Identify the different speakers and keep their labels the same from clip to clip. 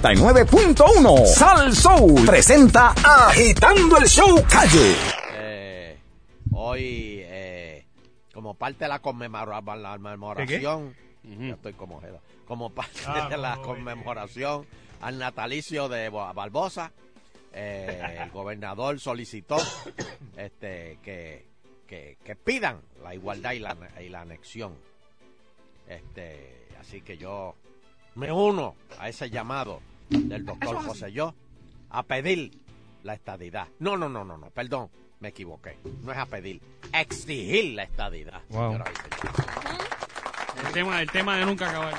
Speaker 1: 99.1 Sal Soul presenta Agitando el Show Calle.
Speaker 2: Eh, hoy, eh, como parte de la conmemora- la conmemoración, ya estoy como Jeda. como parte
Speaker 3: Ah,
Speaker 2: de la
Speaker 3: no,
Speaker 2: conmemoración al natalicio de Bo- Barbosa, eh, el gobernador solicitó este, que, que- que pidan la igualdad y la, y la anexión. Este, así que yo me uno a ese llamado del doctor José Yo a pedir la estadidad. No, no, no, no, no, perdón, me equivoqué. No es a pedir, a exigir la estadidad.
Speaker 3: Wow.
Speaker 2: señoras y señores.
Speaker 3: El tema, el tema de nunca acabar.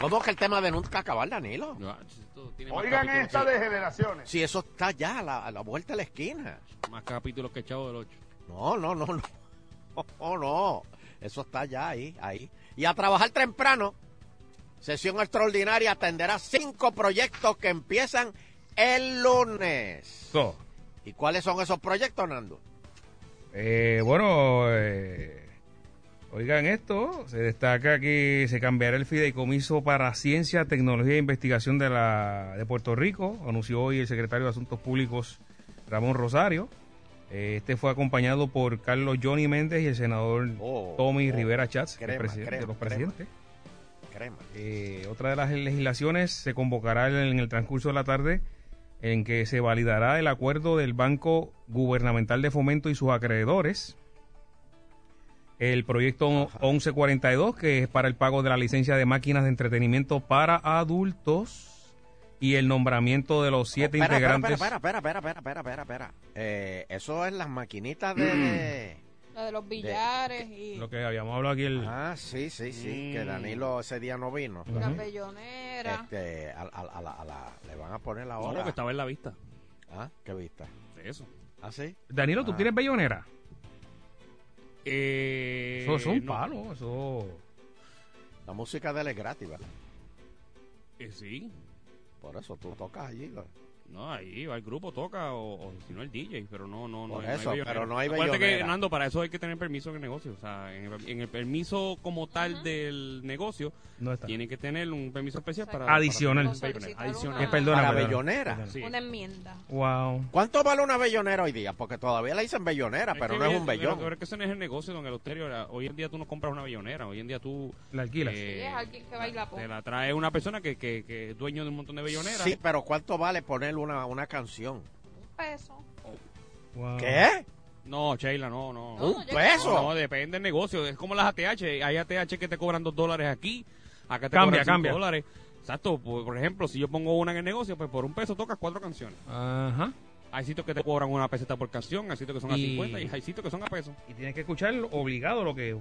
Speaker 2: ¿Cómo que el tema de nunca acabar, Danilo?
Speaker 3: No, esto tiene más
Speaker 4: Oigan
Speaker 3: capítulos
Speaker 4: esta
Speaker 3: que-
Speaker 4: de generaciones.
Speaker 2: Si eso está ya a la, a la vuelta de la esquina.
Speaker 3: Más capítulos que Chavo del 8.
Speaker 2: No, no, no, no. Oh, no. Eso está ya ahí, ahí. Y a trabajar temprano. Sesión extraordinaria atenderá cinco proyectos que empiezan el lunes.
Speaker 5: So,
Speaker 2: ¿Y cuáles son esos proyectos, Nando?
Speaker 5: eh, bueno, eh, oigan esto, se destaca que se cambiará el fideicomiso para ciencia, tecnología e investigación de, la, de Puerto Rico, anunció hoy el secretario de Asuntos Públicos Ramón Rosario. Eh, este fue acompañado por Carlos Johnny Méndez y el senador
Speaker 2: Oh,
Speaker 5: Tommy
Speaker 2: oh,
Speaker 5: Rivera Chats, el
Speaker 2: crema,
Speaker 5: presidente de
Speaker 2: crema,
Speaker 5: los
Speaker 2: crema.
Speaker 5: presidentes.
Speaker 2: Crema.
Speaker 5: Eh, otra de las legislaciones se convocará en el transcurso de la tarde en que se validará el acuerdo del Banco Gubernamental de Fomento y sus acreedores. El proyecto 1142, que es para el pago de la licencia de máquinas de entretenimiento para adultos y el nombramiento de los siete
Speaker 2: Oh, espera,
Speaker 5: integrantes.
Speaker 2: Espera, espera, espera, espera, espera, espera, espera. Eh, eso es las maquinitas de...
Speaker 6: La de los billares y
Speaker 5: Lo que habíamos hablado aquí, el, Mm.
Speaker 2: Ah, sí, sí, sí, que Danilo ese día no vino.
Speaker 6: la pellonera.
Speaker 2: Este, a, a- a la, a la- le van a poner la
Speaker 3: No,
Speaker 2: hora.
Speaker 3: porque estaba en la vista.
Speaker 2: Ah, qué vista.
Speaker 3: De eso.
Speaker 2: ¿Ah, sí?
Speaker 5: Danilo, ¿tú
Speaker 2: Ah.
Speaker 5: tienes bellonera?
Speaker 3: Eh,
Speaker 5: eso, eso es un
Speaker 3: no.
Speaker 5: palo, eso...
Speaker 2: La música de él es gratis, ¿verdad?
Speaker 3: Eh, sí.
Speaker 2: Por eso tú tocas allí. ¿no?
Speaker 3: No, ahí va el grupo, toca, o, o si no el DJ, pero no, no, no.
Speaker 2: Por
Speaker 3: hay- no hay
Speaker 2: eso,
Speaker 3: bellonera.
Speaker 2: pero no hay
Speaker 3: Acuérdate que,
Speaker 2: bellonera.
Speaker 3: Hernando, para eso hay que tener permiso en el negocio. O sea, en el, en el permiso como tal del negocio,
Speaker 5: No está.
Speaker 3: tiene que tener un permiso especial para...
Speaker 5: Adicional.
Speaker 3: para tener bellonera.
Speaker 6: Solicitar
Speaker 3: Adicional.
Speaker 6: una-
Speaker 5: Eh, perdona,
Speaker 2: Para
Speaker 5: perdona.
Speaker 2: bellonera.
Speaker 3: Sí.
Speaker 6: Una enmienda.
Speaker 5: Wow.
Speaker 2: ¿Cuánto vale una bellonera hoy día? Porque todavía la dicen bellonera, pero
Speaker 3: que
Speaker 2: no es
Speaker 3: hoy-
Speaker 2: un
Speaker 3: Pero, pero
Speaker 2: bellón.
Speaker 3: es que ese no es el negocio, don Eleuterio. La- Hoy en día tú no compras una bellonera. Hoy en día tú... eh,
Speaker 5: La alquilas.
Speaker 6: Sí, es alguien que baila pop.
Speaker 3: Te la trae una persona que, que, que es dueño de un montón de belloneras.
Speaker 2: Sí, pero ¿cuánto vale poner una, una canción?
Speaker 6: Un peso.
Speaker 5: Wow.
Speaker 2: ¿Qué?
Speaker 3: No, Sheila, no, no.
Speaker 6: No,
Speaker 2: ¿Un
Speaker 5: Pues
Speaker 6: ya-
Speaker 2: peso?
Speaker 3: No, depende del negocio. Es como las ATH. Hay ATH que te cobran dos dólares aquí. Acá te
Speaker 5: Cambia,
Speaker 3: cobran cinco
Speaker 5: cambia.
Speaker 3: dólares. Exacto. Por, por ejemplo, si yo pongo una en el negocio, pues por un peso tocas cuatro canciones.
Speaker 5: Ajá.
Speaker 3: Hay sitios que te cobran una peseta por canción, hay sitios que son a
Speaker 5: Y-
Speaker 3: 50 y hay sitios que son a pesos.
Speaker 5: Y tienes que escuchar obligado lo que, el que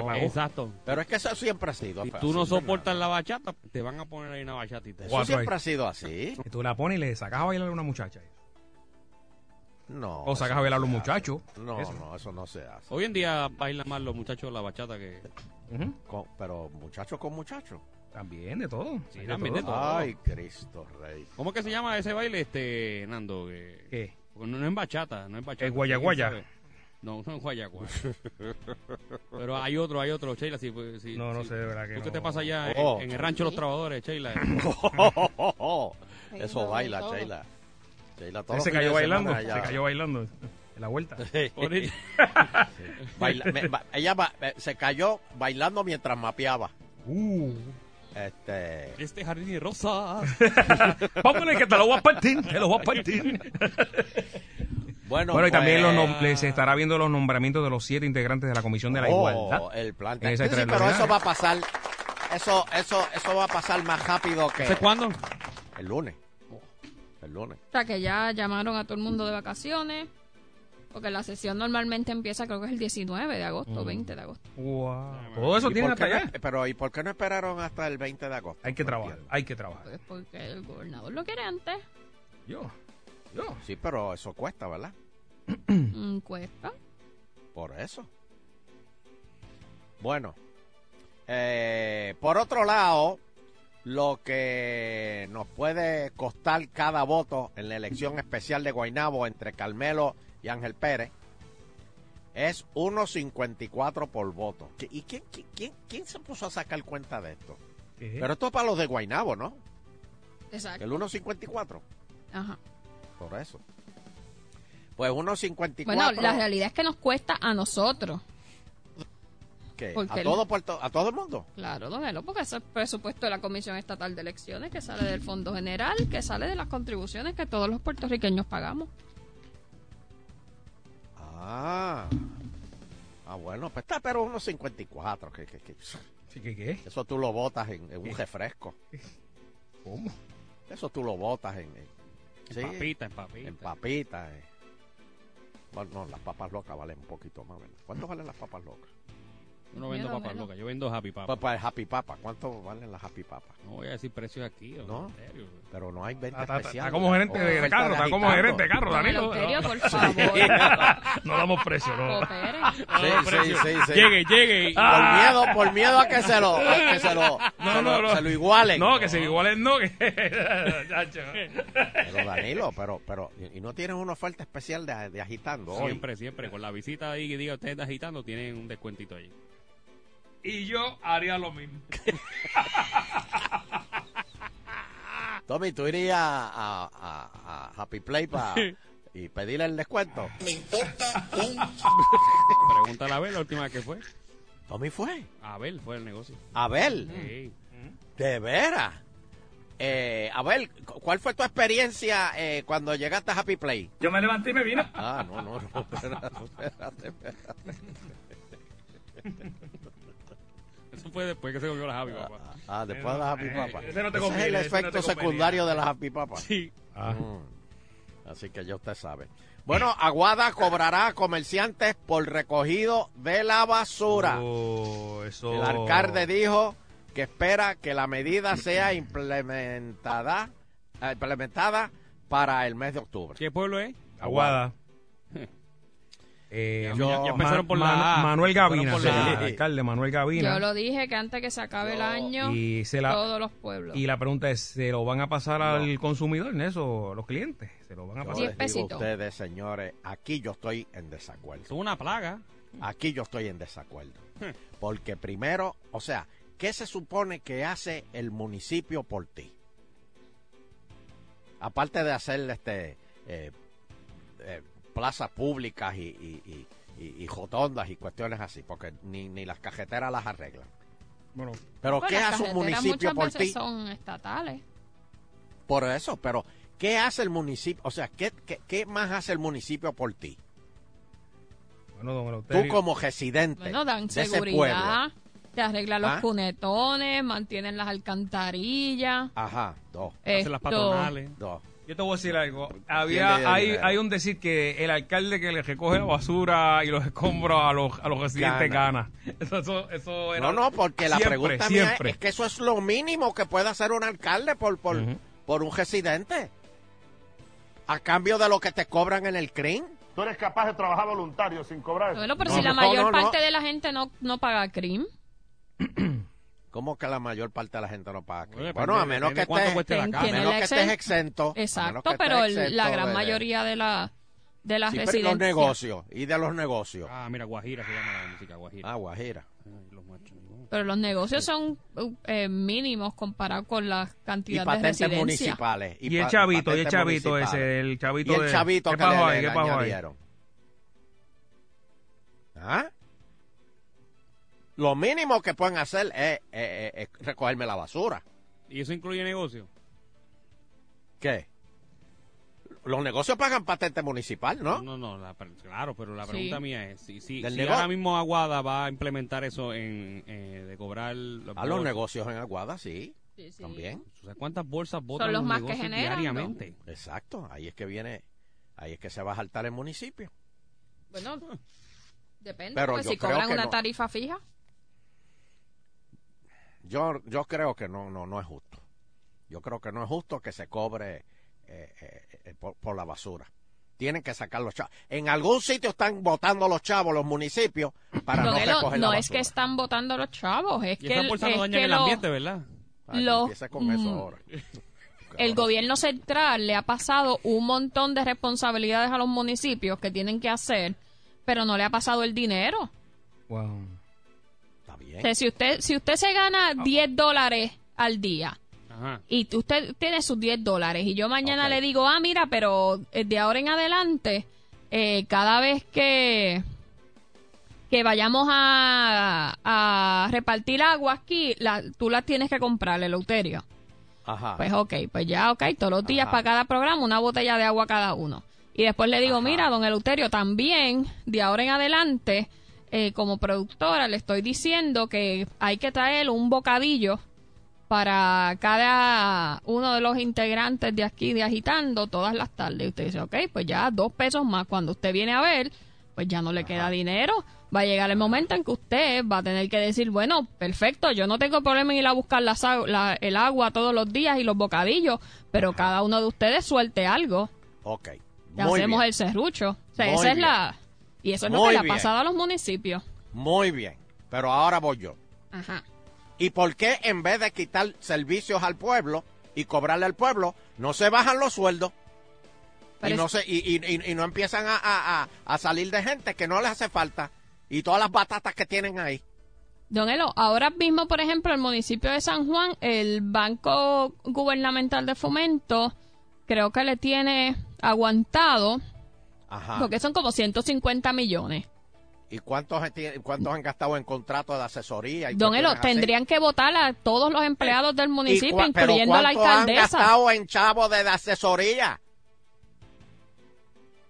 Speaker 2: Oh,
Speaker 5: pagó.
Speaker 3: Exacto.
Speaker 2: Pero es que eso siempre ha sido.
Speaker 3: Si
Speaker 2: así,
Speaker 3: tú no
Speaker 2: Fernando.
Speaker 3: soportas la bachata, te van a poner ahí una bachatita.
Speaker 2: Eso
Speaker 5: Cuatro
Speaker 2: siempre
Speaker 5: ahí.
Speaker 2: ha sido así.
Speaker 5: Y tú la pones y le sacas a bailar a una muchacha.
Speaker 2: No.
Speaker 5: O sacas
Speaker 2: eso
Speaker 5: a bailar a
Speaker 2: no
Speaker 5: los
Speaker 2: se hace.
Speaker 5: muchachos.
Speaker 2: No,
Speaker 5: Eso.
Speaker 2: no, eso no se hace.
Speaker 3: Hoy en día bailan más los muchachos la bachata que...
Speaker 5: Ujú.
Speaker 2: Con- pero muchachos con muchachos.
Speaker 5: También, de todo.
Speaker 3: Sí,
Speaker 5: Hay de
Speaker 3: también de
Speaker 5: todo.
Speaker 3: todo.
Speaker 2: Ay, Cristo Rey.
Speaker 3: ¿Cómo es que se llama ese baile, este, Nando? Que-
Speaker 5: ¿Qué?
Speaker 3: Porque No, no en bachata, no en bachata.
Speaker 5: El guayaguaya.
Speaker 3: ¿Quién sabe? No, no en guayaguaya. Pero hay otro, hay otro, Sheila. Si, pues, si-
Speaker 5: No, no
Speaker 3: si-
Speaker 5: sé, de verdad que
Speaker 3: ¿Tú qué
Speaker 5: no.
Speaker 3: te pasa allá en-
Speaker 2: Oh.
Speaker 3: en, el rancho de los trabajadores, Sheila?
Speaker 2: Eso
Speaker 6: no,
Speaker 2: baila,
Speaker 6: todo.
Speaker 2: Sheila. Sheila todos
Speaker 5: Él se
Speaker 2: los fines
Speaker 5: cayó
Speaker 2: de
Speaker 5: bailando.
Speaker 2: semana
Speaker 5: Se
Speaker 2: ella-
Speaker 5: cayó bailando. En la vuelta.
Speaker 3: Ahorita-
Speaker 2: Baila- me- ba- ella ba- eh, se cayó bailando mientras mapeaba.
Speaker 5: Uh.
Speaker 2: Este,
Speaker 3: este jardín de rosas.
Speaker 5: Póngale que te lo voy a partir. Te lo voy a partir.
Speaker 2: bueno,
Speaker 5: bueno, y también
Speaker 2: pues,
Speaker 5: los nom- le- se estará viendo los nombramientos de los siete integrantes de la Comisión de la
Speaker 2: oh,
Speaker 5: Igualdad.
Speaker 2: el plan.
Speaker 5: En esa
Speaker 2: Sí, sí, pero
Speaker 5: extraordinaria.
Speaker 2: eso va a pasar. Eso, eso, eso va a pasar más rápido que
Speaker 3: ¿Hace cuándo?
Speaker 2: el lunes. El lunes.
Speaker 6: O sea, que ya llamaron a todo el mundo de vacaciones. Porque la sesión normalmente empieza, creo que es el 19 de agosto, 20 de agosto.
Speaker 5: Wow. Todo Oh, eso
Speaker 2: ¿Y
Speaker 5: tiene
Speaker 2: por qué
Speaker 5: hasta
Speaker 2: no-
Speaker 5: allá.
Speaker 2: pero ¿y por qué no esperaron hasta el 20 de agosto?
Speaker 5: Hay que
Speaker 2: No
Speaker 5: trabajar.
Speaker 2: entiendo.
Speaker 5: Hay que trabajar.
Speaker 6: Pues porque el gobernador lo quiere antes.
Speaker 5: Yo. Yo.
Speaker 2: Sí, pero eso cuesta, ¿verdad?
Speaker 6: Mm, cuesta.
Speaker 2: Por eso. Bueno, eh, por otro lado, lo que nos puede costar cada voto en la elección especial de Guaynabo entre Carmelo y Ángel Pérez es 1.54 por voto. ¿Qué- ¿Y quién, quién- quién- quién se puso a sacar cuenta de esto?
Speaker 5: ¿Qué?
Speaker 2: Pero esto es para los de Guaynabo, ¿no?
Speaker 6: Exacto.
Speaker 2: El 1.54,
Speaker 6: Ajá.
Speaker 2: por eso. Pues 1.54.
Speaker 6: Bueno, la realidad es que nos cuesta a nosotros.
Speaker 2: ¿qué?
Speaker 6: ¿por qué
Speaker 2: a
Speaker 6: no?
Speaker 2: todo Puerto- a todo el mundo.
Speaker 6: Claro, don Elo, porque ese es el presupuesto de la Comisión Estatal de Elecciones que sale del Fondo General, que sale de las contribuciones que todos los puertorriqueños pagamos.
Speaker 2: Ah. Ah, bueno, pues está, pero 1.54. Que, que, que-
Speaker 4: Sí, ¿qué, qué?
Speaker 2: eso tú lo botas en, en un refresco.
Speaker 4: ¿Cómo?
Speaker 2: Eso tú lo botas en, en- sí,
Speaker 3: En papita, en papita.
Speaker 2: en papitas. eh. Bueno, no, las papas locas valen un poquito más, ¿verdad? ¿Cuánto valen las papas locas?
Speaker 3: Yo no vendo
Speaker 6: Miedo,
Speaker 3: papas
Speaker 6: miedo.
Speaker 3: locas, yo vendo happy
Speaker 2: Pues
Speaker 3: papas.
Speaker 2: para el Happy Papa, ¿cuánto valen las Happy Papas?
Speaker 3: No voy a decir precios aquí,
Speaker 2: No.
Speaker 3: ¿no? En serio.
Speaker 2: Pero no hay venta
Speaker 4: Está, está- está
Speaker 2: especial.
Speaker 4: como
Speaker 2: ¿verdad?
Speaker 4: gerente
Speaker 2: O
Speaker 4: de
Speaker 2: oferta
Speaker 4: carro, está como
Speaker 2: agitando.
Speaker 4: gerente de carro,
Speaker 6: Don
Speaker 4: Danilo.
Speaker 6: Eleuterio,
Speaker 4: No,
Speaker 6: por favor,
Speaker 4: no damos precio, no.
Speaker 6: coopere.
Speaker 4: No
Speaker 2: Sí,
Speaker 4: damos
Speaker 2: sí,
Speaker 4: Ah, precio.
Speaker 2: sí, sí.
Speaker 4: Llegue, llegue. Ah. y-
Speaker 2: Por miedo, por miedo a que se lo, a que se lo,
Speaker 4: No,
Speaker 2: se,
Speaker 4: no,
Speaker 2: lo
Speaker 4: no.
Speaker 2: se lo igualen.
Speaker 4: No, que se igualen no. que- Chacho.
Speaker 2: Pero Danilo, pero, pero, y y no tienes una oferta especial de, de agitando hoy?
Speaker 3: Siempre, siempre. Con la visita ahí que diga usted está agitando, tienen un descuentito ahí.
Speaker 4: Y yo haría lo mismo.
Speaker 3: Ah.
Speaker 2: Tommy, tú irías a, a- a- a Happy Play pa- y pedirle el descuento.
Speaker 3: Pregúntale a Abel la última vez que fue.
Speaker 2: Tommy fue.
Speaker 3: Abel fue el negocio.
Speaker 2: Abel,
Speaker 3: Sí.
Speaker 4: Mm.
Speaker 2: de veras. Eh, Abel, cu- ¿cuál fue tu experiencia eh, cuando llegaste a Happy Play?
Speaker 7: Yo me levanté y me vine.
Speaker 2: Ah, no, no, no, espérate, espérate, espérate.
Speaker 3: Eso fue después que se comió la Javi, papá.
Speaker 2: Ah, después de las Happy
Speaker 4: Eh,
Speaker 2: Papas.
Speaker 4: ese no te
Speaker 2: Ese es el
Speaker 4: conviene, ese no
Speaker 2: efecto
Speaker 4: te convenía.
Speaker 2: secundario de las Happy Papas.
Speaker 3: Sí.
Speaker 2: Mm. Así que ya usted sabe. Bueno, Aguada cobrará a comerciantes por recogido de la basura.
Speaker 4: Oh, eso.
Speaker 2: El alcalde dijo que espera que la medida sea implementada, eh, implementada para el mes de octubre.
Speaker 3: ¿Qué pueblo es?
Speaker 4: Aguada. Eh,
Speaker 3: Ya- ya
Speaker 4: Ma-
Speaker 3: empezaron por la
Speaker 4: Manu-
Speaker 3: A.
Speaker 4: Manuel Gavina,
Speaker 3: Empezaron por
Speaker 2: la
Speaker 4: sí,
Speaker 2: A.
Speaker 4: alcalde Manuel Gavina.
Speaker 6: Yo lo dije que antes que se acabe el año,
Speaker 4: y se la-
Speaker 6: todos los pueblos.
Speaker 4: Y la pregunta es, ¿se lo van a pasar al consumidor en eso, los clientes? ¿Se lo van a
Speaker 2: Yo
Speaker 4: pasar?
Speaker 2: les digo a
Speaker 6: pesitos.
Speaker 2: ustedes, señores, aquí yo estoy en
Speaker 3: Eso
Speaker 2: desacuerdo.
Speaker 3: es una plaga.
Speaker 2: Aquí yo estoy en desacuerdo. Porque primero, o sea, ¿qué se supone que hace el municipio por ti? Aparte de hacer este, eh, eh, plazas públicas y, y- y- y- y jotondas y cuestiones así, porque ni, ni las cajeteras las arreglan.
Speaker 4: Bueno,
Speaker 2: Pero
Speaker 6: Bueno,
Speaker 2: ¿qué
Speaker 6: Pues las
Speaker 2: hace un
Speaker 6: carreteras
Speaker 2: municipio
Speaker 6: muchas
Speaker 2: por
Speaker 6: veces
Speaker 2: ti?
Speaker 6: son estatales.
Speaker 2: Por eso, pero ¿qué hace el municipio? O sea, ¿qué, qué, qué más hace el municipio por ti?
Speaker 4: bueno, don
Speaker 2: Tú
Speaker 4: Eleuterio.
Speaker 2: como residente
Speaker 6: Bueno, pues, dan
Speaker 2: de ese pueblo.
Speaker 6: seguridad, te arreglan los
Speaker 2: ¿Ah?
Speaker 6: cunetones, mantienen las alcantarillas.
Speaker 2: Ajá, Ah, dos,
Speaker 3: Hacen las
Speaker 6: esto-
Speaker 3: patronales.
Speaker 2: dos.
Speaker 4: Yo te voy a decir algo.
Speaker 2: ¿Quién le
Speaker 4: Había, hay,
Speaker 2: dinero?
Speaker 4: hay un decir que el alcalde que le recoge la basura y los escombros a los, a los residentes gana. Eso, eso, eso era...
Speaker 2: No, no, porque la
Speaker 4: Siempre,
Speaker 2: pregunta mía
Speaker 4: siempre.
Speaker 2: es que eso es lo mínimo que puede hacer un alcalde por, por,
Speaker 4: Ujú.
Speaker 2: por un residente. A cambio de lo que te cobran en el CRIM.
Speaker 8: Tú eres capaz de trabajar voluntario sin cobrar eso.
Speaker 6: Bueno, pero
Speaker 2: No,
Speaker 6: si la
Speaker 2: no,
Speaker 6: mayor
Speaker 2: no, no.
Speaker 6: parte de la gente no, no paga crimen,
Speaker 2: ¿Cómo que la mayor parte de la gente no paga CRIM?
Speaker 3: Bueno,
Speaker 2: Bueno, a
Speaker 3: depende-
Speaker 2: menos que
Speaker 3: depende cuánto
Speaker 2: estés,
Speaker 3: cueste la
Speaker 2: a
Speaker 3: casa.
Speaker 2: menos que estés
Speaker 6: Tiene el
Speaker 2: exento. a menos que
Speaker 6: exacto,
Speaker 2: estés
Speaker 6: pero el- la
Speaker 2: exento
Speaker 6: gran
Speaker 2: de-
Speaker 6: mayoría de la de las
Speaker 2: Sí, pero y los
Speaker 6: residencias.
Speaker 2: negocios y de los negocios.
Speaker 3: Ah, mira, Guajira se llama la música, Guajira.
Speaker 2: Ah, Guajira.
Speaker 3: Ay, los machos.
Speaker 6: Pero los negocios son eh, mínimos comparado con la
Speaker 2: Y
Speaker 6: cantidad de
Speaker 2: patentes
Speaker 6: residencias.
Speaker 2: municipales.
Speaker 4: Y, el
Speaker 2: pa-
Speaker 4: chavito, y el
Speaker 2: patentes
Speaker 4: chavito
Speaker 2: municipales.
Speaker 4: ese, el chavito
Speaker 2: Y el
Speaker 4: de-
Speaker 2: chavito
Speaker 4: ¿Qué
Speaker 2: que
Speaker 4: pasó
Speaker 2: le,
Speaker 4: ahí?
Speaker 2: le
Speaker 4: ¿Qué pasó ahí?
Speaker 2: añadieron. ¿Ah? Lo mínimo que pueden hacer es, eh, eh, es recogerme la basura.
Speaker 3: ¿Y eso incluye negocio?
Speaker 2: ¿Qué? Los negocios pagan patente municipal, ¿no?
Speaker 3: No, no, la pre- claro, pero la
Speaker 6: Sí.
Speaker 3: pregunta mía es, si, si,
Speaker 2: Del
Speaker 3: si
Speaker 2: negocio.
Speaker 3: ahora mismo Aguada va a implementar eso en, eh, de cobrar los
Speaker 2: A Ah, los
Speaker 3: negocios.
Speaker 2: negocios en Aguada, sí,
Speaker 6: Sí, sí.
Speaker 2: también.
Speaker 3: O sea, ¿Cuántas bolsas botan
Speaker 6: Son los
Speaker 3: los,
Speaker 6: más que
Speaker 3: negocios
Speaker 6: generan,
Speaker 3: diariamente?
Speaker 2: Exacto, ahí es que viene, ahí es que se va a saltar el municipio.
Speaker 6: Bueno, depende,
Speaker 2: Pero
Speaker 6: porque
Speaker 2: yo
Speaker 6: si
Speaker 2: creo
Speaker 6: cobran
Speaker 2: que
Speaker 6: una
Speaker 2: no.
Speaker 6: tarifa fija,
Speaker 2: Yo, yo creo que no, no, no es justo. Yo creo que no es justo que se cobre eh, eh, eh, por, por la basura. Tienen que sacar los chavos. En algún sitio están votando los chavos los municipios para no,
Speaker 6: Don Elo,
Speaker 2: recoger
Speaker 6: no
Speaker 2: la
Speaker 6: es que
Speaker 2: basura.
Speaker 6: están votando los chavos, es
Speaker 3: Y
Speaker 6: que,
Speaker 3: esas
Speaker 6: el,
Speaker 3: bolsas no
Speaker 6: es
Speaker 3: dañan
Speaker 6: que
Speaker 3: el
Speaker 6: lo-
Speaker 3: ambiente, ¿verdad?
Speaker 2: Ay,
Speaker 6: los-
Speaker 2: no empieces con eso
Speaker 6: mm,
Speaker 2: ahora.
Speaker 6: el
Speaker 2: Cabrón.
Speaker 6: gobierno central le ha pasado un montón de responsabilidades a los municipios que tienen que hacer, pero no le ha pasado el dinero.
Speaker 4: Wow.
Speaker 2: Está
Speaker 6: O
Speaker 2: bien.
Speaker 6: sea, si usted, si usted se gana 10 dólares al día
Speaker 3: Ajá.
Speaker 6: y tú- usted tiene sus 10 dólares y yo mañana
Speaker 2: Ok.
Speaker 6: le digo, ah, mira, pero eh, de ahora en adelante, eh, cada vez que, que vayamos a, a repartir agua aquí, la, tú las tienes que comprar, el euterio.
Speaker 2: Ajá.
Speaker 6: Pues ok, pues ya, ok, todos los días
Speaker 2: Ah. Ajá.
Speaker 6: para cada programa una botella de agua cada uno. Y después le digo,
Speaker 2: Ajá.
Speaker 6: mira, don Eleuterio, también de ahora en adelante, eh, como productora, le estoy diciendo que hay que traer un bocadillo para cada uno de los integrantes de aquí de Agitando todas las tardes. Y usted dice, ok, pues ya dos pesos más. Cuando usted viene a ver, pues ya no le queda dinero. Va a llegar el momento en que usted va a tener que decir, bueno, perfecto, yo no tengo problema en ir a buscar las agu- la- el agua todos los días y los bocadillos, pero cada uno de ustedes suelte algo.
Speaker 2: Ok.
Speaker 6: Le
Speaker 2: Muy
Speaker 6: hacemos
Speaker 2: bien.
Speaker 6: el serrucho. O sea,
Speaker 2: Muy
Speaker 6: esa es
Speaker 2: bien.
Speaker 6: la... Y eso es lo
Speaker 2: Muy
Speaker 6: que le ha
Speaker 2: bien.
Speaker 6: pasado a los municipios.
Speaker 2: Muy bien. Pero ahora voy yo.
Speaker 6: Ajá.
Speaker 2: ¿Y por qué en vez de quitar servicios al pueblo y cobrarle al pueblo, no se bajan los sueldos?
Speaker 6: Pero
Speaker 2: y, no
Speaker 6: es-
Speaker 2: se, y, y- y- y no empiezan a, a- a- a salir de gente que no les hace falta y todas las batatas que tienen ahí.
Speaker 6: Don Elo, ahora mismo, por ejemplo, el municipio de San Juan, el Banco Gubernamental de Fomento, creo que le tiene aguantado,
Speaker 2: Ajá.
Speaker 6: porque son como 150 millones.
Speaker 2: ¿Y cuántos, han ti- cuántos han gastado en contratos de asesoría? y
Speaker 6: Don Elo,
Speaker 2: cuestiones así?
Speaker 6: tendrían que votar a todos los empleados del
Speaker 2: ¿Y
Speaker 6: municipio,
Speaker 2: cua- pero
Speaker 6: incluyendo a la
Speaker 2: cuánto han
Speaker 6: alcaldesa.
Speaker 2: gastado en chavos de asesoría?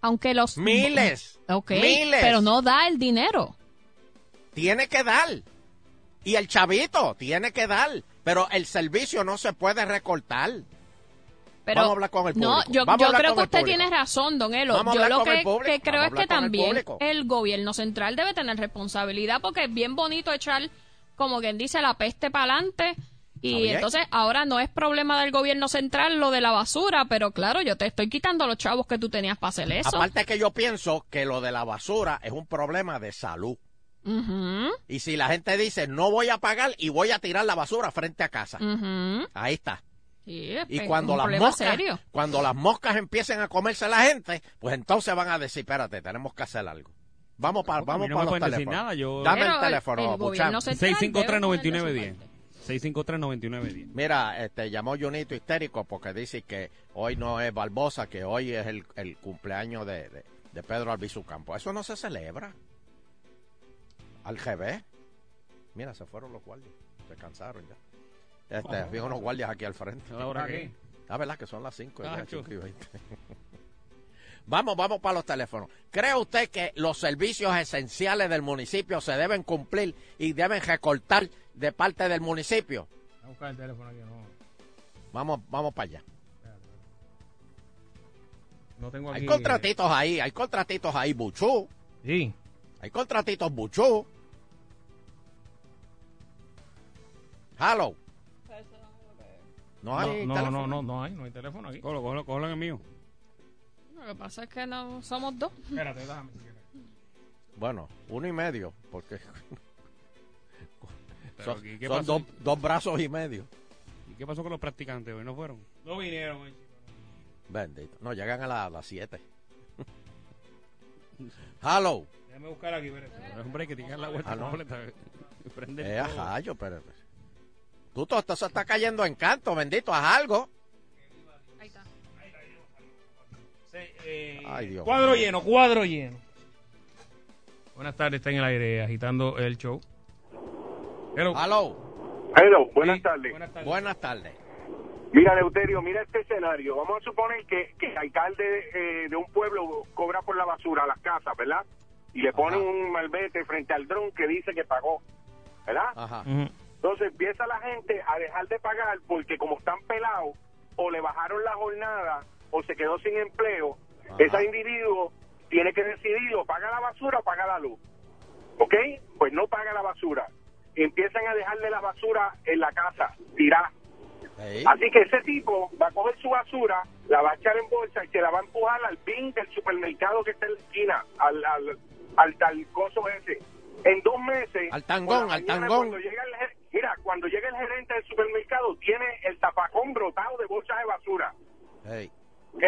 Speaker 6: Aunque los...
Speaker 2: Miles.
Speaker 6: Ok,
Speaker 2: Miles.
Speaker 6: pero no da el dinero.
Speaker 2: tiene que dar. Y el chavito tiene que dar. Pero el servicio no se puede recortar.
Speaker 6: Pero,
Speaker 2: Vamos a hablar con el
Speaker 6: No,
Speaker 2: público.
Speaker 6: yo,
Speaker 2: Vamos a
Speaker 6: yo
Speaker 2: hablar
Speaker 6: creo
Speaker 2: con
Speaker 6: que
Speaker 2: el
Speaker 6: usted
Speaker 2: público.
Speaker 6: tiene razón, don Elo.
Speaker 2: Vamos a
Speaker 6: yo
Speaker 2: hablar
Speaker 6: lo
Speaker 2: con
Speaker 6: que,
Speaker 2: el público.
Speaker 6: que creo
Speaker 2: Vamos a
Speaker 6: es que
Speaker 2: hablar con el
Speaker 6: también
Speaker 2: público.
Speaker 6: el, gobierno central debe tener responsabilidad porque es bien bonito echar, como quien dice, la peste para adelante.
Speaker 2: Está
Speaker 6: Y
Speaker 2: bien.
Speaker 6: entonces ahora no es problema del gobierno central lo de la basura, pero claro, yo te estoy quitando los chavos que tú tenías para hacer eso.
Speaker 2: Aparte que yo pienso que lo de la basura es un problema de salud.
Speaker 6: Ujú,
Speaker 2: Y si la gente dice, no voy a pagar y voy a tirar la basura frente a casa.
Speaker 6: ujú.
Speaker 2: Ahí está.
Speaker 6: Sí, pues, Eh, es
Speaker 2: Y
Speaker 6: pe-
Speaker 2: cuando
Speaker 6: un
Speaker 2: las,
Speaker 6: problema
Speaker 2: moscas,
Speaker 6: serio.
Speaker 2: cuando las moscas empiecen a comerse a la gente, pues entonces van a decir, espérate, tenemos que hacer algo. Vamos para
Speaker 3: A mí
Speaker 2: vamos
Speaker 3: no
Speaker 2: para
Speaker 3: me
Speaker 2: los
Speaker 3: pueden decir
Speaker 2: teléfonos.
Speaker 3: nada, yo-
Speaker 2: Dame
Speaker 6: Pero
Speaker 2: el teléfono,
Speaker 6: el gobierno
Speaker 2: Buchan.
Speaker 6: central debe poner de su
Speaker 3: 653-9910.
Speaker 6: parte.
Speaker 3: 653-9910.
Speaker 2: Mira, este, llamó Junito histérico porque dice que hoy no es Barbosa, que hoy es el, el cumpleaños de, de, de Pedro Albizu Campos. Eso no se celebra. Al revés. Mira, se fueron los guardias. Se cansaron ya. Este, había unos guardias aquí al frente.
Speaker 3: ¿A la hora que?
Speaker 2: La verdad que son las 5
Speaker 3: Ah, chu.
Speaker 2: y 20. vamos, vamos para los teléfonos. ¿Cree usted que los servicios esenciales del municipio se deben cumplir y deben recortar de parte del municipio?
Speaker 4: a buscar el teléfono aquí, no.
Speaker 2: Vamos, vamos para allá.
Speaker 4: No tengo aquí.
Speaker 2: Hay contratitos ahí, hay contratitos ahí, Buchú.
Speaker 4: Sí.
Speaker 2: Hay contratitos, Buchú. Hello. No
Speaker 4: No,
Speaker 2: hay.
Speaker 4: no,
Speaker 2: teléfono.
Speaker 4: no, no, no hay, no hay teléfono aquí.
Speaker 3: Cógelo, cógelo, cógelo en el mío.
Speaker 6: Lo que pasa es que no somos dos.
Speaker 4: Espérate, déjame. si quieres.
Speaker 2: Bueno, uno y medio, porque
Speaker 3: Pero
Speaker 2: son,
Speaker 3: aquí, ¿qué
Speaker 2: son
Speaker 3: pasó?
Speaker 2: dos, dos brazos y medio.
Speaker 3: ¿Y qué pasó con los practicantes hoy? ¿No fueron?
Speaker 4: No vinieron, güey.
Speaker 2: Bendito. No, llegan a la- a las 7. Hello.
Speaker 4: Déjame buscar aquí, espérate.
Speaker 3: Es un break que tengan la vuelta
Speaker 2: Ah, no.
Speaker 3: completa. Prende el
Speaker 2: Eh,
Speaker 3: fuego.
Speaker 2: ajá, yo, pero... Tú todo esto se está cayendo en canto, bendito, haz algo.
Speaker 6: Ahí está.
Speaker 2: Ay, Dios
Speaker 4: eh, cuadro
Speaker 2: mío.
Speaker 4: lleno, cuadro lleno. Buenas tardes, está en el aire agitando el show. Hello.
Speaker 2: Hello.
Speaker 7: Hello, buenas
Speaker 4: Sí,
Speaker 7: tardes.
Speaker 4: Buenas tardes.
Speaker 2: Buenas tardes.
Speaker 7: Mira, Leuterio, mira este escenario. Vamos a suponer que, que el alcalde eh, de un pueblo cobra por la basura las casas, ¿verdad? Y le pone
Speaker 2: Ajá.
Speaker 7: un malvete frente al dron que dice que pagó, ¿verdad?
Speaker 2: Ajá.
Speaker 4: Ujú.
Speaker 7: Entonces empieza la gente a dejar de pagar porque como están pelados, o le bajaron la jornada, o se quedó sin empleo,
Speaker 2: Ajá.
Speaker 7: ese individuo tiene que decidir o paga la basura o paga la luz. ¿Ok? Pues no paga la basura. Empiezan a dejarle la basura en la casa, tirada.
Speaker 2: Sí.
Speaker 7: Así que ese tipo va a coger su basura, la va a echar en bolsa y se la va a empujar al bin del supermercado que está en la esquina, al, al, al, al coso ese. En dos meses.
Speaker 2: Al tangón,
Speaker 7: por la
Speaker 2: al
Speaker 7: mañana,
Speaker 2: tangón.
Speaker 7: Cuando llega el, ger- mira, cuando llega el gerente del supermercado, tiene el tapacón brotado de bolsas de basura.
Speaker 2: Sí.
Speaker 7: ¿Ok?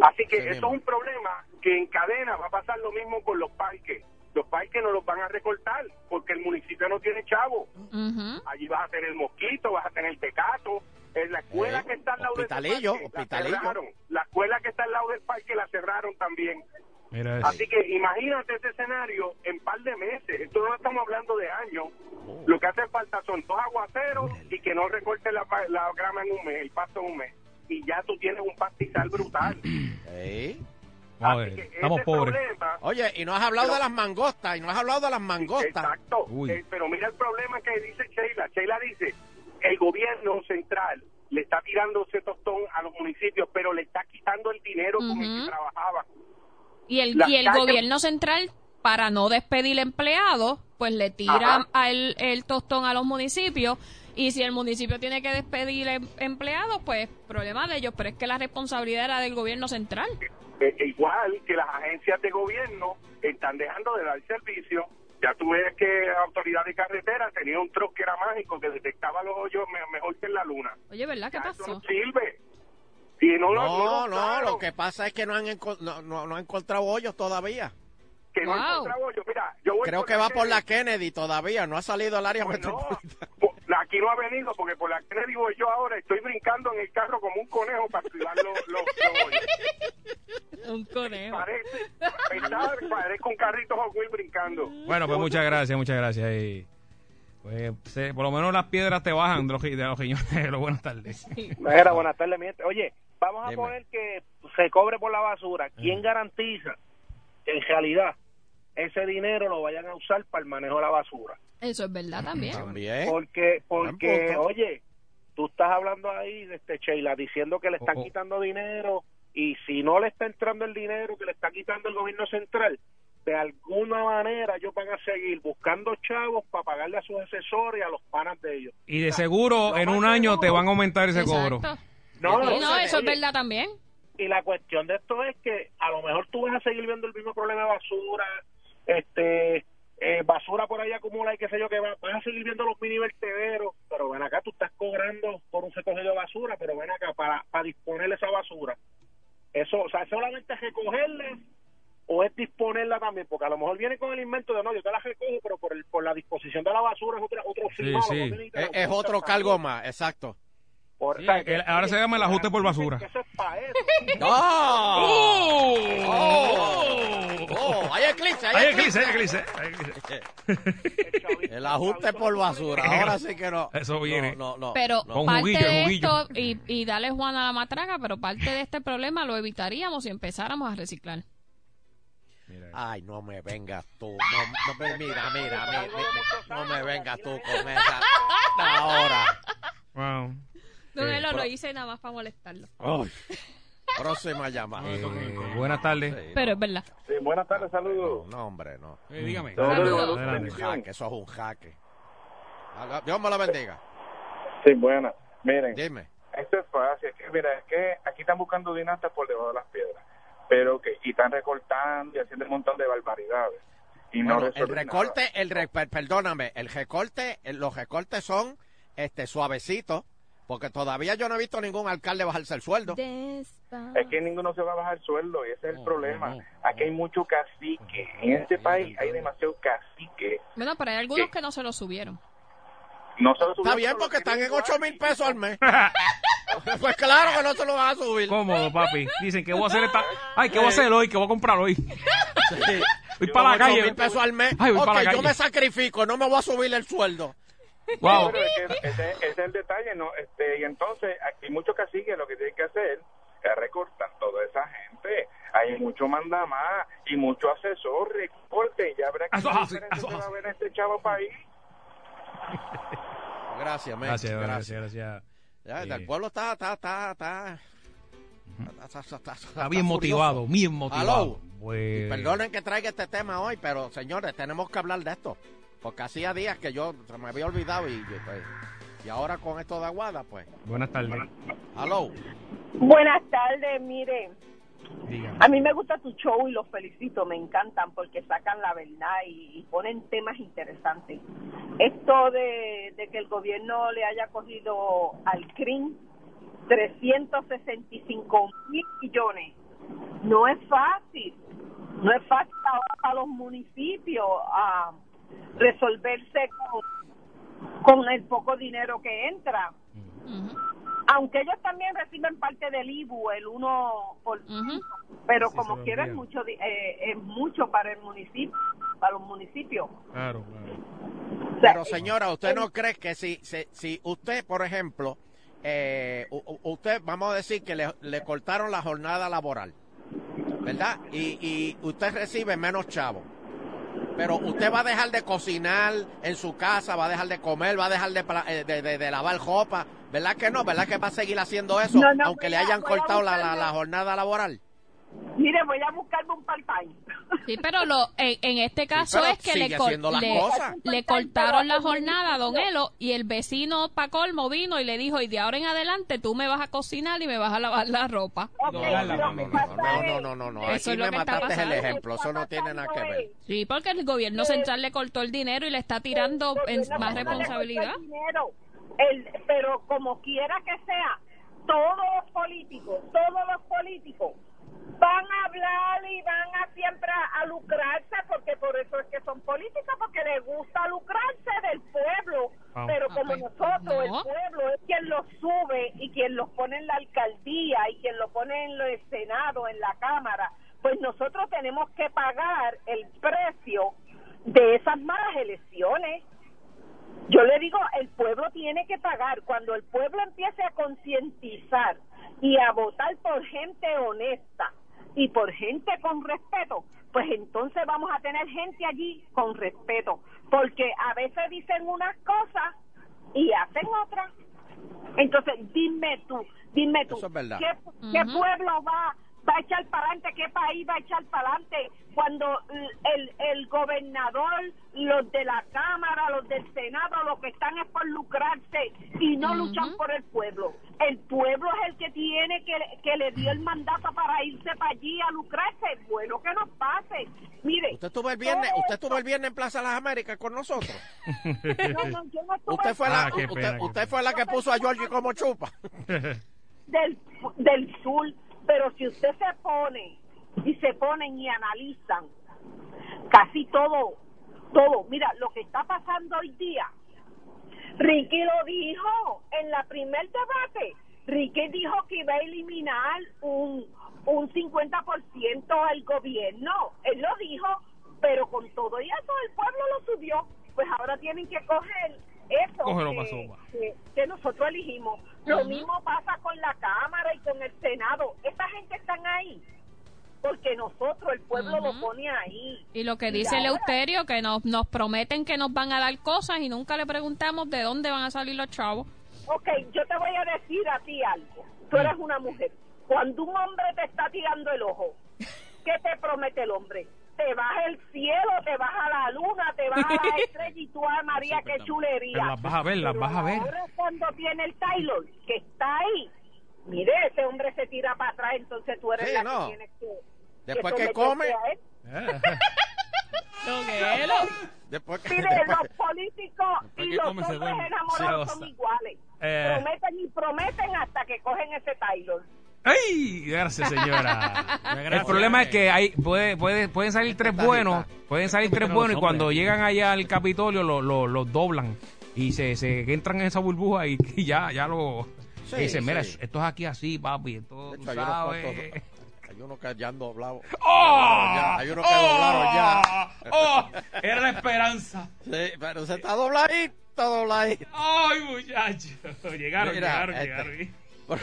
Speaker 7: Así que
Speaker 2: Ese
Speaker 7: eso
Speaker 2: mismo.
Speaker 7: es un problema que en cadena va a pasar lo mismo con los parques. Los parques no los van a recortar porque el municipio no tiene chavo
Speaker 6: Ujú.
Speaker 7: allí vas a tener mosquito, vas a tener tecato, En la escuela
Speaker 2: Eh,
Speaker 7: que está al lado
Speaker 2: hospitalillo,
Speaker 7: del parque,
Speaker 2: hospitalillo.
Speaker 7: la cerraron. La escuela que está al lado del parque la cerraron también.
Speaker 9: Eh,
Speaker 5: Mira eso.
Speaker 7: Así que imagínate ese escenario en par de meses. Esto no estamos hablando de años.
Speaker 2: Oh,
Speaker 7: Lo que hace falta son dos aguaceros y que no recorten la, pa- la grama en un mes, el pasto en un mes. Y ya tú tienes un pastizal brutal.
Speaker 2: Eh.
Speaker 5: Madre,
Speaker 7: que
Speaker 5: estamos
Speaker 7: ese
Speaker 5: pobres.
Speaker 7: problema-
Speaker 2: Oye, y no has hablado de las mangostas, y no has hablado de las mangostas.
Speaker 7: Exacto.
Speaker 4: Uy.
Speaker 7: Eh, pero mira el problema que dice Sheila. Sheila dice, el gobierno central le está tirando ese tostón a los municipios, pero le está quitando el dinero con el
Speaker 6: Ujú.
Speaker 7: que trabajaba.
Speaker 6: Y el,
Speaker 7: La
Speaker 6: y el
Speaker 7: calle-
Speaker 6: gobierno central, para no despedir empleados, pues le tira
Speaker 7: Ajá.
Speaker 6: a el, el tostón a los municipios. Y si el municipio tiene que despedir em- empleados, pues problema de ellos. Pero es que la responsabilidad era del gobierno central.
Speaker 7: Eh, igual que las agencias de gobierno están dejando de dar servicio. Ya tú ves que la autoridad de carretera tenía un truck que era mágico, que detectaba los hoyos me- mejor que en la luna.
Speaker 6: Oye, ¿verdad? ¿Qué
Speaker 7: Ya eso no
Speaker 6: pasó?
Speaker 7: sirve. Y no, lo-
Speaker 2: No,
Speaker 7: lo
Speaker 2: no,
Speaker 7: usaron.
Speaker 2: lo que pasa es que no han, enco- no, no- no han encontrado hoyos todavía.
Speaker 7: Que no
Speaker 6: Wow.
Speaker 7: encontraba hoyo. Mira, yo voy
Speaker 2: Creo que va por la Kennedy todavía, no ha salido al área
Speaker 7: Pues no,
Speaker 2: metropolitana.
Speaker 7: po- la- aquí no ha venido porque por la que digo yo ahora estoy brincando en el carro como un conejo para activar los los- los hoyos.
Speaker 6: Un conejo.
Speaker 7: parece está- parezco un carrito Hot Wheels brincando
Speaker 5: Bueno, pues muchas gracias, muchas gracias. Y, pues, se- por lo menos las piedras te bajan de los, ri- de los riñones. Lo buenas tardes.
Speaker 10: Mira, buenas tardes, mi gente. Oye, vamos a
Speaker 2: Dime.
Speaker 10: poner que se cobre por la basura. ¿Quién garantiza que en realidad ese dinero lo vayan a usar para el manejo de la basura?
Speaker 6: Eso es verdad también.
Speaker 2: También.
Speaker 10: Porque,
Speaker 2: Buen
Speaker 10: porque
Speaker 2: punto.
Speaker 10: oye, tú estás hablando ahí, este Sheila, diciendo que le están
Speaker 5: Oh, oh.
Speaker 10: quitando dinero y si no le está entrando el dinero que le está quitando el gobierno central, de alguna manera ellos van a seguir buscando chavos para pagarle a sus asesores y a los panas de ellos.
Speaker 5: Y de seguro en un año te van a aumentar ese cobro.
Speaker 6: Exacto.
Speaker 10: No,
Speaker 6: Y no, eso es
Speaker 10: oye,
Speaker 6: verdad también.
Speaker 10: y la cuestión de esto es que a lo mejor tú vas a seguir viendo el mismo problema de basura, este, eh, basura por ahí acumula y qué sé yo, que va- vas a seguir viendo los mini vertederos, pero ven acá, tú estás cobrando por un recogido de basura, pero ven acá, para, para disponer esa basura, eso, o sea, solamente es recogerla o es disponerla también, porque a lo mejor viene con el invento de no, yo te la recojo, pero por, el, por la disposición de la basura es otra, otro
Speaker 5: Sí,
Speaker 10: firmado,
Speaker 5: sí.
Speaker 10: no tiene ni que
Speaker 2: Es,
Speaker 10: la
Speaker 2: es
Speaker 10: buscas
Speaker 2: otro
Speaker 10: también.
Speaker 2: cargo más, exacto.
Speaker 10: Por-
Speaker 5: Sí,
Speaker 10: o sea, que-
Speaker 5: el- ahora se llama el ajuste por basura.
Speaker 10: Eso es pa' eso.
Speaker 2: ¡No! ¡Oh! ¡Oh! ¡Hay eclipse! ¡Hay
Speaker 5: Hay
Speaker 2: eclipse!
Speaker 5: eclipse, hay eclipse, hay eclipse.
Speaker 10: El chavito-
Speaker 2: El ajuste por basura, ahora sí que no.
Speaker 5: Eso viene.
Speaker 2: No, no, no,
Speaker 6: Pero
Speaker 2: no.
Speaker 5: Con
Speaker 6: parte
Speaker 5: juguillo,
Speaker 6: de
Speaker 5: juguillo.
Speaker 6: esto, y, y dale Juan a la matraca, pero parte de este problema lo evitaríamos si empezáramos a reciclar.
Speaker 2: Ay, no me vengas tú. No, no me- mira, mira, mira, mira, no me vengas tú con esa. Ahora.
Speaker 5: Wow.
Speaker 6: No,
Speaker 5: Eh,
Speaker 6: no, lo
Speaker 2: pero-
Speaker 6: hice nada más para molestarlo.
Speaker 2: Oh. Próxima llamada.
Speaker 5: Eh, buenas tardes.
Speaker 2: Sí,
Speaker 6: Pero es verdad.
Speaker 8: buenas tardes,
Speaker 2: no,
Speaker 8: saludos.
Speaker 2: no, hombre, no.
Speaker 3: Eh, dígame.
Speaker 6: Saludos.
Speaker 2: Un jaque, eso es un jaque. Haga- Dios me lo bendiga.
Speaker 8: Sí, buenas. Miren,
Speaker 2: Dime.
Speaker 8: esto es fácil. Es que, mira, es que aquí están buscando dinastas por debajo de las piedras. Pero que, y están recortando y haciendo un montón de barbaridades. Y no
Speaker 2: Bueno, el
Speaker 8: resuelven nada.
Speaker 2: recorte, el re- per- perdóname, el recorte, el- los recortes son este suavecitos, porque todavía yo no he visto ningún alcalde bajarse el sueldo.
Speaker 8: Es que ninguno se va a bajar el sueldo y ese es el
Speaker 3: No,
Speaker 8: problema.
Speaker 3: no, no.
Speaker 8: Aquí hay mucho cacique. En este país hay demasiado cacique.
Speaker 6: Bueno, pero hay algunos que no se lo subieron.
Speaker 8: No solo
Speaker 2: Está
Speaker 8: subieron,
Speaker 2: bien,
Speaker 8: pero
Speaker 2: porque están
Speaker 8: tienen
Speaker 2: en
Speaker 8: igual.
Speaker 2: 8 mil pesos al mes. Pues claro que no se lo van a subir.
Speaker 5: Cómodo, papi. Dicen que voy a hacer esta. Ay, que voy a hacer hoy, que voy a comprar hoy. Voy
Speaker 2: Yo
Speaker 5: para la
Speaker 2: con 8
Speaker 5: calle.
Speaker 2: mil pesos al mes.
Speaker 5: Ay, voy
Speaker 2: Ok,
Speaker 5: para la
Speaker 2: yo
Speaker 5: calle.
Speaker 2: me sacrifico, no me voy a subir el sueldo.
Speaker 5: Wow.
Speaker 8: Pero es que ese, ese es el detalle, ¿no? Este, y entonces, aquí muchos caciques lo que tienen que hacer es recortar toda esa gente. Hay mucho mandamás y mucho asesor, recorte, y ya habrá que
Speaker 5: Eso es así,
Speaker 8: diferencia
Speaker 5: eso es
Speaker 8: se va a
Speaker 5: así.
Speaker 8: ver en este chavo país.
Speaker 2: Gracias, men,
Speaker 5: Gracias, gracias, gracias.
Speaker 2: Ya,
Speaker 5: Sí.
Speaker 2: El pueblo está, está, está, está. Está, está- está-
Speaker 5: Está bien
Speaker 2: furioso.
Speaker 5: motivado, bien motivado.
Speaker 2: Aló.
Speaker 5: Pues-
Speaker 2: Y perdonen que traiga este tema hoy, pero señores, tenemos que hablar de esto. Porque hacía días que yo se me había olvidado y, y, pues, y ahora con esto de Aguada, pues.
Speaker 5: Buenas tardes.
Speaker 2: Aló.
Speaker 11: Buenas tardes, mire,
Speaker 5: Dígame.
Speaker 11: a mí me gusta tu show y los felicito, me encantan porque sacan la verdad y, y ponen temas interesantes. Esto de, de que el gobierno le haya cogido al CRIM 365 mil millones, no es fácil, no es fácil ahora para los municipios ah, resolverse con, con el poco dinero que entra.
Speaker 6: Ujú.
Speaker 11: Aunque ellos también reciben parte del IBU, el 1 por pero
Speaker 5: Sí, se
Speaker 11: como
Speaker 5: lo
Speaker 11: quiera es
Speaker 5: envían.
Speaker 11: mucho, di- eh, es mucho para el municipio, para los municipios.
Speaker 5: Claro, claro.
Speaker 11: O sea,
Speaker 2: Pero señora, ¿usted no cree que si, si, si usted, por ejemplo, eh, u- u- usted, vamos a decir que le, le cortaron la jornada laboral, ¿verdad? Y, y usted recibe menos chavo. Pero usted va a dejar de cocinar en su casa, va a dejar de comer, va a dejar de, pla- eh, de, de- de lavar ropa, ¿verdad que no? ¿Verdad que va a seguir haciendo eso,
Speaker 11: No, no,
Speaker 2: aunque
Speaker 11: voy
Speaker 2: le
Speaker 11: a-
Speaker 2: hayan
Speaker 11: voy a
Speaker 2: cortado la, la-
Speaker 11: buscarle.
Speaker 2: la jornada laboral?
Speaker 11: Mire, voy a buscarme un part-time.
Speaker 6: Sí, pero lo, en, en este caso
Speaker 2: pero
Speaker 6: es que le,
Speaker 2: sigue
Speaker 6: cor-
Speaker 2: haciendo las
Speaker 6: le-
Speaker 2: cosas.
Speaker 6: le cortaron la jornada a Don Elo y el vecino pa' colmo vino y le dijo, y de ahora en adelante tú me vas a cocinar y me vas a lavar la ropa.
Speaker 11: Ok,
Speaker 2: No,
Speaker 11: lo
Speaker 2: no, no, no,
Speaker 11: que
Speaker 2: no,
Speaker 11: pasa
Speaker 2: no, no,
Speaker 11: es-
Speaker 2: no, no, no.
Speaker 6: Eso
Speaker 2: Aquí
Speaker 6: es lo
Speaker 2: me
Speaker 6: que está
Speaker 2: mataste el
Speaker 6: pasando.
Speaker 2: ejemplo, eso no tiene nada que ver.
Speaker 6: Sí, porque el
Speaker 11: Eh,
Speaker 6: gobierno central le cortó el dinero y le está tirando
Speaker 11: Porque
Speaker 6: en-
Speaker 11: una persona
Speaker 6: más
Speaker 11: le
Speaker 6: responsabilidad.
Speaker 11: cuesta dinero. El- pero como quiera que sea, todos los políticos, todos los políticos van a hablar y van a siempre a, a lucrarse, porque por eso es que son políticos, porque les gusta lucrarse del pueblo.
Speaker 4: Ah.
Speaker 11: Pero
Speaker 6: Ah,
Speaker 11: como
Speaker 6: pues,
Speaker 11: nosotros, el
Speaker 6: no.
Speaker 11: pueblo es quien los sube y quien los pone en la alcaldía y quien lo pone en el Senado, en la Cámara, pues nosotros tenemos que pagar el precio de esas malas elecciones. Yo le digo, el pueblo tiene que pagar. Cuando el pueblo empiece a concientizar y a votar por gente honesta y por gente con respeto, pues entonces vamos a tener gente allí con respeto. Porque a veces dicen unas cosas y hacen otras. Entonces, dime tú, dime tú,
Speaker 2: Eso es verdad.
Speaker 11: ¿qué, qué
Speaker 6: Ujú.
Speaker 11: pueblo va, va a echar para adelante? ¿Qué país va a echar para adelante cuando l- el, el gobernador, los de la Cámara, los del Senado, los que están es por lucrarse y no luchan por el pueblo? El pueblo es el que tiene que, que le dio el mandato para irse para allí a lucrarse. Bueno, que nos pase. Mire,
Speaker 2: Usted estuvo el viernes,
Speaker 11: todo
Speaker 2: usted
Speaker 11: esto-
Speaker 2: estuvo el viernes en Plaza Las Américas con nosotros.
Speaker 11: no, no, yo no estuve-
Speaker 2: Usted fue la,
Speaker 5: Ah, qué
Speaker 2: usted,
Speaker 5: pena, qué
Speaker 2: usted
Speaker 5: pena.
Speaker 2: fue la que puso a Georgie como chupa.
Speaker 11: del, del sur, pero si usted se pone y se ponen y analizan casi todo, todo, mira, lo que está pasando hoy día, Ricky lo dijo en la primer debate, Ricky dijo que iba a eliminar un, un 50% al gobierno, él lo dijo, pero con todo y eso el pueblo lo subió, pues ahora tienen que coger eso
Speaker 5: Cógelo
Speaker 11: que-
Speaker 5: pa' sopa.
Speaker 11: que, que nosotros elegimos. Lo
Speaker 6: Ujú.
Speaker 11: mismo pasa con la Cámara y con el Senado. Esa gente están ahí porque nosotros, el pueblo,
Speaker 6: Ujú.
Speaker 11: lo pone ahí.
Speaker 6: Y lo que dice
Speaker 11: ahora-
Speaker 6: Eleuterio, que nos, nos prometen que nos van a dar cosas y nunca le preguntamos de dónde van a salir los chavos.
Speaker 11: Ok, yo te voy a decir a ti algo.
Speaker 5: Mm.
Speaker 11: Tú eres una mujer. Cuando un hombre te está tirando el ojo, ¿qué te promete el hombre? Te vas al cielo, te vas a la luna, te vas a la estrella y tú, ah, María, qué chulería.
Speaker 5: Pero las vas a ver, las
Speaker 11: Pero
Speaker 5: vas a ver.
Speaker 11: Ahora cuando tiene el Taylor, que está ahí, mire, ese hombre se tira para atrás, entonces tú eres
Speaker 2: Sí,
Speaker 11: la
Speaker 2: no.
Speaker 11: que tienes que...
Speaker 2: Después que
Speaker 11: someterte
Speaker 2: come.
Speaker 11: a él.
Speaker 6: Don Elo.
Speaker 2: Después que,
Speaker 11: Mire,
Speaker 2: después
Speaker 11: los políticos
Speaker 3: después
Speaker 11: y
Speaker 3: que
Speaker 11: los
Speaker 3: come, se
Speaker 11: hombres
Speaker 3: duerme.
Speaker 11: enamorados
Speaker 5: Se
Speaker 11: son
Speaker 5: goza.
Speaker 11: iguales.
Speaker 5: Eh.
Speaker 11: Prometen y prometen hasta que cogen ese Taylor.
Speaker 5: ¡Ay! Gracias, señora.
Speaker 3: gracias.
Speaker 5: El problema es que hay, puede, puede- pueden salir tres
Speaker 2: Está
Speaker 5: buenos,
Speaker 2: agitado.
Speaker 5: pueden salir tres
Speaker 3: Pero
Speaker 5: buenos
Speaker 3: los
Speaker 5: y cuando
Speaker 3: hombres.
Speaker 5: llegan allá al Capitolio los lo, los doblan y se, se entran en esa burbuja y, y ya, ya lo...
Speaker 2: Sí,
Speaker 5: y dicen, mira,
Speaker 2: sí.
Speaker 5: esto es aquí así, papi, esto
Speaker 2: de
Speaker 5: tú
Speaker 2: hecho, hay, unos
Speaker 5: sabes.
Speaker 2: cuantos- hay unos que ya han doblado.
Speaker 5: ¡Oh!
Speaker 2: Ya, hay unos que doblaron ya.
Speaker 5: ¡Oh! Era la esperanza.
Speaker 2: Sí, pero se está dobladito, dobladito.
Speaker 5: ¡Ay, muchachos! Llegaron,
Speaker 2: Mira,
Speaker 5: llegaron,
Speaker 2: este.
Speaker 5: llegaron.
Speaker 2: Pero-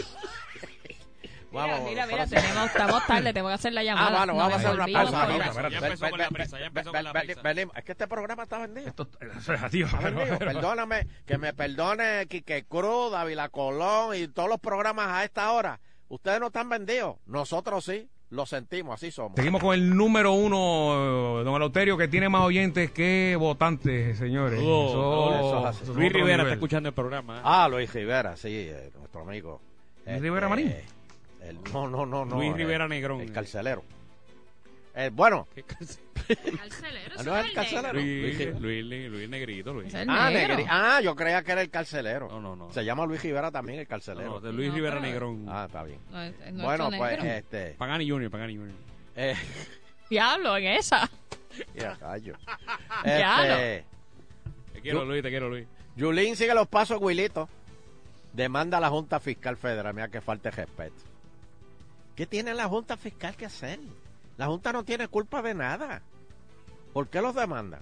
Speaker 2: Vamos,
Speaker 6: Mira, mira, mira,
Speaker 2: próximo.
Speaker 6: tenemos, estamos tarde, tengo que hacer la llamada.
Speaker 2: Ah, bueno,
Speaker 6: No
Speaker 2: vamos
Speaker 6: me
Speaker 2: a hacer una
Speaker 6: olvido,
Speaker 2: pausa.
Speaker 6: por
Speaker 2: ahorita,
Speaker 6: favor.
Speaker 2: espérate.
Speaker 3: Ya empezó
Speaker 2: Ven,
Speaker 3: con la
Speaker 2: ven,
Speaker 3: prisa, ya
Speaker 2: ven,
Speaker 3: empezó
Speaker 2: ven,
Speaker 3: con la
Speaker 2: ven,
Speaker 3: prisa.
Speaker 2: venimos. Es que este programa está vendido.
Speaker 5: Esto es tío,
Speaker 2: Está
Speaker 5: pero-
Speaker 2: vendido.
Speaker 5: pero-
Speaker 2: Perdóname, que me perdone Quique Cruz, Dávila Colón y todos los programas a esta hora. Ustedes no están vendidos. Nosotros sí, lo sentimos, así somos.
Speaker 5: Seguimos con el número uno, eh, don Eleuterio, que tiene más oyentes que votantes, señores.
Speaker 3: Saludos, saludos.
Speaker 2: eso es así.
Speaker 5: eso es
Speaker 3: Oh. Luis
Speaker 5: otro
Speaker 3: Rivera está
Speaker 5: nivel.
Speaker 3: escuchando el programa. ¿eh?
Speaker 2: Ah, Luis Rivera, sí, eh, nuestro amigo. Este,
Speaker 5: ¿Luis Rivera Marín?
Speaker 2: el- no, no, no, no.
Speaker 3: Luis
Speaker 2: eh,
Speaker 3: Rivera Negrón.
Speaker 2: El carcelero. Eh, bueno,
Speaker 3: ¿Qué canción?
Speaker 6: Carcelero,
Speaker 2: Ah,
Speaker 6: eso
Speaker 2: no es el carcelero.
Speaker 3: Luis,
Speaker 2: Luis-
Speaker 3: Luis, Luis, Luis Negrito, Luis.
Speaker 6: Es el
Speaker 2: Ah,
Speaker 6: negro.
Speaker 2: Negri- ah, yo creía que era el carcelero.
Speaker 3: No, no, no.
Speaker 2: Se llama Luis Rivera también el
Speaker 3: No,
Speaker 2: carcelero.
Speaker 3: de Luis
Speaker 6: No,
Speaker 3: Rivera
Speaker 6: pero-
Speaker 3: Negrón.
Speaker 2: Ah, está bien.
Speaker 6: No, es- es nuestro
Speaker 2: Bueno, pues,
Speaker 6: negro.
Speaker 2: este.
Speaker 3: Pagani Junior, Pagani Junior.
Speaker 2: eh,
Speaker 6: Diablo, en esa.
Speaker 2: ya, callo.
Speaker 6: Ya
Speaker 2: Este,
Speaker 3: Te quiero,
Speaker 2: Yo-
Speaker 3: Luis, te quiero, Luis.
Speaker 2: Yulín sigue los pasos, Wilito. Demanda a la Junta Fiscal Federal. Mira que falte respeto. ¿Qué tiene la Junta Fiscal que hacer? La Junta no tiene culpa de nada. ¿Por qué los demandan?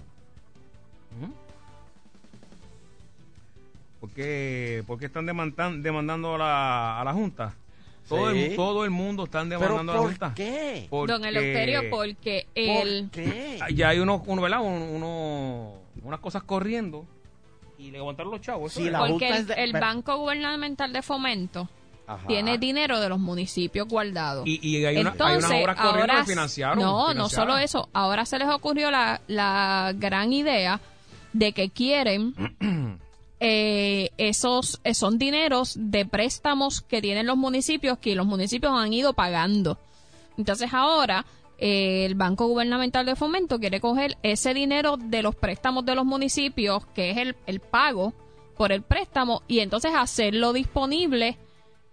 Speaker 5: ¿Por qué, por qué están demandan- demandando a la, a la Junta? Todo,
Speaker 2: Sí.
Speaker 5: el, todo el mundo están
Speaker 2: ¿Pero
Speaker 5: demandando a la
Speaker 2: por
Speaker 5: Junta.
Speaker 2: qué?
Speaker 5: Porque-
Speaker 6: Don Eleuterio, porque él...
Speaker 2: ¿Qué?
Speaker 5: Ya hay unos, uno, ¿verdad? Uno- uno- unas cosas corriendo y le aguantaron los chavos. eso
Speaker 2: Sí,
Speaker 5: es.
Speaker 2: la-
Speaker 6: Porque
Speaker 2: Junta es
Speaker 6: el,
Speaker 2: de-
Speaker 6: el
Speaker 2: pero-
Speaker 6: Banco Gubernamental de Fomento
Speaker 2: Ajá.
Speaker 6: tiene dinero de los municipios guardados.
Speaker 5: Y, y hay, una, hay
Speaker 6: Entonces,
Speaker 5: unas obras corriendo
Speaker 6: ahora
Speaker 5: que financiaron.
Speaker 6: No, no
Speaker 5: financiaron.
Speaker 6: solo eso. Ahora se les ocurrió la, la gran idea de que quieren eh, esos eh, son dineros de préstamos que tienen los municipios que los municipios han ido pagando. Entonces ahora eh, el Banco Gubernamental de Fomento quiere coger ese dinero de los préstamos de los municipios, que es el, el pago por el préstamo, y entonces hacerlo disponible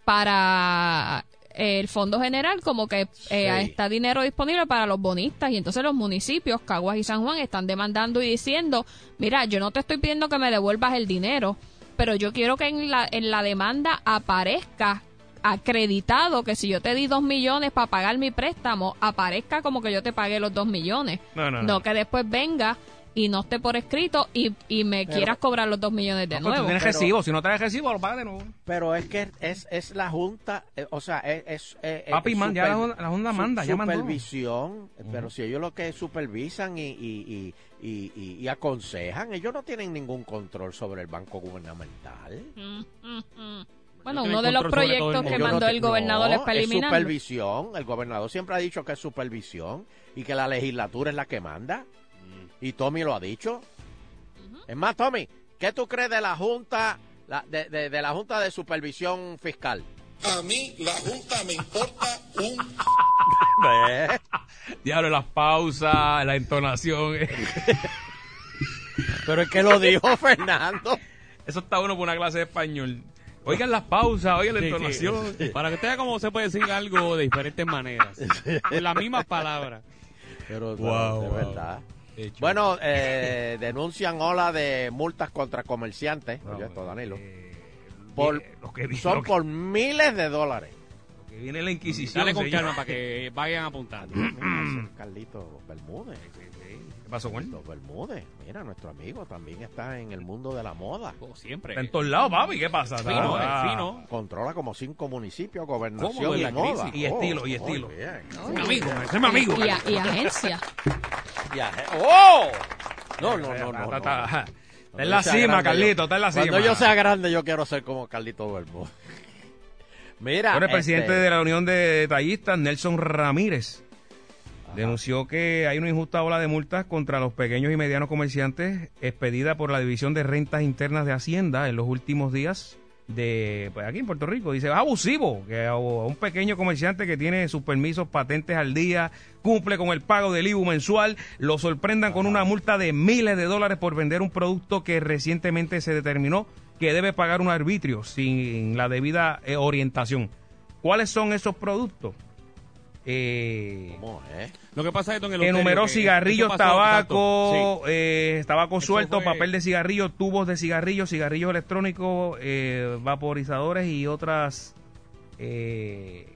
Speaker 6: para eh, el Fondo General, como que eh, está dinero disponible para los bonistas. Y entonces los municipios, Caguas y San Juan, están demandando y diciendo, mira, yo no te estoy pidiendo que me devuelvas el dinero, pero yo quiero que en la, en la demanda aparezca acreditado que si yo te di dos millones para pagar mi préstamo, aparezca como que yo te pagué los dos millones.
Speaker 5: No, no, no.
Speaker 6: que después venga y no esté por escrito y, y me quieras cobrar los dos millones de
Speaker 5: No, pero tú
Speaker 6: nuevo.
Speaker 5: tienes
Speaker 2: pero-
Speaker 5: recibo. Si no traes recibo, lo pagas de nuevo.
Speaker 2: Pero es que es, es la Junta, eh, o sea, es... es eh,
Speaker 5: Papi,
Speaker 2: eh,
Speaker 5: man, ya la Junta- la Junta manda, ya mandó.
Speaker 2: Supervisión, eh, pero si ellos lo que supervisan y, y, y, y- y- y aconsejan, ellos no tienen ningún control sobre el Banco Gubernamental.
Speaker 6: Mm, mm, mm. Bueno,
Speaker 3: tienen
Speaker 6: uno de los
Speaker 3: control sobre todo el
Speaker 6: proyectos
Speaker 3: mundo.
Speaker 6: que
Speaker 2: Ellos no
Speaker 6: mandó
Speaker 2: te-
Speaker 6: el gobernador
Speaker 2: no,
Speaker 6: es para
Speaker 2: es
Speaker 6: eliminar.
Speaker 2: supervisión, el gobernador siempre ha dicho que es supervisión y que la legislatura es la que manda.
Speaker 3: Mm.
Speaker 2: Y Tommy lo ha dicho. Es más, Tommy, ¿qué tú crees de la Junta, la- de- de- de la Junta de Supervisión Fiscal?
Speaker 7: A mí la Junta me importa un...
Speaker 2: ¿Ves?
Speaker 1: Diablo, las pausas, la entonación.
Speaker 5: eh.
Speaker 2: Pero es que lo dijo Fernando.
Speaker 1: Eso está bueno para una clase de español. Oigan las pausas, oigan la entonación.
Speaker 3: Para que usted vea cómo se puede decir algo de diferentes maneras. Con las mismas palabras.
Speaker 2: Pero
Speaker 1: Wow,
Speaker 2: de
Speaker 1: wow.
Speaker 2: verdad.
Speaker 1: Qué chulo.
Speaker 2: Bueno, eh, denuncian ola de multas contra comerciantes.
Speaker 1: Wow,
Speaker 2: Oye, esto, Danilo.
Speaker 1: eh,
Speaker 2: Por-
Speaker 1: eh, lo que vi-
Speaker 2: son
Speaker 1: lo que-
Speaker 2: por miles de dólares.
Speaker 1: lo que viene la Inquisición.
Speaker 3: Dale con
Speaker 1: señor.
Speaker 3: calma para que vayan apuntando.
Speaker 2: Carlito Bermúdez.
Speaker 1: ¿Qué pasó con él?
Speaker 2: Carlito Bermúdez. Mira, nuestro amigo también está en el mundo de la moda.
Speaker 3: Como Oh, siempre.
Speaker 1: Está en todos lados, papi. ¿Qué pasa?
Speaker 3: Fino,
Speaker 1: Ah,
Speaker 3: eh, fino.
Speaker 2: Controla como cinco municipios,
Speaker 3: ¿Cómo
Speaker 2: gobernación
Speaker 3: de
Speaker 2: y
Speaker 3: la
Speaker 2: moda. Oh,
Speaker 3: crisis?
Speaker 1: Y estilo, y
Speaker 2: muy
Speaker 1: estilo.
Speaker 2: bien.
Speaker 3: Mi amigo, ese es mi amigo.
Speaker 6: Y, a- y agencia.
Speaker 2: Y aje- ¡Oh! No, no, no,
Speaker 1: está-
Speaker 2: no.
Speaker 1: está-
Speaker 2: no.
Speaker 1: está- está
Speaker 2: Cuando
Speaker 1: en
Speaker 2: yo
Speaker 1: la
Speaker 2: sea
Speaker 1: cima,
Speaker 2: grande,
Speaker 1: Carlito.
Speaker 2: yo-
Speaker 1: Está en la cima.
Speaker 2: Cuando yo sea grande, yo quiero ser como Carlito Bermúdez. Mira.
Speaker 5: Bueno, el presidente
Speaker 2: este,
Speaker 5: de la Unión de Detallistas, Nelson Ramírez, denunció que hay una injusta ola de multas contra los pequeños y medianos comerciantes expedida por la División de Rentas Internas de Hacienda en los últimos días de pues, aquí en Puerto Rico. Dice, es abusivo que a un pequeño comerciante que tiene sus permisos patentes al día, cumple con el pago del IBU mensual, lo sorprendan con una multa de miles de dólares por vender un producto que recientemente se determinó que debe pagar un arbitrio sin la debida eh, orientación. ¿Cuáles son esos productos? Eh,
Speaker 2: ¿Cómo es?
Speaker 3: Lo que pasa es don Eleuterio,
Speaker 5: enumeró
Speaker 3: que
Speaker 5: cigarrillos,
Speaker 3: eso eh, pasó
Speaker 5: tabaco,
Speaker 3: tanto.
Speaker 5: eh, tabaco
Speaker 3: Eso
Speaker 5: suelto,
Speaker 3: fue-
Speaker 5: papel de cigarrillo, tubos de cigarrillos, cigarrillos electrónicos, eh, vaporizadores y otras eh,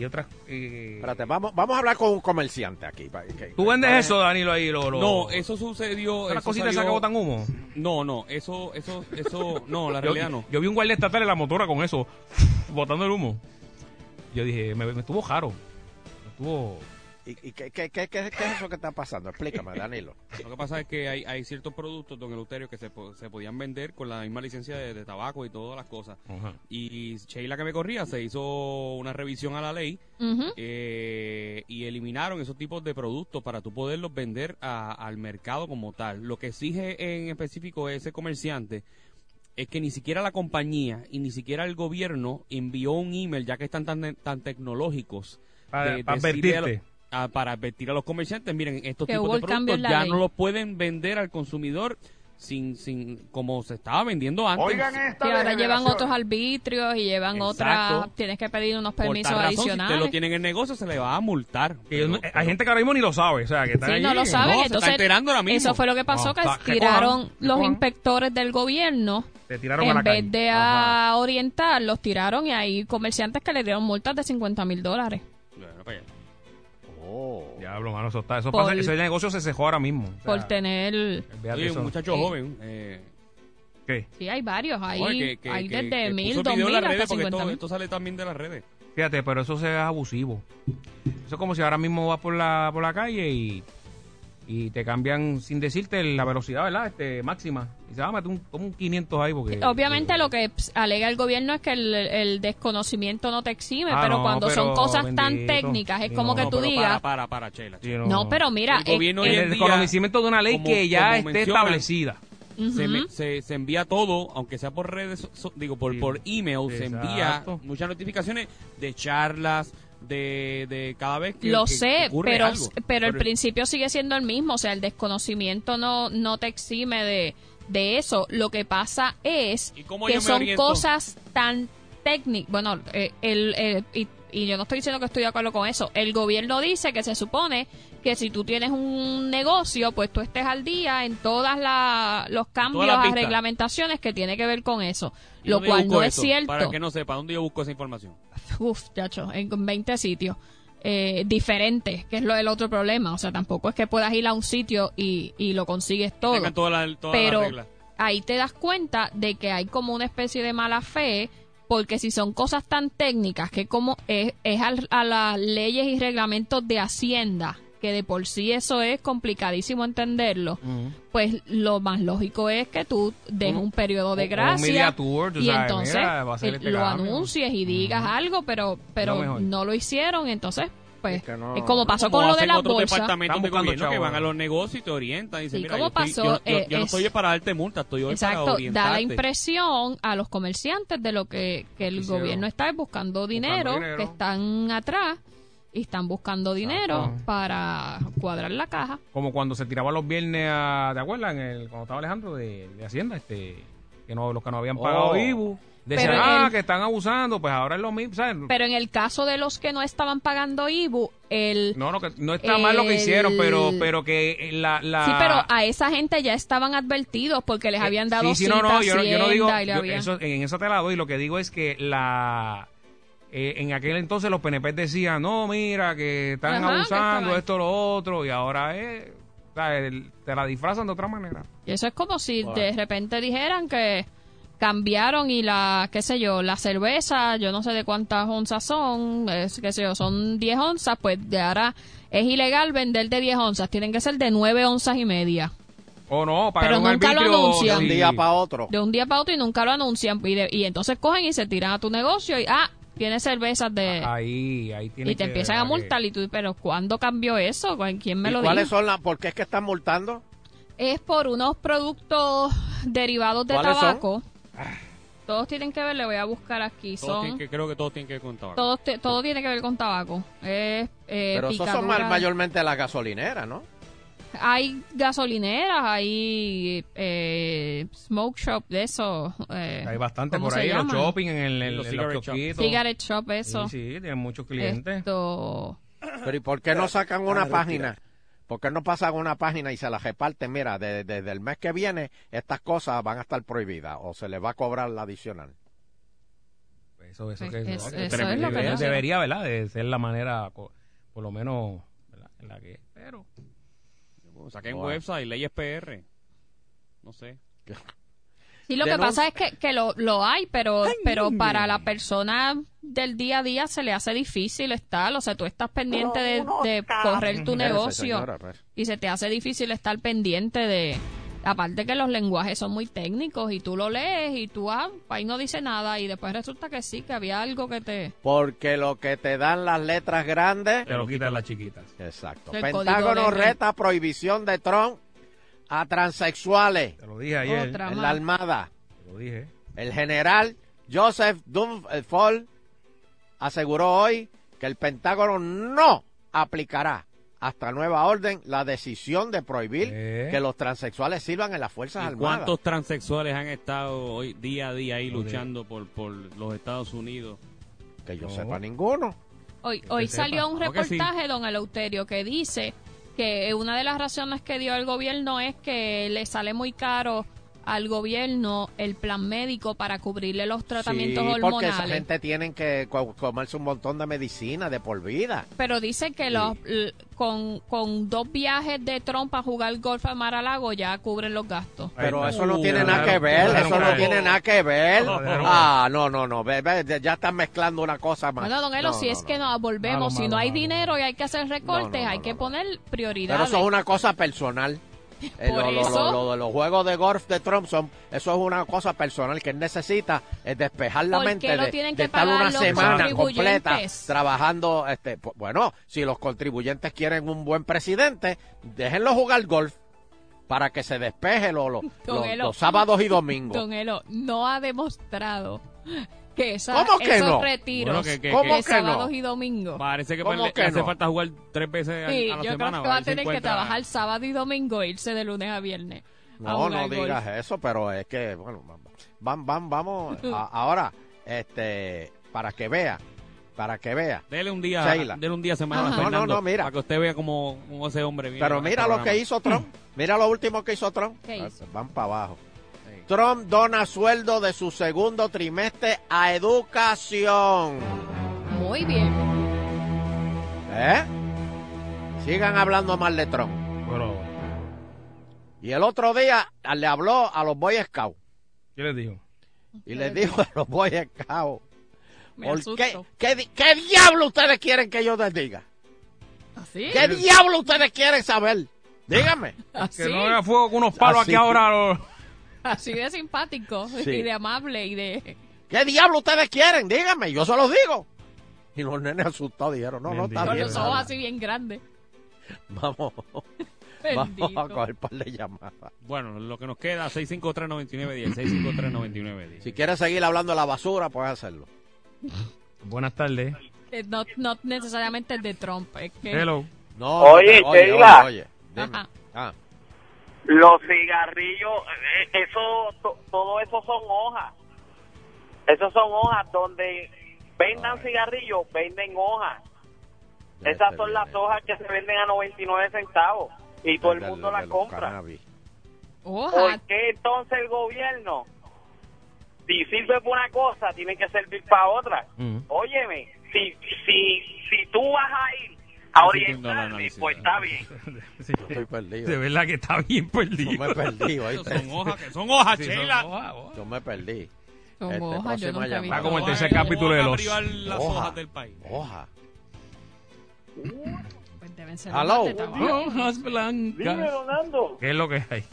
Speaker 5: y otras. eh,
Speaker 2: Espérate, vamos, vamos a hablar con un comerciante aquí. pa- que-
Speaker 5: ¿Tú vendes eso, Danilo ahí? Lo,
Speaker 3: Sí.
Speaker 5: lo-
Speaker 3: No, eso sucedió.
Speaker 5: Esas
Speaker 3: eso
Speaker 5: cositas esas
Speaker 3: salió-
Speaker 5: que botan humo.
Speaker 3: No, no, eso, eso, eso, no, la
Speaker 5: Yo,
Speaker 3: realidad no.
Speaker 5: yo vi un guardia estatal en la motora con eso, botando el humo. Yo dije, me, me estuvo jaro. Me estuvo.
Speaker 2: ¿Y, y qué, qué- qué- qué- qué es eso que está pasando? Explícame, Danilo.
Speaker 3: Lo que pasa es que hay, hay ciertos productos, don Eleuterio, que se, po- se podían vender con la misma licencia de, de tabaco y todas las cosas. Y Sheila que me corría se hizo una revisión a la ley
Speaker 6: Ujú.
Speaker 3: eh, y eliminaron esos tipos de productos para tú poderlos vender a- al mercado como tal. Lo que exige en específico ese comerciante es que ni siquiera la compañía y ni siquiera el gobierno envió un email, ya que están tan, tan tecnológicos,
Speaker 5: Para- para
Speaker 3: decirle a lo-
Speaker 5: advertirte.
Speaker 3: a- para advertir a los comerciantes, miren, estos
Speaker 6: Que
Speaker 3: tipos
Speaker 6: hubo
Speaker 3: de
Speaker 6: el cambio
Speaker 3: productos
Speaker 6: en la
Speaker 3: ya
Speaker 6: ley.
Speaker 3: no los pueden vender al consumidor sin, sin, como se estaba vendiendo antes.
Speaker 6: y ahora llevan otros arbitrios y llevan
Speaker 3: Exacto.
Speaker 6: otras. Tienes que pedir unos
Speaker 3: Por
Speaker 6: permisos
Speaker 3: tal razón, Si
Speaker 6: adicionales.
Speaker 3: usted lo tiene en el negocio, se le va a multar.
Speaker 5: hay gente que ahora mismo ni lo sabe, o sea, que está
Speaker 6: Sí, no
Speaker 5: allí.
Speaker 6: lo sabe.
Speaker 3: No, se está
Speaker 6: Entonces,
Speaker 3: enterando ahora mismo.
Speaker 6: Eso fue lo que pasó,
Speaker 5: No,
Speaker 6: que
Speaker 5: está- que
Speaker 6: tiraron
Speaker 5: cojan, que
Speaker 6: los
Speaker 5: cojan.
Speaker 6: inspectores del gobierno.
Speaker 5: Te tiraron a
Speaker 6: en
Speaker 5: la
Speaker 6: vez
Speaker 5: calle.
Speaker 6: de a orientar, los tiraron y hay comerciantes que le dieron multas de 50 mil dólares.
Speaker 3: pues,
Speaker 5: Oh. Diablo, mano, eso está. Eso
Speaker 6: Por-
Speaker 5: pasa, ese negocio se cejó ahora mismo. O sea,
Speaker 6: por tener...
Speaker 5: Fíjate
Speaker 3: Oye,
Speaker 5: eso.
Speaker 3: un muchacho
Speaker 5: Sí.
Speaker 3: joven. Eh,
Speaker 5: ¿Qué?
Speaker 6: Sí, hay varios. Hay,
Speaker 3: joven que- que-
Speaker 6: hay
Speaker 3: que-
Speaker 6: desde
Speaker 3: que
Speaker 6: mil,
Speaker 3: puso el
Speaker 6: dos
Speaker 3: video en
Speaker 6: mil
Speaker 3: las
Speaker 6: hasta
Speaker 3: redes, porque
Speaker 6: cincuenta
Speaker 3: esto,
Speaker 6: mil.
Speaker 3: esto sale también de las redes.
Speaker 5: Fíjate, pero eso se- es abusivo. Eso es como si ahora mismo vas por la, por la calle y, y te cambian sin decirte la velocidad, ¿verdad? Este, máxima. Y se va a meter un, como un 500 ahí porque...
Speaker 6: Obviamente lo que ps, alega el gobierno es que el, el desconocimiento no te exime,
Speaker 5: Ah,
Speaker 6: pero
Speaker 5: no,
Speaker 6: cuando son
Speaker 5: pero
Speaker 6: cosas tan
Speaker 5: bendito.
Speaker 6: técnicas es
Speaker 5: Sí,
Speaker 6: como
Speaker 5: no,
Speaker 6: que
Speaker 5: no,
Speaker 6: tú
Speaker 3: pero
Speaker 6: digas...
Speaker 3: Para, para, para, Chela.
Speaker 5: Sí, no,
Speaker 6: No, pero mira,
Speaker 3: El
Speaker 6: eh,
Speaker 3: gobierno
Speaker 6: eh,
Speaker 3: hoy
Speaker 5: el
Speaker 3: en día,
Speaker 5: desconocimiento de una ley
Speaker 3: como-
Speaker 5: que ya
Speaker 3: como
Speaker 5: esté
Speaker 3: mencionan,
Speaker 5: establecida.
Speaker 3: se, me-
Speaker 6: Ujú.
Speaker 3: se, se envía todo, aunque sea por redes, so- so- digo, por,
Speaker 5: Sí.
Speaker 3: por email, se envía
Speaker 5: Exacto.
Speaker 3: muchas notificaciones de charlas, de, de cada vez que.
Speaker 6: lo
Speaker 3: que
Speaker 6: sé,
Speaker 3: ocurre
Speaker 6: pero,
Speaker 3: algo.
Speaker 6: pero el
Speaker 3: Pero-
Speaker 6: principio sigue siendo el mismo, o sea, el desconocimiento no, no te exime de, de eso. Lo que pasa es
Speaker 3: ¿Y cómo
Speaker 6: que
Speaker 3: yo me
Speaker 6: son
Speaker 3: oriento?
Speaker 6: cosas tan técnicas. Bueno, eh, el, el- y, y yo no estoy diciendo que estoy de acuerdo con eso. El gobierno dice que se supone que si tú tienes un negocio, pues tú estés al día en todas la- los cambios
Speaker 3: las
Speaker 6: a
Speaker 3: vistas.
Speaker 6: reglamentaciones que tiene que ver con eso,
Speaker 3: ¿Y
Speaker 6: lo
Speaker 3: dónde yo
Speaker 6: cual
Speaker 3: busco
Speaker 6: no es
Speaker 3: eso?
Speaker 6: cierto
Speaker 3: Para que no sepa, ¿dónde yo busco esa información?
Speaker 6: uf, chacho, en 20 sitios eh, diferentes, que es lo del otro problema. O sea, tampoco es que puedas ir a un sitio y, y lo consigues todo.
Speaker 3: Tengan todas las todas las
Speaker 6: pero
Speaker 3: reglas.
Speaker 6: ahí te das cuenta de que hay como una especie de mala fe, porque si son cosas tan técnicas que como es, es al- a las leyes y reglamentos de Hacienda, que de por sí eso es complicadísimo entenderlo, pues lo más lógico es que tú des un periodo de
Speaker 5: un- un media
Speaker 6: gracia
Speaker 5: tour, tú
Speaker 6: y
Speaker 5: sabes,
Speaker 6: entonces
Speaker 5: mira, va a ser
Speaker 6: eh,
Speaker 5: este
Speaker 6: lo
Speaker 5: cambio.
Speaker 6: anuncies y digas algo, pero
Speaker 5: Lo
Speaker 6: pero
Speaker 5: mejor.
Speaker 6: no lo hicieron, entonces pues
Speaker 2: Es que no-
Speaker 6: es como pasó
Speaker 3: Como
Speaker 6: con lo de
Speaker 3: hacen
Speaker 6: las
Speaker 3: otros
Speaker 6: bolsas.
Speaker 3: departamentos
Speaker 5: Están
Speaker 3: de
Speaker 5: buscando
Speaker 3: gobierno que
Speaker 5: chavos.
Speaker 3: van a los negocios y te orientan. Y dicen,
Speaker 6: Sí,
Speaker 3: mira,
Speaker 6: ¿cómo
Speaker 3: yo,
Speaker 6: pasó?
Speaker 3: estoy- yo- yo-
Speaker 6: Eh,
Speaker 3: yo no
Speaker 6: es-
Speaker 3: estoy para darte multa, estoy hoy para
Speaker 6: Exacto, da la
Speaker 3: orientarte.
Speaker 6: impresión a los comerciantes de lo que, que el
Speaker 5: Hicieron.
Speaker 6: gobierno está buscando dinero,
Speaker 5: dinero.
Speaker 6: que están atrás y están buscando dinero para cuadrar la caja.
Speaker 5: Como cuando se tiraba los viernes, a, ¿te acuerdas? En el- cuando estaba Alejandro de, de Hacienda, este, que no, los que no habían pagado
Speaker 2: Oh.
Speaker 5: IBU. Decían,
Speaker 6: Pero
Speaker 5: ah,
Speaker 6: el-
Speaker 5: que están abusando, pues ahora es lo mismo, ¿sabes?
Speaker 6: Pero en el caso de los que no estaban pagando IBU, el
Speaker 5: No, no, que no está mal lo que
Speaker 6: El-
Speaker 5: hicieron, pero, pero que la, la...
Speaker 6: Sí, pero a esa gente ya estaban advertidos porque les habían dado
Speaker 5: Ah. Eh, sí, sí,
Speaker 6: cita
Speaker 5: no, no, yo, no- yo no digo,
Speaker 6: Hacienda y le
Speaker 5: yo-
Speaker 6: habían-
Speaker 5: eso- en eso te la doy, lo que digo es que la... eh, en aquel entonces los PNP decían, no, mira, que están
Speaker 6: Ajá, que
Speaker 5: abusando,
Speaker 6: estaban-
Speaker 5: esto, lo otro, y ahora es... o sea, el- te la disfrazan de otra manera.
Speaker 6: Y eso es como si de repente dijeran que cambiaron y la, qué sé yo, la cerveza, yo no sé de cuántas onzas son, es, qué sé yo, son 10 onzas, pues de ahora es ilegal vender de 10 onzas, tienen que ser de 9 onzas y media.
Speaker 5: O Oh, no, pagar
Speaker 6: Pero
Speaker 5: un
Speaker 6: nunca lo
Speaker 5: arbitrio,
Speaker 6: anuncian.
Speaker 2: De un
Speaker 5: sí.
Speaker 2: día para otro.
Speaker 6: De un día para otro y nunca lo anuncian. Y, de- y entonces cogen y se tiran a tu negocio y, ah, tienes cervezas de...
Speaker 5: Ahí, ahí tiene
Speaker 6: y te
Speaker 5: que-
Speaker 6: empiezan a multar y tú, pero ¿cuándo cambió eso? ¿Quién me
Speaker 2: ¿Y
Speaker 6: lo dijo?
Speaker 2: ¿Cuáles son las? ¿Por qué es que están multando?
Speaker 6: es por unos productos derivados de
Speaker 2: ¿Cuáles son? Ah.
Speaker 6: tabaco. Todos tienen que ver, le voy a buscar aquí.
Speaker 3: Todos tienen
Speaker 6: Son,
Speaker 3: que- creo que todos tienen que contar.
Speaker 6: todos te- todo tiene que ver con tabaco. Es, eh,
Speaker 2: Pero esos son
Speaker 6: picadura.
Speaker 2: mal- mayormente las gasolineras, ¿no?
Speaker 6: Hay gasolineras, hay eh, smoke shop de eso. eh,
Speaker 5: Hay bastante
Speaker 6: ¿cómo
Speaker 5: por
Speaker 6: se
Speaker 5: ahí, los
Speaker 6: llama?
Speaker 5: shopping, en el, en
Speaker 3: Los
Speaker 5: los
Speaker 3: cigarette shop.
Speaker 5: kiosquitos.
Speaker 6: Cigarette shop, eso.
Speaker 5: Sí, sí, tienen muchos clientes.
Speaker 6: Esto,
Speaker 2: Pero ¿y por qué no sacan una página? ¿Por qué no pasan una página y se la reparten? Mira, de- desde el mes que viene estas cosas van a estar prohibidas o se les va a cobrar la adicional.
Speaker 5: Eso, eso
Speaker 6: Es-
Speaker 5: que
Speaker 6: es-
Speaker 5: no, que
Speaker 6: eso es
Speaker 5: debería-
Speaker 6: lo que no sé.
Speaker 5: debería, ¿verdad? De ser la manera, co- por lo menos, ¿verdad? En la que. Pero.
Speaker 3: Saquen
Speaker 2: Wow.
Speaker 3: website, leyes PR. No sé.
Speaker 6: Sí, lo que
Speaker 2: Denun-
Speaker 6: pasa es que, que lo, lo hay, pero, pero para la persona del día a día se le hace difícil estar. O sea, tú estás pendiente de, de correr tu
Speaker 2: Espérese,
Speaker 6: negocio
Speaker 2: señora, pues. espérese.
Speaker 6: y se te hace difícil estar pendiente de... Aparte que los lenguajes son muy técnicos y tú lo lees y tú, ah, ahí no dice nada y después resulta que sí, que había algo que te...
Speaker 2: Porque lo que te dan las letras grandes.
Speaker 5: Te lo quitan las chiquitas.
Speaker 2: Exacto.
Speaker 6: El código
Speaker 2: Pentágono
Speaker 6: de-
Speaker 2: reta prohibición de Trump a transexuales
Speaker 5: Te lo dije ayer.
Speaker 6: Otra
Speaker 2: en
Speaker 6: más.
Speaker 2: la Armada.
Speaker 5: Te lo dije.
Speaker 2: El general Joseph Dunford aseguró hoy que el Pentágono no aplicará hasta nueva orden, la decisión de prohibir que los transexuales sirvan en las Fuerzas
Speaker 3: ¿Y
Speaker 2: Armadas.
Speaker 3: ¿Cuántos transexuales han estado hoy día a día ahí luchando por, por los Estados Unidos?
Speaker 2: Que yo sepa ninguno.
Speaker 6: Hoy, hoy
Speaker 3: sepa.
Speaker 6: salió un
Speaker 3: Claro que sí.
Speaker 6: reportaje, don Eleuterio, que dice que una de las razones que dio el gobierno es que le sale muy caro al gobierno el plan médico para cubrirle los tratamientos
Speaker 2: Sí, porque esa
Speaker 6: hormonales.
Speaker 2: gente tienen que co- comerse un montón de medicina de por vida.
Speaker 6: Pero dice que los, l- con, con dos viajes de Trump a jugar golf a Maralago ya cubren los gastos.
Speaker 2: Pero
Speaker 3: Ahí
Speaker 2: eso no
Speaker 3: Uh,
Speaker 2: tiene
Speaker 3: claro,
Speaker 2: nada que ver,
Speaker 3: claro,
Speaker 2: eso no
Speaker 3: claro.
Speaker 2: tiene nada que ver.
Speaker 3: Claro.
Speaker 2: Ah, no, no, no, ve- ve, ya están mezclando una cosa más.
Speaker 6: Bueno, don Elo,
Speaker 2: No,
Speaker 6: si
Speaker 2: no,
Speaker 6: es
Speaker 2: no.
Speaker 6: que nos volvemos, si
Speaker 2: Malo,
Speaker 6: no
Speaker 2: malo,
Speaker 6: hay
Speaker 2: malo.
Speaker 6: dinero y hay que hacer recortes,
Speaker 2: No, no,
Speaker 6: hay que poner
Speaker 2: Pero
Speaker 6: prioridades.
Speaker 2: eso es una cosa personal. Eh,
Speaker 6: Por
Speaker 2: lo, lo- lo-
Speaker 6: eso.
Speaker 2: lo de los juegos de golf de Trump son, eso es una cosa personal que él necesita es despejar la
Speaker 6: ¿Por qué
Speaker 2: mente
Speaker 6: lo
Speaker 2: de,
Speaker 6: tienen
Speaker 2: de
Speaker 6: que
Speaker 2: estar
Speaker 6: pagar
Speaker 2: una
Speaker 6: los
Speaker 2: semana completa
Speaker 6: contribuyentes?
Speaker 2: trabajando. Este, pu- bueno, si los contribuyentes quieren un buen presidente, déjenlo jugar golf para que se despeje lo- lo-
Speaker 6: Don
Speaker 2: lo-
Speaker 6: Elo.
Speaker 2: los sábados y domingos.
Speaker 6: Don Elo no ha demostrado que, esa-
Speaker 2: ¿Cómo que
Speaker 6: esos
Speaker 2: no?
Speaker 6: retiros
Speaker 3: Bueno, que- que-
Speaker 6: de
Speaker 3: ¿Cómo que no?
Speaker 6: sábados y domingos.
Speaker 3: Parece que,
Speaker 6: ¿Cómo
Speaker 3: le- le
Speaker 6: que
Speaker 3: hace
Speaker 6: no?
Speaker 3: falta jugar tres veces a-
Speaker 6: Sí,
Speaker 3: a
Speaker 6: yo
Speaker 3: la
Speaker 6: creo
Speaker 3: semana.
Speaker 6: que va a
Speaker 3: ver si
Speaker 6: tener que
Speaker 3: encuentra-
Speaker 6: trabajar sábado y domingo e irse de lunes a viernes. a
Speaker 2: No,
Speaker 6: jugar
Speaker 2: no digas
Speaker 6: golf.
Speaker 2: eso, pero es que, bueno, van, van, vamos. a- ahora, este, para que vea, para que vea.
Speaker 3: Dele un día,
Speaker 2: Sheila.
Speaker 3: dele un día a semana a
Speaker 2: No, no,
Speaker 3: Fernando
Speaker 2: no, mira.
Speaker 3: para que usted vea cómo, cómo ese hombre viene.
Speaker 2: Pero
Speaker 3: para
Speaker 2: mira
Speaker 3: este
Speaker 2: lo que
Speaker 3: programa.
Speaker 2: hizo Trump. Mira lo último que hizo Trump.
Speaker 6: ¿Qué
Speaker 2: Ah,
Speaker 6: hizo?
Speaker 2: Van para abajo. Trump dona sueldo de su segundo trimestre a educación.
Speaker 6: Muy bien.
Speaker 2: ¿Eh? Sigan hablando mal de Trump. Y el otro día ah, le habló a los Boy Scouts.
Speaker 12: ¿Qué les dijo?
Speaker 2: Y les dijo a los Boy Scouts.
Speaker 6: Me
Speaker 2: ¿por
Speaker 6: asusto.
Speaker 2: qué, qué di- qué diablo ustedes quieren que yo les diga?
Speaker 6: ¿Así?
Speaker 2: ¿Qué diablo ustedes quieren saber? Ah, Díganme.
Speaker 6: ¿Así?
Speaker 12: Que no haga fuego con unos palos
Speaker 2: Así.
Speaker 12: aquí ahora. lo-
Speaker 6: Así de simpático
Speaker 2: Sí.
Speaker 6: y de amable y de...
Speaker 2: ¿Qué diablo ustedes quieren? Díganme, yo se los digo. Y los nenes asustados dijeron, no, no está
Speaker 6: Con
Speaker 2: bien.
Speaker 6: los ojos así bien grandes.
Speaker 2: Vamos,
Speaker 6: Bendito.
Speaker 2: vamos a coger un par de llamadas.
Speaker 3: Bueno, lo que nos queda, 653-9910, 653-9910.
Speaker 2: Si quieres seguir hablando de la basura, puedes hacerlo.
Speaker 5: Buenas tardes.
Speaker 6: Eh, No, no necesariamente el de Trump. Es que...
Speaker 5: Hello.
Speaker 2: No,
Speaker 1: Oye,
Speaker 2: no te- oye,
Speaker 1: Sheila.
Speaker 2: oye, oye, dime.
Speaker 6: Ajá.
Speaker 2: Ah,
Speaker 1: Los cigarrillos, eh, eso, to- todo eso son hojas. Esos son hojas donde vendan cigarrillos, venden hojas.
Speaker 2: ya
Speaker 1: Esas
Speaker 2: te
Speaker 1: son
Speaker 2: viene.
Speaker 1: las hojas que se venden a 99 centavos y todo el
Speaker 2: Del-
Speaker 1: mundo
Speaker 2: del-
Speaker 1: las
Speaker 2: de los
Speaker 1: compra.
Speaker 2: cannabis.
Speaker 6: Oja,
Speaker 1: ¿Por qué entonces el gobierno, si sirve para una cosa, tiene que servir para otra?
Speaker 2: Mm.
Speaker 1: Óyeme, si, si, si tú vas a ir a
Speaker 3: Así que no lo
Speaker 1: orientarme,
Speaker 3: analice.
Speaker 1: pues está bien.
Speaker 5: Sí,
Speaker 2: Yo estoy
Speaker 5: de
Speaker 2: perdido.
Speaker 5: verdad que está bien
Speaker 2: Yo
Speaker 5: perdido.
Speaker 2: me perdí, ¿oíste?
Speaker 3: Son hojas, que son hojas,
Speaker 5: Sí, son
Speaker 3: Sheila.
Speaker 5: hojas, hojas.
Speaker 2: Yo me perdí.
Speaker 6: con
Speaker 2: Este,
Speaker 6: hoja, yo
Speaker 2: próxima
Speaker 6: nunca he
Speaker 2: llamada.
Speaker 6: visto
Speaker 5: Está como el
Speaker 6: hoja.
Speaker 5: tercer capítulo de
Speaker 3: ¿Cómo van
Speaker 5: los-
Speaker 3: a privar las
Speaker 2: Hoja.
Speaker 3: hojas del país.
Speaker 2: Hoja.
Speaker 6: Pues deben ser
Speaker 2: Hello.
Speaker 6: de tabaco.
Speaker 5: Hojas blancas.
Speaker 4: Donando.
Speaker 5: ¿Qué es lo que hay?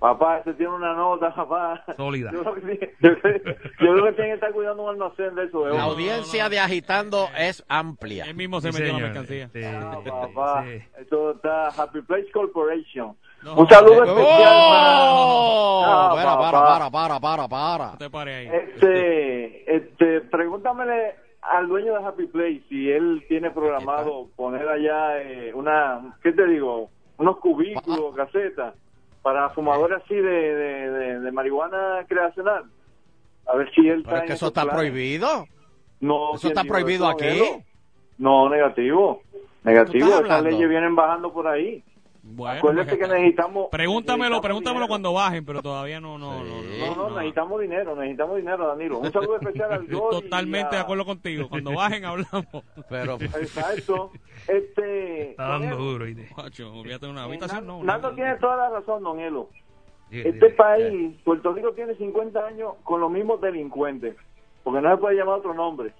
Speaker 4: Papá, este tiene una nota, papá.
Speaker 5: Sólida.
Speaker 4: Yo creo que tiene- yo creo yo creo que tiene que estar cuidando un almacén de eso,
Speaker 2: La
Speaker 4: ¿eh?
Speaker 2: audiencia de Agitando es amplia.
Speaker 3: Él mismo se
Speaker 5: Sí,
Speaker 3: metió en la
Speaker 5: señor.
Speaker 3: mercancía.
Speaker 5: Sí,
Speaker 4: Ah,
Speaker 5: sí,
Speaker 4: papá.
Speaker 5: sí.
Speaker 4: Esto está Happy Place Corporation.
Speaker 3: No,
Speaker 4: Un saludo
Speaker 2: ¡Oh!
Speaker 4: especial
Speaker 5: ¡Oh!
Speaker 4: para- Ah,
Speaker 2: Espera, para,
Speaker 4: papá.
Speaker 2: para, para, para, para.
Speaker 3: No te pares ahí.
Speaker 4: Este, este, pregúntamele al dueño de Happy Place si él tiene programado poner allá eh, una, ¿qué te digo? Unos cubículos, casetas, para fumadores así de, de, de- de marihuana creacional. A ver si él
Speaker 2: Pero es
Speaker 4: en
Speaker 2: que eso
Speaker 4: esos
Speaker 2: está
Speaker 4: planes.
Speaker 2: prohibido.
Speaker 4: No,
Speaker 2: Eso
Speaker 4: ¿quién
Speaker 2: está
Speaker 4: dijo
Speaker 2: prohibido aquí.
Speaker 4: Nelo? No, negativo. Negativo,
Speaker 2: estás
Speaker 4: esas
Speaker 2: hablando?
Speaker 4: leyes vienen bajando por ahí.
Speaker 3: Bueno,
Speaker 4: Acuérdate
Speaker 3: pues,
Speaker 4: que necesitamos...
Speaker 3: Pregúntamelo,
Speaker 4: necesitamos
Speaker 3: pregúntamelo
Speaker 4: dinero.
Speaker 3: cuando bajen, pero todavía no, no, no,
Speaker 2: Sí.
Speaker 3: no,
Speaker 4: No, no,
Speaker 3: no.
Speaker 4: necesitamos dinero, necesitamos dinero, Danilo. Un saludo especial al Gori y
Speaker 3: Totalmente de
Speaker 4: a-
Speaker 3: acuerdo contigo. Cuando bajen hablamos.
Speaker 2: Pero
Speaker 4: Exacto. Este,
Speaker 5: Está dando
Speaker 4: Don Elo,
Speaker 5: duro. ¿viste?
Speaker 3: Guacho, olvídate de una habitación, no. una-
Speaker 4: Nando tiene toda la razón, Don Elo.
Speaker 5: Sí, sí,
Speaker 4: Este
Speaker 5: sí.
Speaker 4: país, Puerto Rico, tiene 50 años con los mismos delincuentes, porque no se puede llamar otro nombre.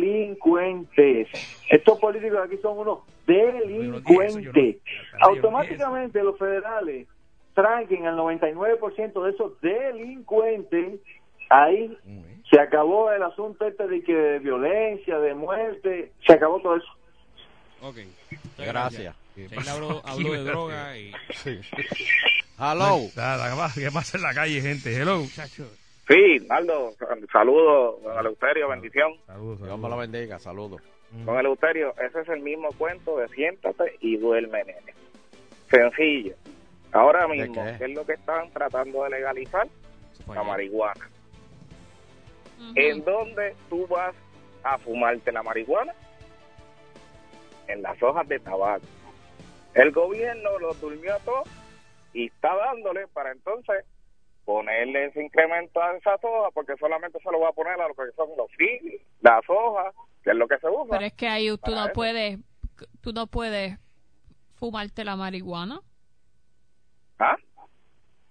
Speaker 4: Delincuentes. Estos políticos aquí son unos delincuentes. Automáticamente los federales tranquen al 99% de esos delincuentes. Ahí se acabó el asunto este de que de violencia, de muerte, se acabó todo eso.
Speaker 3: Ok.
Speaker 2: gracias.
Speaker 3: Sheila habló, habló de droga y...
Speaker 2: Hello.
Speaker 5: Nada, ¿qué pasa? ¿Qué pasa en la calle, gente? Hello.
Speaker 13: Sí, Aldo, saludos, don Eleuterio, bendición.
Speaker 2: Dios me lo bendiga, saludos.
Speaker 13: Don Eleuterio, ese es el mismo cuento de siéntate y duerme, nene. Sencillo. Ahora
Speaker 2: ¿De
Speaker 13: mismo,
Speaker 2: qué?
Speaker 13: ¿qué es lo que están tratando de legalizar?
Speaker 9: Pues
Speaker 13: La marihuana. ¿En dónde tú vas a fumarte la marihuana? En las hojas de tabaco. El gobierno los durmió a todos y está dándole para entonces ponerle ese incremento a esas hojas porque solamente se lo va a poner a lo que son los filis, las hojas, que es lo que se usa.
Speaker 6: Pero es que ahí tú
Speaker 13: Para
Speaker 6: no
Speaker 13: eso.
Speaker 6: puedes, tú no puedes fumarte la marihuana.
Speaker 13: ¿Ah?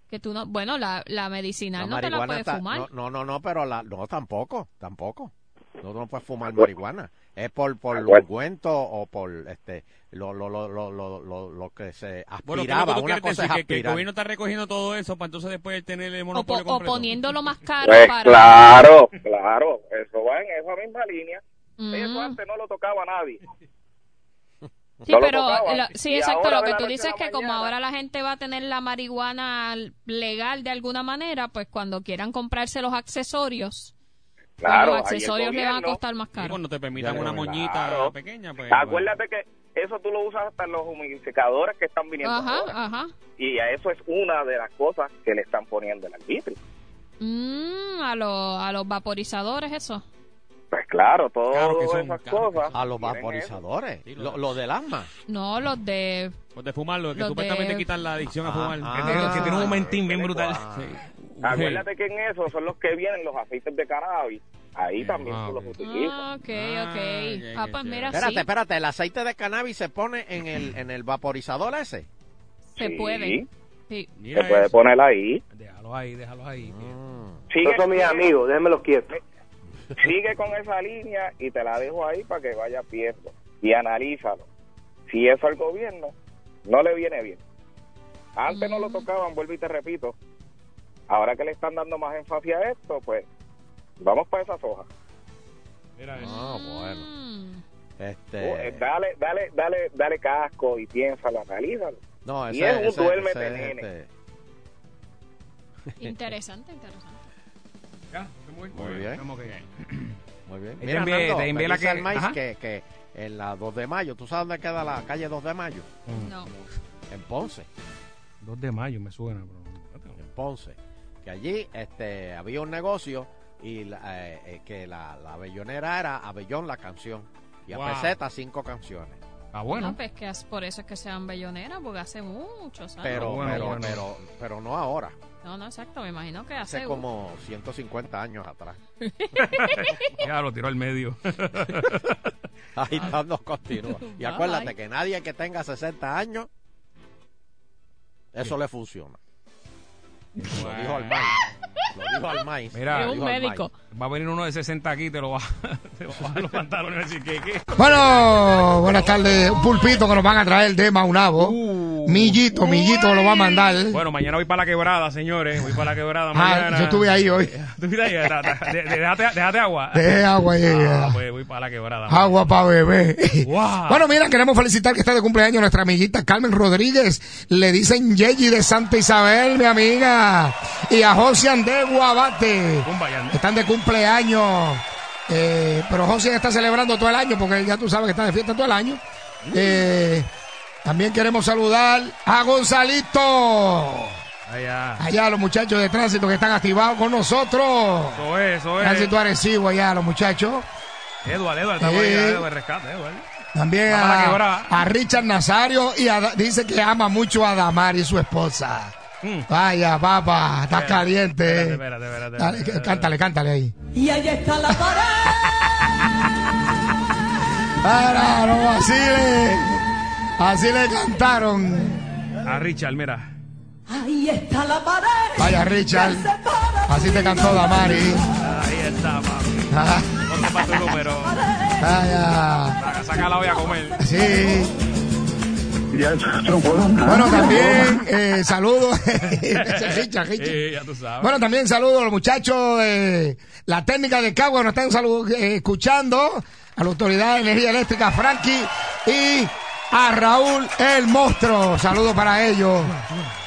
Speaker 6: Que tú no, bueno, la, la medicinal no te la puedes
Speaker 2: está-
Speaker 6: fumar.
Speaker 2: no, no, no, no, pero la, no, tampoco, tampoco. No, no puedes fumar marihuana. Es por, por
Speaker 13: Bueno.
Speaker 2: ungüento o por este lo, lo, lo, lo, lo, lo- lo que se
Speaker 3: Bueno, ¿qué es lo
Speaker 2: aspiraba.
Speaker 3: que tú
Speaker 2: Una
Speaker 3: quieres
Speaker 2: cosa
Speaker 3: decir?
Speaker 2: es
Speaker 3: Que, que el
Speaker 2: aspirar.
Speaker 3: gobierno está recogiendo todo eso para entonces después tener el
Speaker 6: o, po-
Speaker 3: monopolio
Speaker 6: o
Speaker 3: completo.
Speaker 6: poniéndolo más caro
Speaker 2: Eh.
Speaker 13: Pues
Speaker 6: para...
Speaker 13: claro, claro, eso va en esa misma línea.
Speaker 6: Ujú.
Speaker 13: Eso antes no lo tocaba a nadie.
Speaker 6: Sí,
Speaker 13: no lo
Speaker 6: pero
Speaker 13: tocaban.
Speaker 6: lo- sí,
Speaker 13: Y
Speaker 6: exacto.
Speaker 13: ahora
Speaker 6: Lo
Speaker 13: de
Speaker 6: que
Speaker 13: la
Speaker 6: tú
Speaker 13: noche a
Speaker 6: dices
Speaker 13: la
Speaker 6: que como
Speaker 13: mañana-
Speaker 6: ahora la gente va a tener la marihuana l- legal de alguna manera, pues cuando quieran comprarse los accesorios, pues
Speaker 13: Claro, ahí
Speaker 6: los
Speaker 13: el
Speaker 6: accesorios le van a
Speaker 13: gobierno-
Speaker 6: costar más
Speaker 3: Y
Speaker 6: caro.
Speaker 3: cuando pues, te permitan una moñita
Speaker 13: Claro.
Speaker 3: pequeña, pues...
Speaker 13: Acuérdate que eso tú lo usas hasta en los humidificadores que están viniendo
Speaker 6: Ajá, ah.
Speaker 13: ahora.
Speaker 6: ajá.
Speaker 13: Y a eso es una de las cosas que le están poniendo el arbitrio.
Speaker 6: Mm, a, lo- a los vaporizadores, eso.
Speaker 13: Pues claro, todas
Speaker 3: Claro que son,
Speaker 13: esas
Speaker 3: claro que
Speaker 13: cosas.
Speaker 2: A los
Speaker 13: tienen
Speaker 2: vaporizadores.
Speaker 3: Sí,
Speaker 2: lo,
Speaker 3: lo-
Speaker 2: lo del asma.
Speaker 6: No, los de.
Speaker 3: Pues de fumarlo, que
Speaker 6: Los
Speaker 3: supuestamente
Speaker 6: de-
Speaker 3: quitan la adicción a fumar.
Speaker 2: Ah,
Speaker 5: Que- que tiene un
Speaker 2: ah,
Speaker 5: momentín bien brutal.
Speaker 3: Sí.
Speaker 13: eso. Acuérdate que en eso son los que vienen los aceites de cannabis. Ahí
Speaker 3: Eh,
Speaker 13: también
Speaker 3: ah,
Speaker 13: tú los
Speaker 3: ok.
Speaker 13: utilizas.
Speaker 6: Ah, ok,
Speaker 3: Ah,
Speaker 6: ok.
Speaker 3: ya,
Speaker 6: Ah,
Speaker 3: ya,
Speaker 6: pues
Speaker 3: ya.
Speaker 6: mira,
Speaker 2: Espérate,
Speaker 6: sí,
Speaker 2: espérate, el aceite de cannabis se pone en el, en el vaporizador ese.
Speaker 6: se
Speaker 13: Sí,
Speaker 6: puede. Sí.
Speaker 13: Se
Speaker 3: Mira
Speaker 13: puede
Speaker 3: eso.
Speaker 13: poner ahí.
Speaker 5: Déjalo ahí, déjalo ahí.
Speaker 13: Sigue,
Speaker 9: son mis amigos, déjenmelos quietos.
Speaker 13: sigue con esa línea y te la dejo ahí para que vayas viendo y analízalo. Si eso al gobierno no le viene bien. Antes
Speaker 6: Mm.
Speaker 13: no lo tocaban, vuelvo y te repito. Ahora que le están dando más énfasis a esto, pues vamos para esas hojas.
Speaker 5: Mira eso.
Speaker 2: Ah, bueno.
Speaker 6: Mm.
Speaker 13: Oh, eh,
Speaker 2: Este,
Speaker 13: dale, dale, dale, dale casco y piénsalo, analízalo.
Speaker 2: no,
Speaker 13: y
Speaker 2: ese,
Speaker 13: es un
Speaker 2: ese-
Speaker 13: duérmete,
Speaker 2: ese-
Speaker 13: nene.
Speaker 2: este,
Speaker 6: Interesante, interesante.
Speaker 5: Ya, muy,
Speaker 2: Muy bien.
Speaker 5: Como que-
Speaker 2: Muy bien.
Speaker 5: Te
Speaker 2: Mira,
Speaker 5: envié-
Speaker 2: Nando,
Speaker 5: te
Speaker 2: me
Speaker 5: envié la
Speaker 2: dice
Speaker 5: que-
Speaker 2: el maíz
Speaker 5: ajá.
Speaker 2: que, que en la 2 de mayo, ¿tú sabes dónde queda la calle 2 de mayo?
Speaker 6: No.
Speaker 2: En Ponce,
Speaker 5: 2 de mayo me suena, pero...
Speaker 2: en Ponce. Que allí este, había un negocio y la- eh, eh, que la, la abellonera era Abellón la canción. Y a
Speaker 5: Wow.
Speaker 2: peseta cinco canciones.
Speaker 5: Ah, bueno.
Speaker 6: No, pues que as- por eso es que sean belloneras, porque hace muchos años.
Speaker 2: Pero,
Speaker 5: Ah, bueno,
Speaker 2: pero,
Speaker 5: bueno.
Speaker 2: pero, pero no ahora.
Speaker 6: No, no, exacto, me imagino que hace.
Speaker 2: Hace como 150 años atrás.
Speaker 5: Ya lo tiró al medio.
Speaker 2: Ahí están los continúa. Y
Speaker 6: Bye,
Speaker 2: acuérdate
Speaker 6: bye.
Speaker 2: que nadie que tenga 60 años, eso le funciona. Lo dijo al maíz. Lo dijo al maíz.
Speaker 5: Mira.
Speaker 6: Es
Speaker 2: Lo
Speaker 6: un
Speaker 2: dijo al
Speaker 6: médico.
Speaker 2: maíz.
Speaker 5: Va a venir uno de 60 aquí y te lo va, te va a bajar los pantalones y va a decir que qué.
Speaker 9: Bueno, buenas tardes. Un pulpito que nos van a traer de Maunabo. Millito, Millito lo va a mandar.
Speaker 5: Bueno, mañana voy para la quebrada, señores. Voy para la quebrada
Speaker 9: Ah,
Speaker 5: mañana.
Speaker 9: yo estuve ahí hoy.
Speaker 5: Estuviste ahí, ta- ta- de- de- Déjate déjate agua.
Speaker 9: De agua, eh,
Speaker 5: Ah, pues voy para la quebrada.
Speaker 9: agua para beber.
Speaker 5: Wow.
Speaker 9: Bueno, mira, queremos felicitar que está de cumpleaños nuestra amiguita Carmen Rodríguez. Le dicen Yeji de Santa Isabel, mi amiga. Y a Josian de Guabate.
Speaker 5: Zumba, ya.
Speaker 9: Están de cumpleaños. Eh, pero José está celebrando todo el año porque ya tú sabes que está de fiesta todo el año.
Speaker 5: Uh.
Speaker 9: Eh, también queremos saludar a Gonzalito.
Speaker 5: Allá.
Speaker 9: Allá los muchachos de tránsito que están activados con nosotros.
Speaker 5: Eso es, eso es.
Speaker 9: Tránsito Arecibo allá los muchachos.
Speaker 5: Eduard, Eduard, estamos ahí,
Speaker 9: Eh.
Speaker 5: Eduard, rescate, Eduard.
Speaker 9: También
Speaker 5: Vamos a la
Speaker 9: a,
Speaker 5: quebrada.
Speaker 9: a Richard Nazario y a- dice que ama mucho a Damar y su esposa.
Speaker 5: Mm.
Speaker 9: Vaya, papá, estás caliente. eh.
Speaker 5: Espérate, espérate, espérate,
Speaker 9: Dale,
Speaker 5: espérate.
Speaker 9: cántale, cántale ahí.
Speaker 1: Y allá está la parada.
Speaker 9: Ahora, no, así le, así le cantaron.
Speaker 5: A Richard, mira.
Speaker 1: Ahí está la parada.
Speaker 9: Vaya, Richard. Así te cantó Damari.
Speaker 5: Ahí está, papi.
Speaker 9: Ah,
Speaker 5: Ponte para tu número.
Speaker 9: Vaya.
Speaker 5: Saca- Saca la voy a comer.
Speaker 9: Sí. Bueno, también eh, saludos. Richa, Richa.
Speaker 5: Eh, ya tú sabes.
Speaker 9: Bueno, también saludo a los muchachos de la técnica de Cagua, nos están salu- eh, escuchando, a la Autoridad de Energía Eléctrica, Frankie, y a Raúl el Monstruo. Saludos para ellos.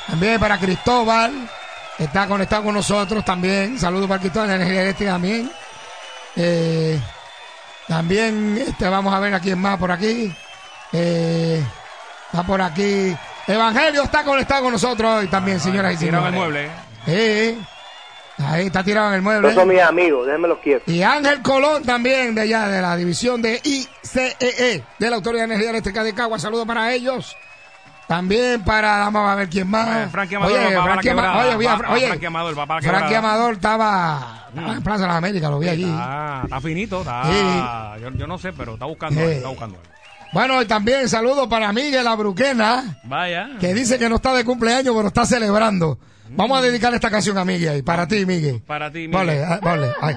Speaker 9: También para Cristóbal, Está conectado con nosotros también. Saludos para Quito, Energía Eléctrica también. Eh, también este, vamos a ver a quién más por aquí. Eh, está por aquí. Evangelio está conectado con nosotros hoy también, señoras y
Speaker 5: Tirado
Speaker 9: señores.
Speaker 5: en el mueble.
Speaker 9: Sí. Ahí está tirado en el mueble.
Speaker 14: Esos son mis amigos, déjenmelo quieto.
Speaker 9: Y Ángel Colón también, de allá, de la división de ICEE, E, de la Autoridad de Energía Eléctrica de Cagua. Saludos para ellos. También para, vamos a ver quién más.
Speaker 5: Eh, Frankie Amador va para la
Speaker 9: Frankie Ama-
Speaker 5: quebrada,
Speaker 9: oye, vi a
Speaker 5: va-
Speaker 9: Fra-
Speaker 5: va
Speaker 9: oye,
Speaker 5: Frankie Amador, va para la
Speaker 9: Frankie
Speaker 5: quebrada.
Speaker 9: Amador estaba, estaba en Plaza de las Américas, lo vi allí.
Speaker 5: Ah, Mm. está finito, está. Yo, yo no sé, pero está buscando,
Speaker 9: Sí.
Speaker 5: algo, está buscando. algo.
Speaker 9: Bueno, y también saludos para Miguel Abruquena,
Speaker 5: Vaya.
Speaker 9: que dice que no está de cumpleaños, pero está celebrando. Vamos a dedicarle esta canción a Miguel ahí, para ti, Miguel.
Speaker 5: Mm. Para ti, Miguel.
Speaker 9: Vale, ah, vale. ay.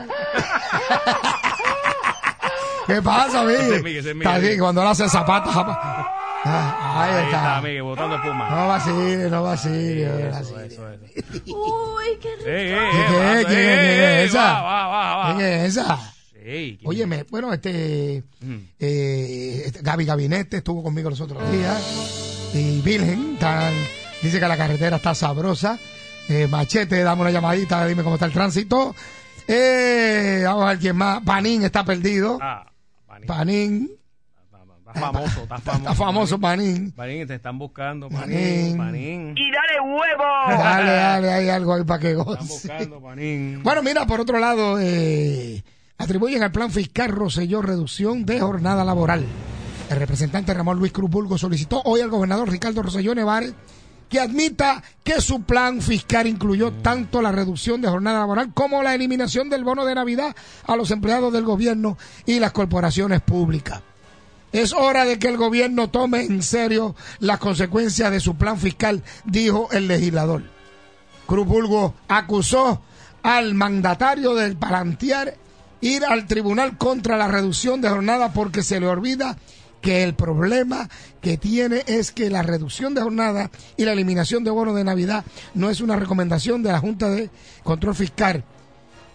Speaker 9: ¿Qué pasa, Miguel?
Speaker 5: Ese es Miguel, ese es Miguel.
Speaker 9: Está bien, cuando le hace zapatos. ah, ahí,
Speaker 5: Ahí
Speaker 9: está.
Speaker 5: está, amigo, botando espuma.
Speaker 9: No vacile, no vacile. no vacile.
Speaker 15: Uy, qué rico.
Speaker 5: Ey,
Speaker 9: ¿Qué, qué,
Speaker 5: ey,
Speaker 9: quién
Speaker 5: ey,
Speaker 9: es, quién
Speaker 5: ey,
Speaker 9: es
Speaker 5: eh, va,
Speaker 9: esa?
Speaker 5: va, va, va.
Speaker 9: ¿Quién es esa?
Speaker 5: Ey, ¿quién- Mm.
Speaker 9: Óyeme, bueno, este, eh, este, Gaby Gabinete estuvo conmigo los otros días. Y Virgen, tan- dice que la carretera está sabrosa. Eh, machete, dame una llamadita, dime cómo está el tránsito. Eh, vamos a ver quién más. Panín está perdido.
Speaker 5: Ah,
Speaker 9: Panín.
Speaker 5: Está famoso, está famoso.
Speaker 9: Está famoso Panín.
Speaker 5: Panín, te están buscando,
Speaker 9: Panín.
Speaker 5: Panín. Panín.
Speaker 14: Y dale huevo.
Speaker 9: Dale, dale, hay algo ahí para que goce.
Speaker 5: buscando, Panín.
Speaker 9: Bueno, mira, por otro lado, eh, atribuyen al plan fiscal Rosselló reducción de jornada laboral. El representante Ramón Luis Cruz Burgo solicitó hoy al gobernador Ricardo Rosselló Nevares que admita que su plan fiscal incluyó tanto la reducción de jornada laboral como la eliminación del bono de Navidad a los empleados del gobierno y las corporaciones públicas. Es hora de que el gobierno tome en serio las consecuencias de su plan fiscal, dijo el legislador. Cruz Burgos acusó al mandatario del palantear ir al tribunal contra la reducción de jornada porque se le olvida que el problema que tiene es que la reducción de jornada y la eliminación de bonos de Navidad no es una recomendación de la Junta de Control Fiscal,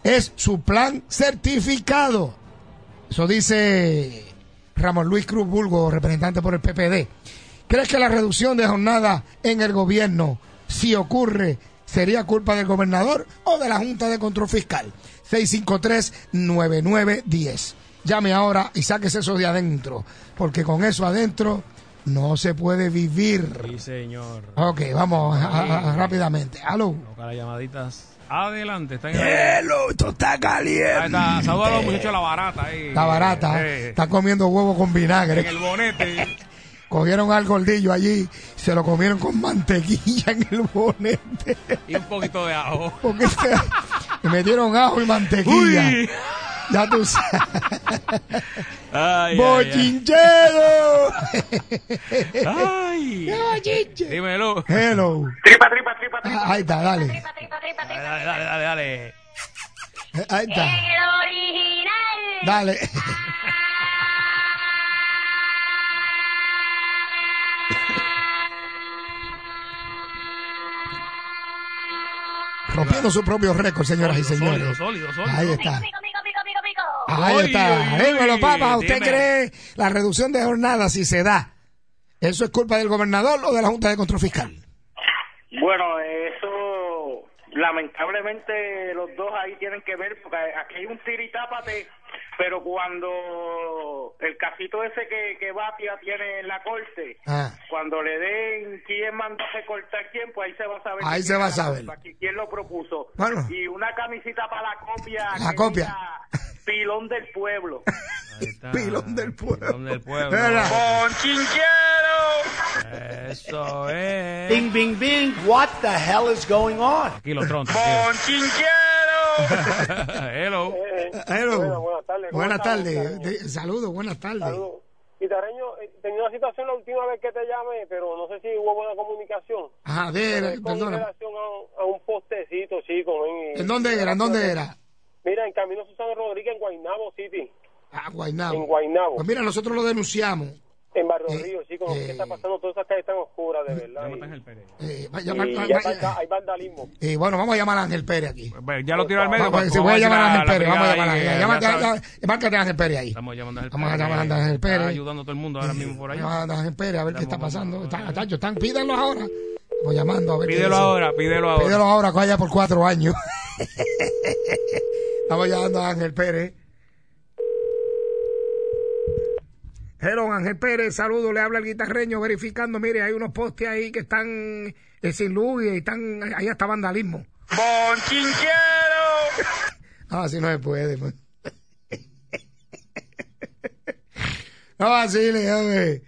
Speaker 9: es su plan certificado. Eso dice Ramón Luis Cruz Bulgo, representante por el PPD. ¿Crees que la reducción de jornada en el gobierno, si ocurre, sería culpa del gobernador o de la Junta de Control Fiscal? 653-9910. Llame ahora y sáquese eso de adentro, porque con eso adentro no se puede vivir.
Speaker 5: Sí, señor.
Speaker 9: Ok, vamos a- a- a- rápidamente. Aló.
Speaker 5: Toca las llamaditas. Adelante, está en Hello, esto está
Speaker 9: caliente.
Speaker 5: Ahí está. Saludos a los muchachos de la barata ahí.
Speaker 9: Está barata,
Speaker 5: Eh,
Speaker 9: está comiendo huevo con vinagre.
Speaker 5: En el bonete.
Speaker 9: Cogieron al gordillo allí, se lo comieron con mantequilla en el bonete.
Speaker 5: y un poquito de ajo.
Speaker 9: Porque se- le metieron ajo y mantequilla. Ya tú sabes.
Speaker 5: Ay, ay,
Speaker 9: ¡Bochinchero!
Speaker 5: Ay.
Speaker 9: ¡Qué bochinche!
Speaker 5: Dímelo.
Speaker 9: Hello.
Speaker 5: Tripa, tripa, tripa,
Speaker 9: Ah, Ahí está, dale.
Speaker 5: Dale, dale, dale, dale, dale.
Speaker 9: Eh, Ahí está. Dale. Rompiendo su propio récord, señoras y señores.
Speaker 5: Sólido, sólido.
Speaker 9: Ahí está.
Speaker 5: Oy,
Speaker 9: Ahí está.
Speaker 5: oy,
Speaker 9: Dímelo,
Speaker 5: oy,
Speaker 9: papá. ¿Usted
Speaker 5: dime.
Speaker 9: cree la reducción de jornada si se da? ¿Eso es culpa del gobernador o de la Junta de Control Fiscal?
Speaker 10: Bueno, eso lamentablemente los dos ahí tienen que ver, porque aquí hay un tiritápate, pero cuando el casito ese que, que Batia tiene en la corte,
Speaker 9: Ah.
Speaker 10: cuando le den quién mandó a recortar quién, pues ahí se va a saber.
Speaker 9: Ahí
Speaker 10: quién
Speaker 9: se
Speaker 10: era
Speaker 9: va a
Speaker 10: la
Speaker 9: saber.
Speaker 10: culpa, qui- quién lo propuso.
Speaker 9: Bueno.
Speaker 10: Y una camisita para la copia.
Speaker 9: La
Speaker 10: que
Speaker 9: copia.
Speaker 10: diga, Pilón del pueblo.
Speaker 9: Pilón del pueblo.
Speaker 5: Pilón del pueblo.
Speaker 9: ¿Verdad?
Speaker 5: Eso es.
Speaker 16: Bing, bing, bing. What the hell is going on?
Speaker 5: Tranquilo, Tron. tranquilo. Hello.
Speaker 9: Hello.
Speaker 17: Bueno, buenas tardes. ¿Cómo
Speaker 9: Buenas
Speaker 17: estamos,
Speaker 9: tardes.
Speaker 17: Carlos?
Speaker 9: De- Saludos, buenas tardes.
Speaker 17: Saludos. Guitarreño, eh, tenía una situación la última vez que te llamé, pero no sé si hubo buena comunicación.
Speaker 9: Ajá, Ah, de-
Speaker 17: Pero es con
Speaker 9: perdona.
Speaker 17: relación a un, a un postecito, chico. ven, y-
Speaker 9: ¿En dónde era? ¿En dónde era?
Speaker 17: Mira, en camino a Susana Rodríguez, en Guaynabo City,
Speaker 9: Ah, Guaynabo.
Speaker 17: En Guaynabo.
Speaker 9: Pues mira, nosotros lo denunciamos.
Speaker 17: en Barrio Río, chico. ¿Qué está pasando? Todas esas calles están oscuras, de verdad.
Speaker 9: Eh, va-
Speaker 17: Y-
Speaker 9: ya va-
Speaker 17: y
Speaker 9: va-
Speaker 17: hay
Speaker 9: va-
Speaker 17: vanda- hay vandalismo.
Speaker 9: eh, bueno, vamos a llamar a Ángel Pérez aquí.
Speaker 5: Ya lo tiro al medio.
Speaker 9: Vamos,
Speaker 5: pues,
Speaker 9: si voy a llamar a
Speaker 5: decir
Speaker 9: Ángel Pérez, vamos a
Speaker 5: brigada
Speaker 9: llamar a
Speaker 5: ahí,
Speaker 9: Ángel.
Speaker 5: eh,
Speaker 9: Llama-
Speaker 5: ya
Speaker 9: ya-
Speaker 5: sabes.
Speaker 9: ya- márcate a Ángel Pérez ahí.
Speaker 5: Estamos llamando a Ángel
Speaker 9: Vamos a
Speaker 5: Pérez.
Speaker 9: llamar a Ángel Pérez.
Speaker 5: Está ayudando a todo el mundo ahora mismo por ahí.
Speaker 9: Vamos a llamar a Ángel Pérez a ver qué está pasando. Está, chacho, están, pídanlos ahora. Estamos llamando a ver. qué
Speaker 5: Pídelo
Speaker 9: dice.
Speaker 5: ahora, pídelo ahora.
Speaker 9: Pídelo ahora, vaya por cuatro años. Estamos llamando a Ángel Pérez. Hello, Ángel Pérez, saludo, le habla el guitarreño verificando, mire, hay unos postes ahí que están eh, sin luz y están, ahí hasta vandalismo. No, así no se puede. pues. No vacile, hombre.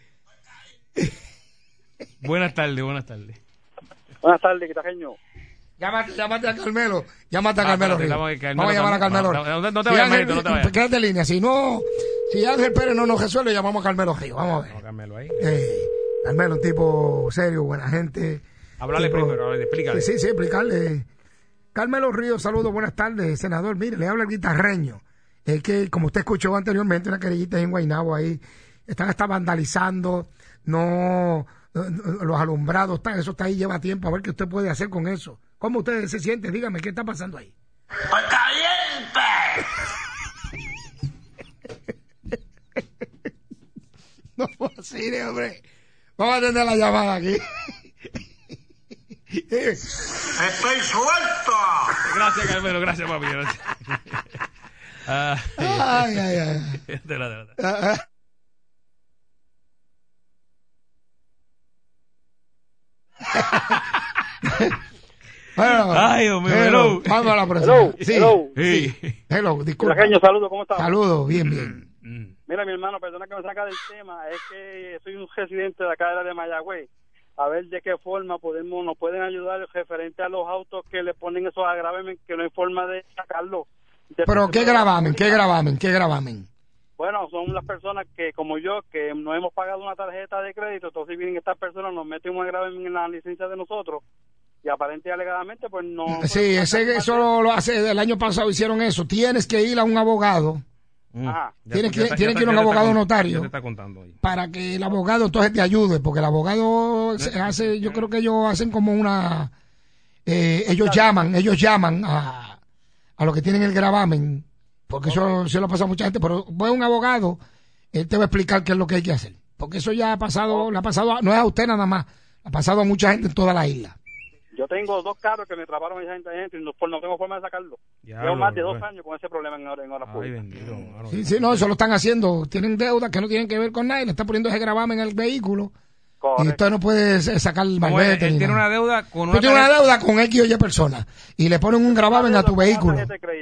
Speaker 5: Buenas tardes, buenas tardes.
Speaker 9: Buenas tardes, guitarreño. Llámate, llámate a Carmelo. Llámate a
Speaker 5: Ah,
Speaker 9: Carmelo.
Speaker 5: espérate,
Speaker 9: Ríos.
Speaker 5: estamos aquí, Carmelo
Speaker 9: Vamos a llamar a
Speaker 5: también.
Speaker 9: Carmelo.
Speaker 5: No, no, no, no te
Speaker 9: Si
Speaker 5: vayas,
Speaker 9: Ángel-
Speaker 5: Marito, no te vayas.
Speaker 9: Quédate en línea. Si no, si Ángel Pérez no nos resuelve, llamamos a Carmelo Ríos. Vamos a ver.
Speaker 5: Carmelo ahí.
Speaker 9: Eh, Carmelo, un tipo serio, buena gente.
Speaker 5: Háblale
Speaker 9: Tipo-
Speaker 5: primero, háblale, explícale.
Speaker 9: Sí, sí, explicarle. Carmelo Ríos, saludos, buenas tardes, senador. Mire, le habla el guitarreño. Es que, como usted escuchó anteriormente, una querellita en Guaynabo ahí, están hasta vandalizando, no, no, no, los alumbrados, está- eso está ahí, lleva tiempo, a ver qué usted puede hacer con eso. ¿Cómo usted se siente? Dígame, ¿qué está pasando ahí? No así, hombre. Vamos a tener la llamada aquí.
Speaker 5: Eh.
Speaker 18: ¡Estoy suelto!
Speaker 5: Gracias, Carmelo, gracias, papi. gracias. Ah,
Speaker 9: Ay, ay, ay.
Speaker 5: De la, de la.
Speaker 9: Ah, ah. Bueno,
Speaker 5: Ay, Dios mío, hello.
Speaker 9: Vamos a la próxima.
Speaker 5: Hello,
Speaker 9: sí,
Speaker 5: hello.
Speaker 9: sí. Hello, disculpa.
Speaker 19: Lajeño, saludos, ¿cómo estás?
Speaker 9: Saludos, bien, bien.
Speaker 19: Mira, mi hermano, perdona que me saca del tema, es que soy un residente de acá de la de Mayagüez. A ver de qué forma podemos nos pueden ayudar referente a los autos que le ponen esos agravemen que no hay forma de sacarlo. De-
Speaker 9: Pero qué gravamen, qué gravamen, qué gravamen.
Speaker 19: Bueno, son las personas que, como yo, que no hemos pagado una tarjeta de crédito, entonces vienen estas personas, nos meten un agravemen en la licencia de nosotros y aparentemente alegadamente pues no...
Speaker 9: Sí, ese, eso lo, lo hace, el año pasado hicieron eso. Tienes que ir a un abogado
Speaker 19: Ajá.
Speaker 9: Tiene que-
Speaker 5: Mm. Ya está-
Speaker 9: tiene
Speaker 5: ya
Speaker 9: que ir
Speaker 5: está-
Speaker 9: un
Speaker 5: ya te
Speaker 9: abogado
Speaker 5: está con-
Speaker 9: notario.
Speaker 5: ya te está contando ahí.
Speaker 9: para que el abogado entonces te ayude, porque el abogado se hace, yo creo que ellos hacen como una, eh, ellos llaman, ellos llaman a, a los que tienen el gravamen, porque eso se lo pasa a mucha gente, pero voy a un abogado, él te va a explicar qué es lo que hay que hacer, porque eso ya ha pasado, le ha pasado, a- no es a usted nada más, ha pasado a mucha gente en toda la isla.
Speaker 19: Yo tengo dos carros que me trabaron esa gente adentro y no, por- no tengo forma de sacarlo.
Speaker 9: Diablo,
Speaker 19: Llevo más de dos
Speaker 9: bueno.
Speaker 19: años con ese problema en, hora- en horas públicas.
Speaker 9: Sí, sí, no, eso lo están haciendo, tienen deudas que no tienen que ver con nadie, le están poniendo ese gravamen al vehículo. Y usted no puede eh, sacar el
Speaker 5: Como él,
Speaker 9: malvete.
Speaker 5: Pues, él
Speaker 9: ni
Speaker 5: tiene
Speaker 9: nada.
Speaker 5: una deuda con
Speaker 9: Tú
Speaker 5: una.
Speaker 9: tienes una
Speaker 5: tarjeta-
Speaker 9: deuda con X o Y persona y le ponen un gravamen a tu vehículo.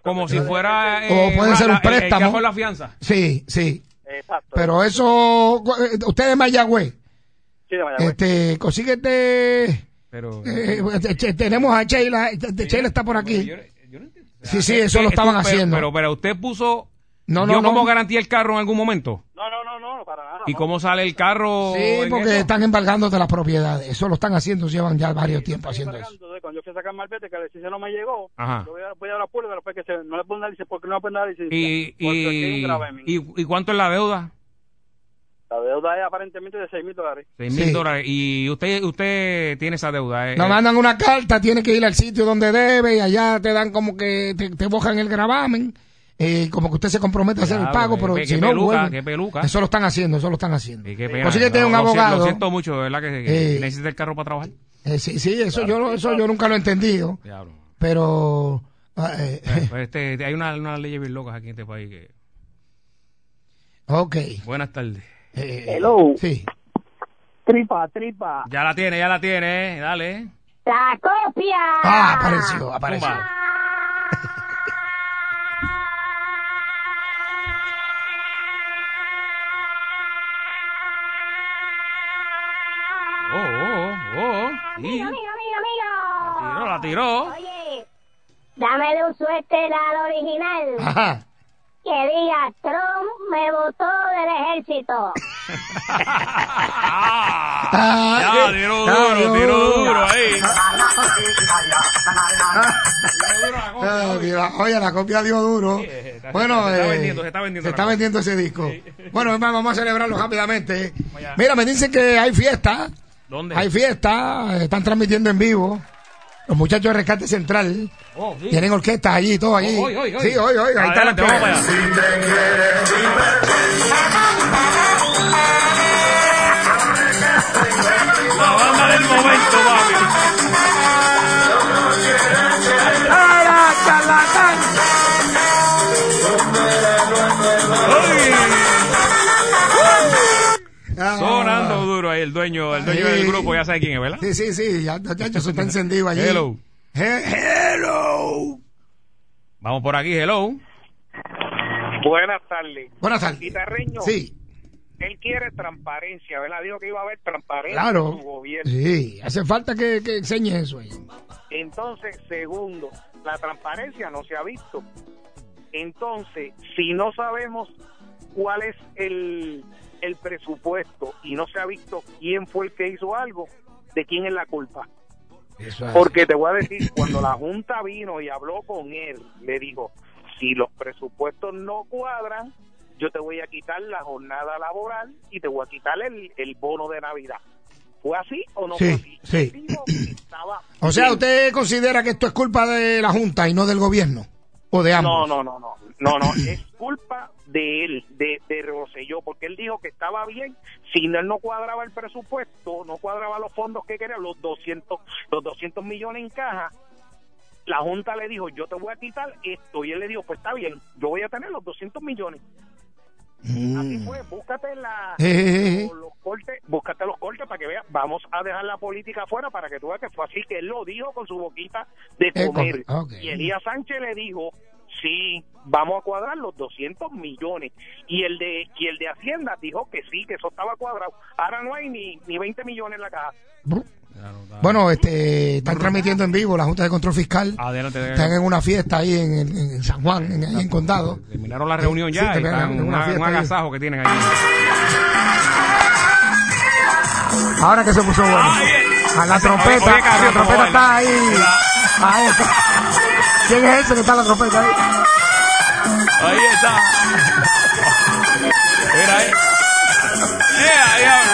Speaker 5: Como si fuera.
Speaker 9: O puede ser un
Speaker 5: la- Eh, el- el que
Speaker 9: préstamo.
Speaker 5: fue la fianza.
Speaker 9: Sí, sí. Pero eso, eh, usted es Mayagüez.
Speaker 19: Sí, de Mayagüez.
Speaker 9: Este, consíguete.
Speaker 5: Pero.
Speaker 9: eh, eh, tenemos a Sheila. eh, Sheila está por aquí. Sí, sí, eso lo
Speaker 5: Es tu-
Speaker 9: estaban
Speaker 5: Este, pero-
Speaker 9: haciendo.
Speaker 5: Pero, pero usted puso.
Speaker 9: No, no,
Speaker 5: ¿Dio
Speaker 9: no.
Speaker 5: como garantía el carro en algún momento? No, no, no, para nada. ¿Y cómo sale el carro?
Speaker 9: Sí,
Speaker 5: Oh, en
Speaker 9: porque
Speaker 5: eso?
Speaker 9: están embargándote las propiedades. Eso lo están haciendo, llevan ya varios tiempos haciendo eso.
Speaker 19: Entonces, cuando yo fui a sacar malvete, que la licencia no me llegó,
Speaker 9: Ajá.
Speaker 19: yo voy a, voy a la puerta, después que se, no le ponen la licencia, porque no le ponen la licencia?
Speaker 5: Y,
Speaker 19: Porque aquí hay un
Speaker 5: y,
Speaker 19: gravamen.
Speaker 5: y- ¿y cuánto es la deuda?
Speaker 19: La deuda es aparentemente de 6 mil dólares.
Speaker 5: Seis mil dólares. Y usted, usted tiene esa deuda. eh,
Speaker 9: Nos
Speaker 5: eh,
Speaker 9: mandan una carta, tiene que ir al sitio donde debe y allá te dan como que te, te bojan el gravamen. eh, como que usted se compromete a hacer el
Speaker 5: Claro,
Speaker 9: pago,
Speaker 5: qué-
Speaker 9: pero
Speaker 5: qué
Speaker 9: si no,
Speaker 5: peluca,
Speaker 9: vuelve.
Speaker 5: qué peluca.
Speaker 9: Eso lo están haciendo, eso lo están haciendo.
Speaker 5: qué pena.
Speaker 9: Consíguete
Speaker 5: No,
Speaker 9: un
Speaker 5: lo siento-
Speaker 9: abogado.
Speaker 5: Lo siento mucho, ¿verdad? Que, que
Speaker 9: Eh.
Speaker 5: necesita el carro para trabajar.
Speaker 9: Eh, sí, sí, eso, yo, lo- eso yo nunca lo he entendido. Pero. ah, eh,
Speaker 5: Eh, pues este, hay una, una ley bien locas aquí en este país. Que...
Speaker 9: ok.
Speaker 5: Buenas tardes.
Speaker 9: Hello. Sí.
Speaker 20: Tripa, tripa.
Speaker 5: Ya la tiene, ya la tiene. eh, Dale.
Speaker 20: La copia.
Speaker 9: Ah, apareció, apareció.
Speaker 5: Oh, oh, oh. Sí.
Speaker 20: Amigo, amigo, amigo, amigo.
Speaker 5: La tiró, la tiró.
Speaker 20: Ah, Oye, dámele un suéter al original.
Speaker 5: Ajá.
Speaker 20: Que diga, Trump me votó del ejército.
Speaker 5: Ya, tiró duro, tiró duro ahí.
Speaker 9: Ah, mira, oye, la copia dio duro.
Speaker 5: está-
Speaker 9: Bueno,
Speaker 5: se está
Speaker 9: eh,
Speaker 5: vendiendo, se está vendiendo
Speaker 9: se
Speaker 5: la
Speaker 9: está
Speaker 5: copia.
Speaker 9: vendiendo ese disco. Bueno, hermano, vamos a celebrarlo rápidamente.
Speaker 5: allá.
Speaker 9: Mira, me dicen que hay fiesta.
Speaker 5: ¿Dónde?
Speaker 9: Hay fiesta, están transmitiendo en vivo. Los muchachos de Rescate Central
Speaker 5: Oh, sí.
Speaker 9: tienen orquestas allí, todo allí.
Speaker 5: Hoy, hoy, hoy.
Speaker 9: Sí, hoy, hoy. Ahí está la
Speaker 5: Adelante, vamos para allá. La banda del momento, papi.
Speaker 9: Ah.
Speaker 5: Sonando duro ahí el dueño, el dueño
Speaker 9: Sí.
Speaker 5: del grupo, ya sabe quién es, ¿verdad?
Speaker 9: Sí, sí, sí, ya, ya, ya, eso está encendido allí.
Speaker 5: Hello.
Speaker 9: He- hello.
Speaker 5: Vamos por aquí, hello.
Speaker 13: Buenas tardes.
Speaker 9: Buenas tardes.
Speaker 13: Guitarreño.
Speaker 9: Sí.
Speaker 13: Él quiere transparencia, ¿verdad? Dijo que iba a haber transparencia en
Speaker 9: Claro.
Speaker 13: su gobierno.
Speaker 9: Sí, hace falta que, que enseñes eso ahí.
Speaker 13: Entonces, segundo, la transparencia no se ha visto. Entonces, si no sabemos cuál es el, el presupuesto y no se ha visto quién fue el que hizo algo, ¿de quién es la culpa?
Speaker 9: Ah.
Speaker 13: Porque te voy a decir, cuando la Junta vino y habló con él, le dijo, si los presupuestos no cuadran, yo te voy a quitar la jornada laboral y te voy a quitar el, el bono de Navidad. ¿Fue así o no fue así?
Speaker 9: Sí, sí. O sea, ¿usted considera que esto es culpa de la Junta y no del gobierno? ¿O de ambos?
Speaker 13: No, no, no, no, no, no, es culpa de él, de, de Rosselló, porque él dijo que estaba bien, si no, él no cuadraba el presupuesto, no cuadraba los fondos que quería, los 200, los 200 millones en caja, la Junta le dijo, yo te voy a quitar esto, y él le dijo, pues está bien, yo voy a tener los 200 millones. Así fue, búscate la...
Speaker 9: Mm. Eh, eh, eh.
Speaker 13: los cortes, búscate los cortes para que veas, vamos a dejar la política afuera para que tú veas que fue así, que él lo dijo con su boquita de
Speaker 9: Eh,
Speaker 13: comer.
Speaker 9: con- ok.
Speaker 13: Y Elías Sánchez le dijo, sí, vamos a cuadrar los 200 millones. Y el de y el de Hacienda dijo que sí, que eso estaba cuadrado. Ahora no hay ni, ni 20 millones en la caja.
Speaker 9: Bueno, este, están transmitiendo en vivo la Junta de Control Fiscal.
Speaker 5: Adelante.
Speaker 9: Están en una fiesta ahí en, en- en San Juan, en, ahí en Condado.
Speaker 5: Terminaron la reunión ya.
Speaker 9: Sí,
Speaker 5: y
Speaker 9: terminaron una
Speaker 5: están una- un
Speaker 9: fiesta ahí.
Speaker 5: agasajo que tienen ahí.
Speaker 9: Ahora que se puso bueno. A la trompeta,
Speaker 5: eh. Oye, Carlos,
Speaker 9: la trompeta
Speaker 5: ¿cómo
Speaker 9: está
Speaker 5: baila?
Speaker 9: ahí. Ahí está. ¿Quién es ese que está en la trompeta ahí?
Speaker 5: Ahí está. Mira ahí. ¡Ea, diablo!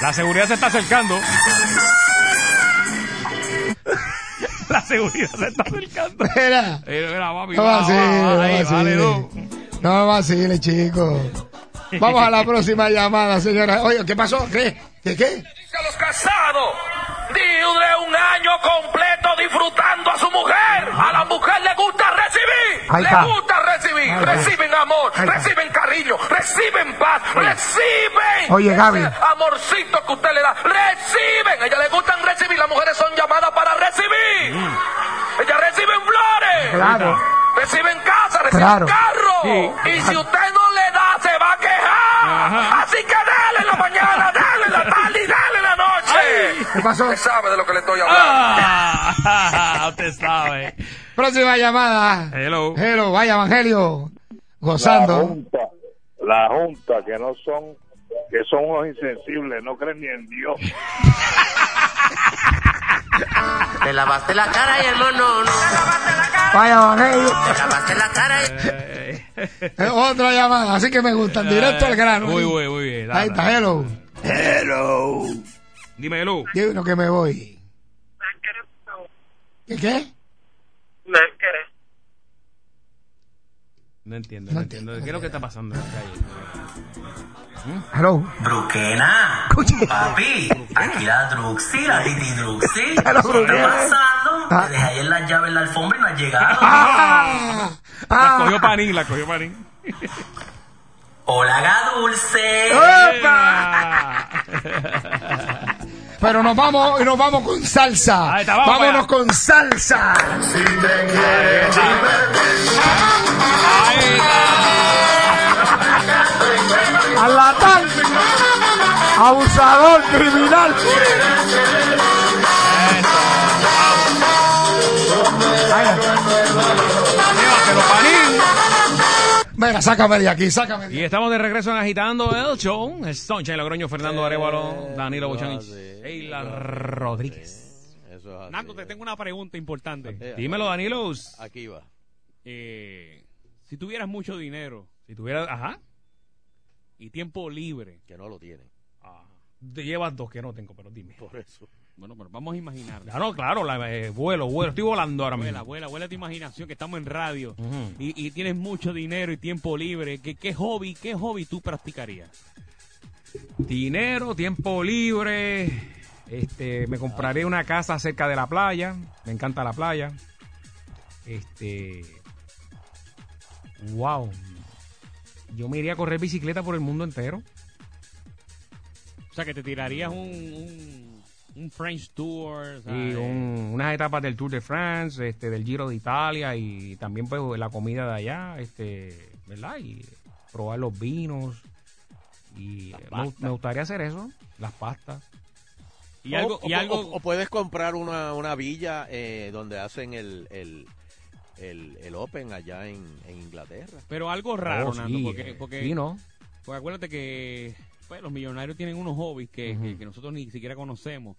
Speaker 5: La seguridad se está acercando. La seguridad se está acercando.
Speaker 9: Mira.
Speaker 5: Mira, Eh, mira, papi,
Speaker 9: No
Speaker 5: va, va, va,
Speaker 9: vacile,
Speaker 5: ahí,
Speaker 9: no
Speaker 5: dale, tú.
Speaker 9: vacile. No vacile, chicos. Vamos a la próxima llamada, señora. Oye, ¿qué pasó? ¿Qué? ¿Qué? ¿Qué?
Speaker 1: a los casados. Dile un año completo disfrutando a su mujer. A la mujer le gusta recibir.
Speaker 21: Ahí
Speaker 1: le
Speaker 21: está.
Speaker 1: gusta recibir.
Speaker 21: Ahí está.
Speaker 1: reciben amor,
Speaker 21: Ahí está.
Speaker 1: reciben cariño, reciben paz, reciben.
Speaker 21: Oye, Gaby.
Speaker 1: Ese amorcito que usted le da, reciben. A ella le gustan recibir. Las mujeres son llamadas para recibir. Ellas reciben flores.
Speaker 21: Claro.
Speaker 1: Reciben casa, reciben
Speaker 21: Claro.
Speaker 1: carro.
Speaker 21: Sí.
Speaker 1: Y si usted no le da, se va a quejar. Así que dale en la mañana, dale en la tarde y dale en la noche.
Speaker 9: ¿Qué pasó?
Speaker 1: Usted sabe de lo que le estoy hablando.
Speaker 5: Ah, usted sabe.
Speaker 9: Próxima llamada.
Speaker 5: Hello.
Speaker 9: Hello, vaya Evangelio.
Speaker 22: La
Speaker 9: Gozando.
Speaker 22: junta, la junta, que no son, que son unos insensibles, no creen ni en Dios.
Speaker 23: Te lavaste la cara, ay, hermano. No.
Speaker 9: Vaya Evangelio.
Speaker 23: Te lavaste la cara.
Speaker 9: Es otra llamada, así que me gustan. Directo al grano.
Speaker 5: Muy, muy, muy bien.
Speaker 9: Ahí está, hello. Hello.
Speaker 5: Dime, Lu.
Speaker 9: Dime que me voy. ¿Qué qué?
Speaker 5: No entiendo, no entiendo. ¿Qué es lo que está pasando en la
Speaker 9: Hello.
Speaker 23: Druquena. Papi. Aquí la Druxy, la Lady Druxy. ¿Qué
Speaker 9: Hello, Druquena.
Speaker 22: Ah.
Speaker 23: pasando? Te dejé ayer las llaves en la alfombra y no has
Speaker 22: Ah.
Speaker 23: llegado.
Speaker 5: La
Speaker 9: Ah.
Speaker 5: cogió Panín, la cogió Panín.
Speaker 23: Hola, Gadulce.
Speaker 9: Pero nos vamos y nos vamos con salsa.
Speaker 23: vamos
Speaker 9: Vámonos con salsa.
Speaker 22: A la tal, abusador criminal.
Speaker 9: Venga, sácame de aquí, sácame.
Speaker 5: Y estamos de regreso en Agitando el Show. El Sunshine Logroño, Fernando Arevalo, Danilo Bochán y Sheila Rodríguez.
Speaker 2: Eso es así. eh.
Speaker 3: Nando, te tengo una pregunta importante.
Speaker 5: Dímelo, Danilo.
Speaker 2: Aquí va.
Speaker 3: Eh, si tuvieras mucho dinero.
Speaker 5: Si tuvieras, ajá.
Speaker 3: Y tiempo libre. Ah,
Speaker 2: Que no lo tienen.
Speaker 5: Te llevas dos que no tengo, pero dime.
Speaker 2: Por eso.
Speaker 3: Bueno, pero vamos a imaginar.
Speaker 5: Ah, no, claro, la- eh, vuelo, vuelo. Estoy volando ahora
Speaker 3: Abuela,
Speaker 5: mismo.
Speaker 3: abuela, abuela tu imaginación que estamos en radio
Speaker 5: Ujú.
Speaker 3: y, y tienes mucho dinero y tiempo libre. ¿Qué, qué hobby, qué hobby tú practicarías?
Speaker 5: Dinero, tiempo libre. Este, me compraré una casa cerca de la playa. Me encanta la playa. Este. Wow. yo me iría a correr bicicleta por el mundo entero.
Speaker 3: O sea, que te tirarías un, un, un French Tour. eh,
Speaker 5: Y
Speaker 3: ¿sabes?
Speaker 5: un- unas etapas del Tour de France, este, del Giro de Italia y también pues la comida de allá, este, ¿verdad? Y probar los vinos. Y me, gu- me gustaría hacer eso, las pastas.
Speaker 3: Y algo- y algo-
Speaker 2: o- o puedes comprar una, una villa eh, donde hacen el, el, el, el Open allá en, en Inglaterra.
Speaker 3: Pero algo raro,
Speaker 5: Oh, sí,
Speaker 3: Nando, porque,
Speaker 5: eh,
Speaker 3: porque,
Speaker 5: sí, ¿no?
Speaker 3: porque acuérdate que pues, los millonarios tienen unos hobbies que, que- que nosotros ni siquiera conocemos,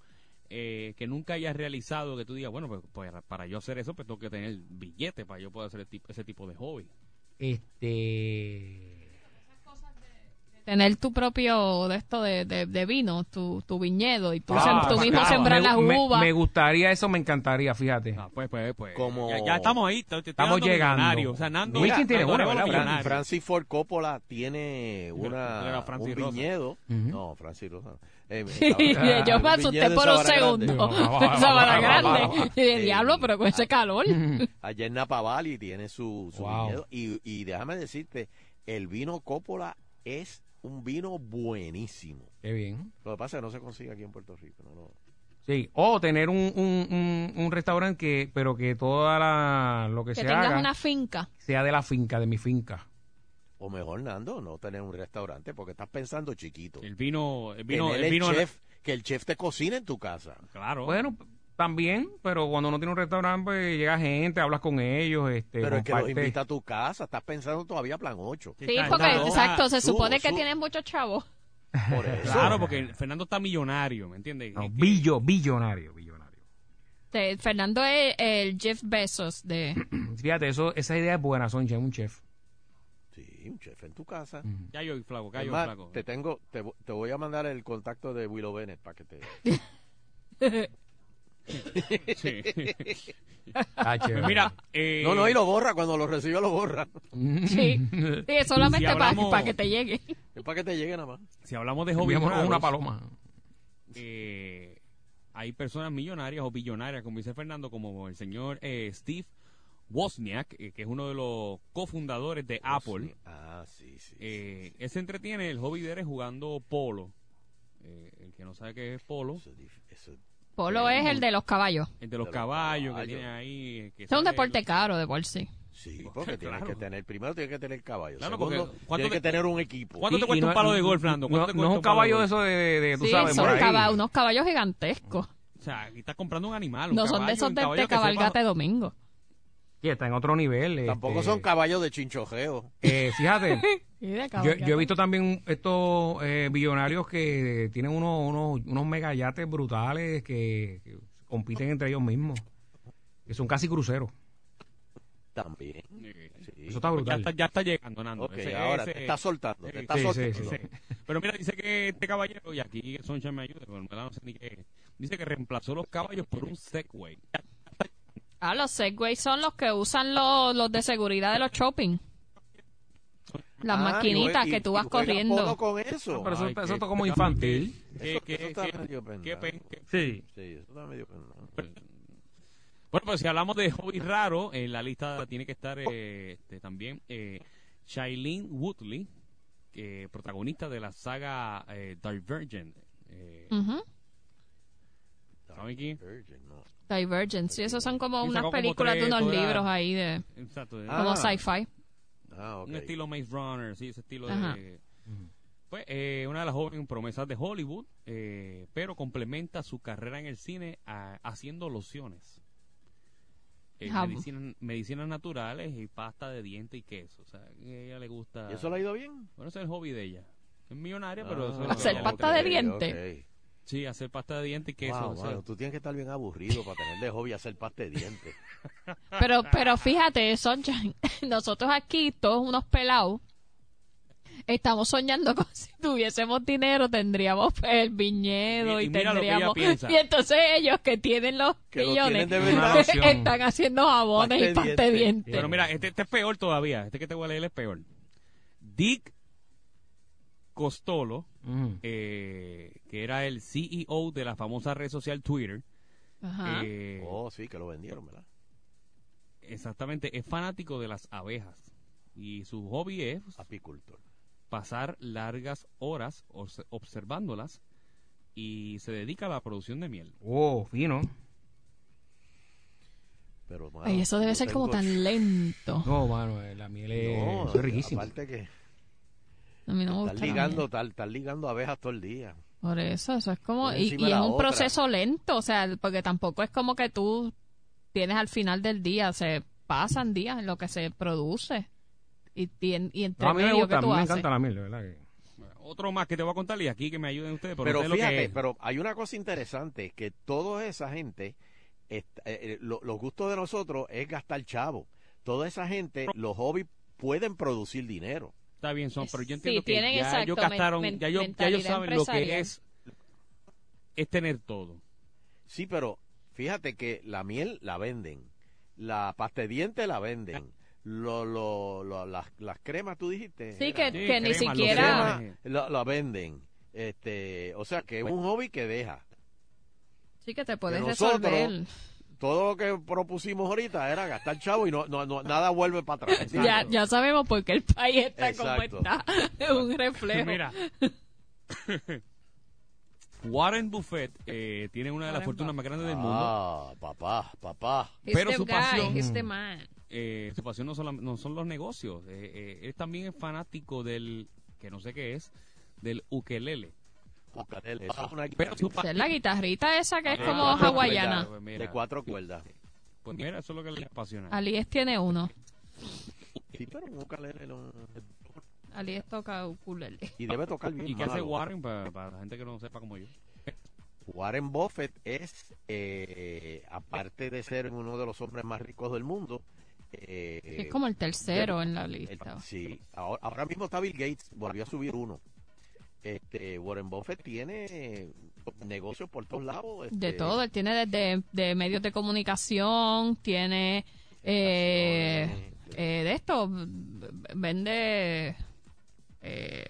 Speaker 3: eh, que nunca hayas realizado, que tú digas, bueno, pues, pues, para, yo hacer eso, pues tengo que tener billete para yo poder hacer el tipo- ese tipo de hobby.
Speaker 5: Este.
Speaker 6: Tener tu propio de esto de, de- de vino, tu, tu viñedo, y tú,
Speaker 5: Ah,
Speaker 6: sem- tú mismo
Speaker 5: claro.
Speaker 6: sembrar
Speaker 5: Me-
Speaker 6: las
Speaker 5: me-
Speaker 6: uvas.
Speaker 5: Me, gustaría, eso me encantaría, fíjate.
Speaker 3: pues, pues, pues.
Speaker 2: Como-
Speaker 3: Ya, ya estamos ahí, te- te estoy
Speaker 5: Estamos
Speaker 3: dando
Speaker 5: llegando.
Speaker 3: millonario. O sea, Nando-
Speaker 5: Wilkin
Speaker 3: Mira,
Speaker 5: tiene
Speaker 3: Nando
Speaker 5: una,
Speaker 3: Arevalo
Speaker 5: ¿verdad?
Speaker 2: Fran-
Speaker 5: Fran?
Speaker 2: Francis Ford Coppola tiene una,
Speaker 3: era Francis
Speaker 2: un
Speaker 3: Rosa.
Speaker 2: viñedo.
Speaker 3: Ujú.
Speaker 2: No, Francis Rosa. no. Eh,
Speaker 5: Ah,
Speaker 6: Yo me
Speaker 2: un viñedo
Speaker 6: asusté
Speaker 2: en
Speaker 6: por un
Speaker 2: Sabana Grande.
Speaker 6: segundo. Sabana Grande. Y de diablo, pero con ese calor.
Speaker 2: Allá en Napa Valley tiene su, su
Speaker 5: Wow.
Speaker 2: viñedo. Y, y déjame decirte, el vino Coppola es un vino buenísimo.
Speaker 5: Qué bien.
Speaker 2: Lo que pasa es que no se consigue aquí en Puerto Rico. No, lo-
Speaker 5: Sí, o tener un, un, un, un restaurante que, pero que toda la, lo que,
Speaker 6: Que
Speaker 5: se
Speaker 6: tengas
Speaker 5: haga
Speaker 6: una
Speaker 2: Ah,
Speaker 6: finca.
Speaker 5: sea de la finca, de mi finca.
Speaker 2: O mejor, Nando, no tener un restaurante porque estás pensando chiquito.
Speaker 3: El vino, el vino,
Speaker 2: Tener
Speaker 3: el
Speaker 2: el
Speaker 3: vino.
Speaker 2: chef, que el chef te cocine en tu casa.
Speaker 3: Claro.
Speaker 5: Bueno, también, pero cuando no tiene un restaurante, pues, llega gente, hablas con ellos, este,
Speaker 2: Pero es que los
Speaker 5: compartes.
Speaker 2: invita a tu casa. Estás pensando todavía plan 8.
Speaker 6: Sí, porque exacto, se supone que tienes muchos chavos.
Speaker 3: Claro, porque Fernando está millonario, ¿me entiendes? Eh,
Speaker 5: No, billo, billonario, billonario.
Speaker 6: Te- Fernando es el Jeff Bezos de...
Speaker 5: Fíjate, eso, esa idea es buena, Sonja, un chef.
Speaker 2: Sí, un chef en tu casa.
Speaker 3: Ya yo flaco,
Speaker 2: Es
Speaker 3: callo
Speaker 2: más,
Speaker 3: flaco.
Speaker 2: Te, tengo, te, vo- te voy a mandar el contacto de Willow Bennett para que te...
Speaker 3: Sí.
Speaker 5: chévere.
Speaker 3: Pues mira, eh,
Speaker 2: No, no, y lo borra. Cuando lo recibe, lo borra.
Speaker 6: Sí, sí, es solamente
Speaker 3: Si
Speaker 6: para
Speaker 3: hablamos-
Speaker 6: que te llegue.
Speaker 2: Es para que te llegue nada más.
Speaker 3: Si hablamos de hobby,
Speaker 5: Enviamos
Speaker 3: raros,
Speaker 5: una paloma.
Speaker 3: eh, hay personas millonarias o billonarias, como dice Fernando, como el señor eh, Steve Wozniak, eh, que es uno de los cofundadores de Apple.
Speaker 2: Ah, sí, sí.
Speaker 3: Eh, Él se entretiene, el hobby de él es jugando polo. Eh, el que no sabe qué es polo.
Speaker 6: Polo es el de los caballos.
Speaker 3: El de los caballos que tiene ahí. eh, que
Speaker 6: Es un
Speaker 3: sale-
Speaker 6: deporte caro de por sí.
Speaker 2: Sí, porque tienes
Speaker 3: Claro.
Speaker 2: que tener... Primero tienes que tener caballo.
Speaker 3: Claro,
Speaker 2: segundo,
Speaker 3: porque ¿cuánto
Speaker 2: tienes
Speaker 3: te-
Speaker 2: que tener un equipo.
Speaker 3: ¿Cuánto
Speaker 5: Y-
Speaker 3: te
Speaker 5: y
Speaker 3: cuesta
Speaker 5: no-
Speaker 3: un palo de golf, Fernando?
Speaker 5: No,
Speaker 3: ¿Cuánto te
Speaker 5: no es
Speaker 3: cuesta
Speaker 5: un
Speaker 3: palo de
Speaker 5: caballo de
Speaker 3: golf?
Speaker 5: eso de, de- de- tú
Speaker 6: Sí,
Speaker 5: sabes,
Speaker 6: son
Speaker 5: por ahí.
Speaker 6: caba- unos caballos gigantescos.
Speaker 3: O sea, aquí estás comprando un animal. un
Speaker 6: No son de
Speaker 3: caballo,
Speaker 6: esos
Speaker 3: un
Speaker 6: de,
Speaker 3: caballo
Speaker 6: de
Speaker 3: que sepa-
Speaker 6: cabalgata de domingo.
Speaker 5: Sí, está en otro nivel.
Speaker 2: Tampoco
Speaker 5: este,
Speaker 2: son caballos de chinchojeo.
Speaker 5: eh, fíjate,
Speaker 6: Y de
Speaker 5: yo,
Speaker 6: cabalgata.
Speaker 5: yo he visto también estos eh, billonarios que tienen unos, unos, unos megayates brutales que, que compiten entre ellos mismos. Que son casi cruceros.
Speaker 2: También. Sí.
Speaker 5: Eso está brutal.
Speaker 3: Pues Ya está, ya está llegando, Nando.
Speaker 2: Ok, ahora te está soltando, te está soltando.
Speaker 3: Pero mira, dice que este caballero, y aquí Soncha me ayuda, pero en verdad no sé ni qué es. Dice que reemplazó los caballos por un Segway.
Speaker 6: Ah, los Segway son los que usan los, los de seguridad de los shopping. Las
Speaker 2: Ah,
Speaker 6: maquinitas
Speaker 2: y-
Speaker 6: que tú vas
Speaker 2: y juegas
Speaker 6: corriendo.
Speaker 2: polo con eso.
Speaker 5: Ah, pero eso- Ay, eso qué- está como infantil.
Speaker 3: Qué-
Speaker 2: Eso,
Speaker 3: qué-
Speaker 2: eso está
Speaker 3: qué-
Speaker 2: medio
Speaker 3: qué
Speaker 2: pendado.
Speaker 3: pen- qué-
Speaker 5: Sí.
Speaker 2: Sí, eso está medio pendado.
Speaker 3: Bueno, pues si hablamos de hobby raro, en la lista tiene que estar eh, este, también eh, Shailene Woodley, que protagonista de la saga eh, Divergent. Eh,
Speaker 6: Ujú.
Speaker 3: ¿Saben quién?
Speaker 6: Divergent. Sí, esos son como
Speaker 3: Sí,
Speaker 6: unas
Speaker 3: sacó como
Speaker 6: películas
Speaker 3: tres,
Speaker 6: de unos
Speaker 3: toda-
Speaker 6: libros ahí de...
Speaker 3: Exacto.
Speaker 6: Como
Speaker 3: Ah.
Speaker 6: sci-fi.
Speaker 2: Ah, ok.
Speaker 3: Un estilo Maze Runner, sí, ese estilo
Speaker 6: Ajá.
Speaker 3: de... Pues eh, una de las jóvenes promesas de Hollywood, eh, pero complementa su carrera en el cine ah, haciendo lociones. Eh,
Speaker 6: Ah.
Speaker 3: medicinas, medicinas naturales y pasta de diente y queso. O sea, a ella le gusta...
Speaker 2: ¿Y eso le ha ido bien?
Speaker 3: Bueno, ese es el hobby de ella. Es millonaria, pero...
Speaker 2: Ah,
Speaker 3: eso es lo que
Speaker 6: Hacer
Speaker 3: ella le
Speaker 6: pasta
Speaker 3: gusta.
Speaker 6: de diente.
Speaker 3: Sí, hacer pasta de diente y queso.
Speaker 2: Wow,
Speaker 3: o sea,
Speaker 2: mano, tú tienes que estar bien aburrido para tener de hobby hacer pasta de dientes.
Speaker 6: Pero, pero fíjate, Sunshine, nosotros aquí, todos unos pelados, estamos soñando con si tuviésemos dinero, tendríamos el viñedo
Speaker 3: Y-
Speaker 6: y,
Speaker 3: y mira lo que ella
Speaker 6: tendríamos...
Speaker 3: piensa.
Speaker 6: Y entonces ellos que tienen los
Speaker 2: Que lo
Speaker 6: millones
Speaker 2: tienen de verdad.
Speaker 6: están haciendo jabones y pasta de diente.
Speaker 3: Pero mira, este, este es peor todavía. Este que te voy a leer es peor. Dick Costolo,
Speaker 2: Mm.
Speaker 3: eh, que era el CEO de la famosa red social Twitter,
Speaker 6: Ajá.
Speaker 3: eh,
Speaker 2: Oh, sí, que lo vendieron, ¿verdad?
Speaker 3: exactamente, es fanático de las abejas. Y su hobby es
Speaker 2: apicultor.
Speaker 3: pasar largas horas obs- observándolas y se dedica a la producción de miel.
Speaker 5: Oh, fino.
Speaker 2: Pero, mano,
Speaker 6: Ay, eso debe
Speaker 2: yo
Speaker 6: ser como
Speaker 2: tengo-
Speaker 6: tan lento.
Speaker 5: No, mano, eh, la miel es,
Speaker 2: No,
Speaker 5: eso es riquísima.
Speaker 2: Aparte que
Speaker 6: A mí no me gusta.
Speaker 2: estás
Speaker 6: la
Speaker 2: ligando,
Speaker 6: miel.
Speaker 2: tal, estás ligando abejas todo el día.
Speaker 6: Por eso, eso es como.
Speaker 2: Una
Speaker 6: Y,
Speaker 2: encima
Speaker 6: y
Speaker 2: de
Speaker 6: es
Speaker 2: la
Speaker 6: un
Speaker 2: otra.
Speaker 6: proceso lento, o sea, porque tampoco es como que tú tienes al final del día, se pasan días en lo que se produce. Y, tien- y entre
Speaker 5: No, a mí me
Speaker 6: medio que
Speaker 5: gusta, a mí
Speaker 6: tú
Speaker 5: me
Speaker 6: haces.
Speaker 5: encanta la miel, de verdad. que-
Speaker 3: Otro más que te voy a contar y aquí que me ayuden ustedes.
Speaker 2: Pero,
Speaker 3: ustedes lo que
Speaker 2: fíjate,
Speaker 3: es.
Speaker 2: pero hay una cosa interesante, que toda esa gente, est- eh, eh, lo- los gustos de nosotros es gastar chavo. Toda esa gente, los hobbies pueden producir dinero.
Speaker 3: Está bien, son, pero yo
Speaker 6: Sí,
Speaker 3: entiendo que
Speaker 6: tienen
Speaker 3: ya
Speaker 6: exacto,
Speaker 3: ellos
Speaker 6: men-
Speaker 3: gastaron,
Speaker 6: men-
Speaker 3: ya, ellos, ya ellos
Speaker 6: mentalidad
Speaker 3: saben lo que
Speaker 6: empresarial.
Speaker 3: es, es tener todo.
Speaker 2: Sí, pero fíjate que la miel la venden, la pasta de dientes la venden,
Speaker 3: Ah.
Speaker 2: lo, lo- lo- las, las cremas, tú dijiste.
Speaker 6: Sí,
Speaker 2: era.
Speaker 6: que- Sí, que ni cremas, lo siquiera-
Speaker 2: Crema, la, la venden. Este, o sea,
Speaker 3: Pues
Speaker 2: que es un hobby que deja.
Speaker 6: Sí, que te puedes
Speaker 2: nosotros-
Speaker 6: resolver.
Speaker 2: Todo lo que propusimos ahorita era gastar chavo y no, no, no- nada vuelve para atrás.
Speaker 6: Ya, ya sabemos por qué el país está como
Speaker 2: Exacto.
Speaker 6: está. Es un reflejo. Este
Speaker 3: Mira. Warren Buffett eh, tiene una de las fortunas más grandes del mundo,
Speaker 2: Ah, papá, papá.
Speaker 6: He's
Speaker 3: pero
Speaker 6: the
Speaker 3: su
Speaker 6: Este guy, este
Speaker 3: pasión,
Speaker 6: he's the man.
Speaker 3: eh, su pasión no, solam- no son los negocios. eh, eh, él también es fanático del, que no sé qué es, del ukelele.
Speaker 2: Ukelele, eso es una
Speaker 3: Pero su
Speaker 6: Esa
Speaker 3: pa-
Speaker 6: Es la guitarrita esa que es
Speaker 3: Ah,
Speaker 6: como
Speaker 3: cuatro
Speaker 6: hawaiana.
Speaker 3: cuerdas, pues mira.
Speaker 2: De cuatro cuerdas.
Speaker 3: Pues mira, eso es lo que le apasiona.
Speaker 6: Alies tiene uno.
Speaker 2: Sí, pero un ukelele no-
Speaker 6: Alies toca ukulele.
Speaker 2: Y debe tocar bien.
Speaker 3: ¿Y qué hace
Speaker 2: malo.
Speaker 3: Warren para, para la gente que no sepa como yo?
Speaker 2: Warren Buffett es, eh, aparte de ser uno de los hombres más ricos del mundo, eh,
Speaker 6: Es como el tercero en la lista.
Speaker 2: el- sí, ahora, ahora mismo está Bill Gates, volvió a subir uno. Este, Warren Buffett tiene negocios por todos lados.
Speaker 6: De
Speaker 2: este,
Speaker 6: todo, él tiene desde de medios de comunicación, tiene eh, eh, de esto, v- v- vende eh,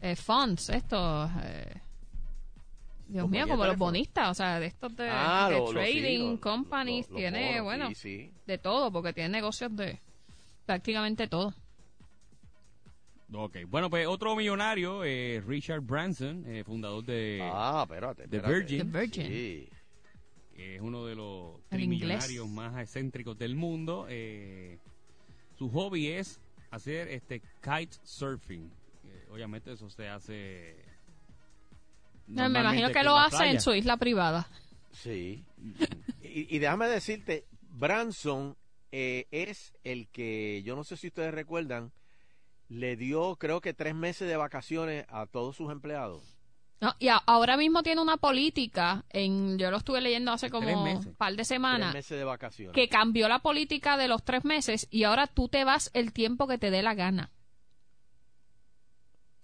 Speaker 6: eh, funds, estos. eh, Dios mío,
Speaker 2: Compañía
Speaker 6: como
Speaker 2: de
Speaker 6: los
Speaker 2: teléfono.
Speaker 6: bonistas, o sea, de estos de,
Speaker 2: Ah,
Speaker 6: de
Speaker 2: lo- lo- sí,
Speaker 6: trading
Speaker 2: lo- lo-
Speaker 6: companies,
Speaker 2: lo- los
Speaker 6: tiene,
Speaker 2: bonos,
Speaker 6: bueno,
Speaker 2: sí, sí.
Speaker 6: de todo, porque tiene negocios de prácticamente todo.
Speaker 3: Ok, bueno, pues otro millonario, eh, Richard Branson, eh, fundador de
Speaker 2: Ah, espérate.
Speaker 3: The
Speaker 2: espérate.
Speaker 3: Virgin. The Virgin.
Speaker 2: Sí.
Speaker 3: que es uno de los
Speaker 6: El inglés.
Speaker 3: millonarios más excéntricos del mundo. eh, su hobby es hacer este kite surfing. Eh, obviamente eso se hace.
Speaker 6: No, me imagino
Speaker 3: normalmente
Speaker 6: que
Speaker 3: aquí
Speaker 6: lo
Speaker 3: la
Speaker 6: hace
Speaker 3: playa.
Speaker 6: en su isla privada.
Speaker 2: Sí. Y, y déjame decirte, Branson eh, es el que, yo no sé si ustedes recuerdan, le dio creo que tres meses de vacaciones a todos sus empleados.
Speaker 6: No, y a- ahora mismo tiene una política, en, yo lo estuve leyendo hace como
Speaker 2: meses.
Speaker 6: un par de
Speaker 2: Tres
Speaker 6: semanas,
Speaker 2: meses de vacaciones.
Speaker 6: que cambió la política de los tres meses y ahora tú te vas el tiempo que te dé la gana.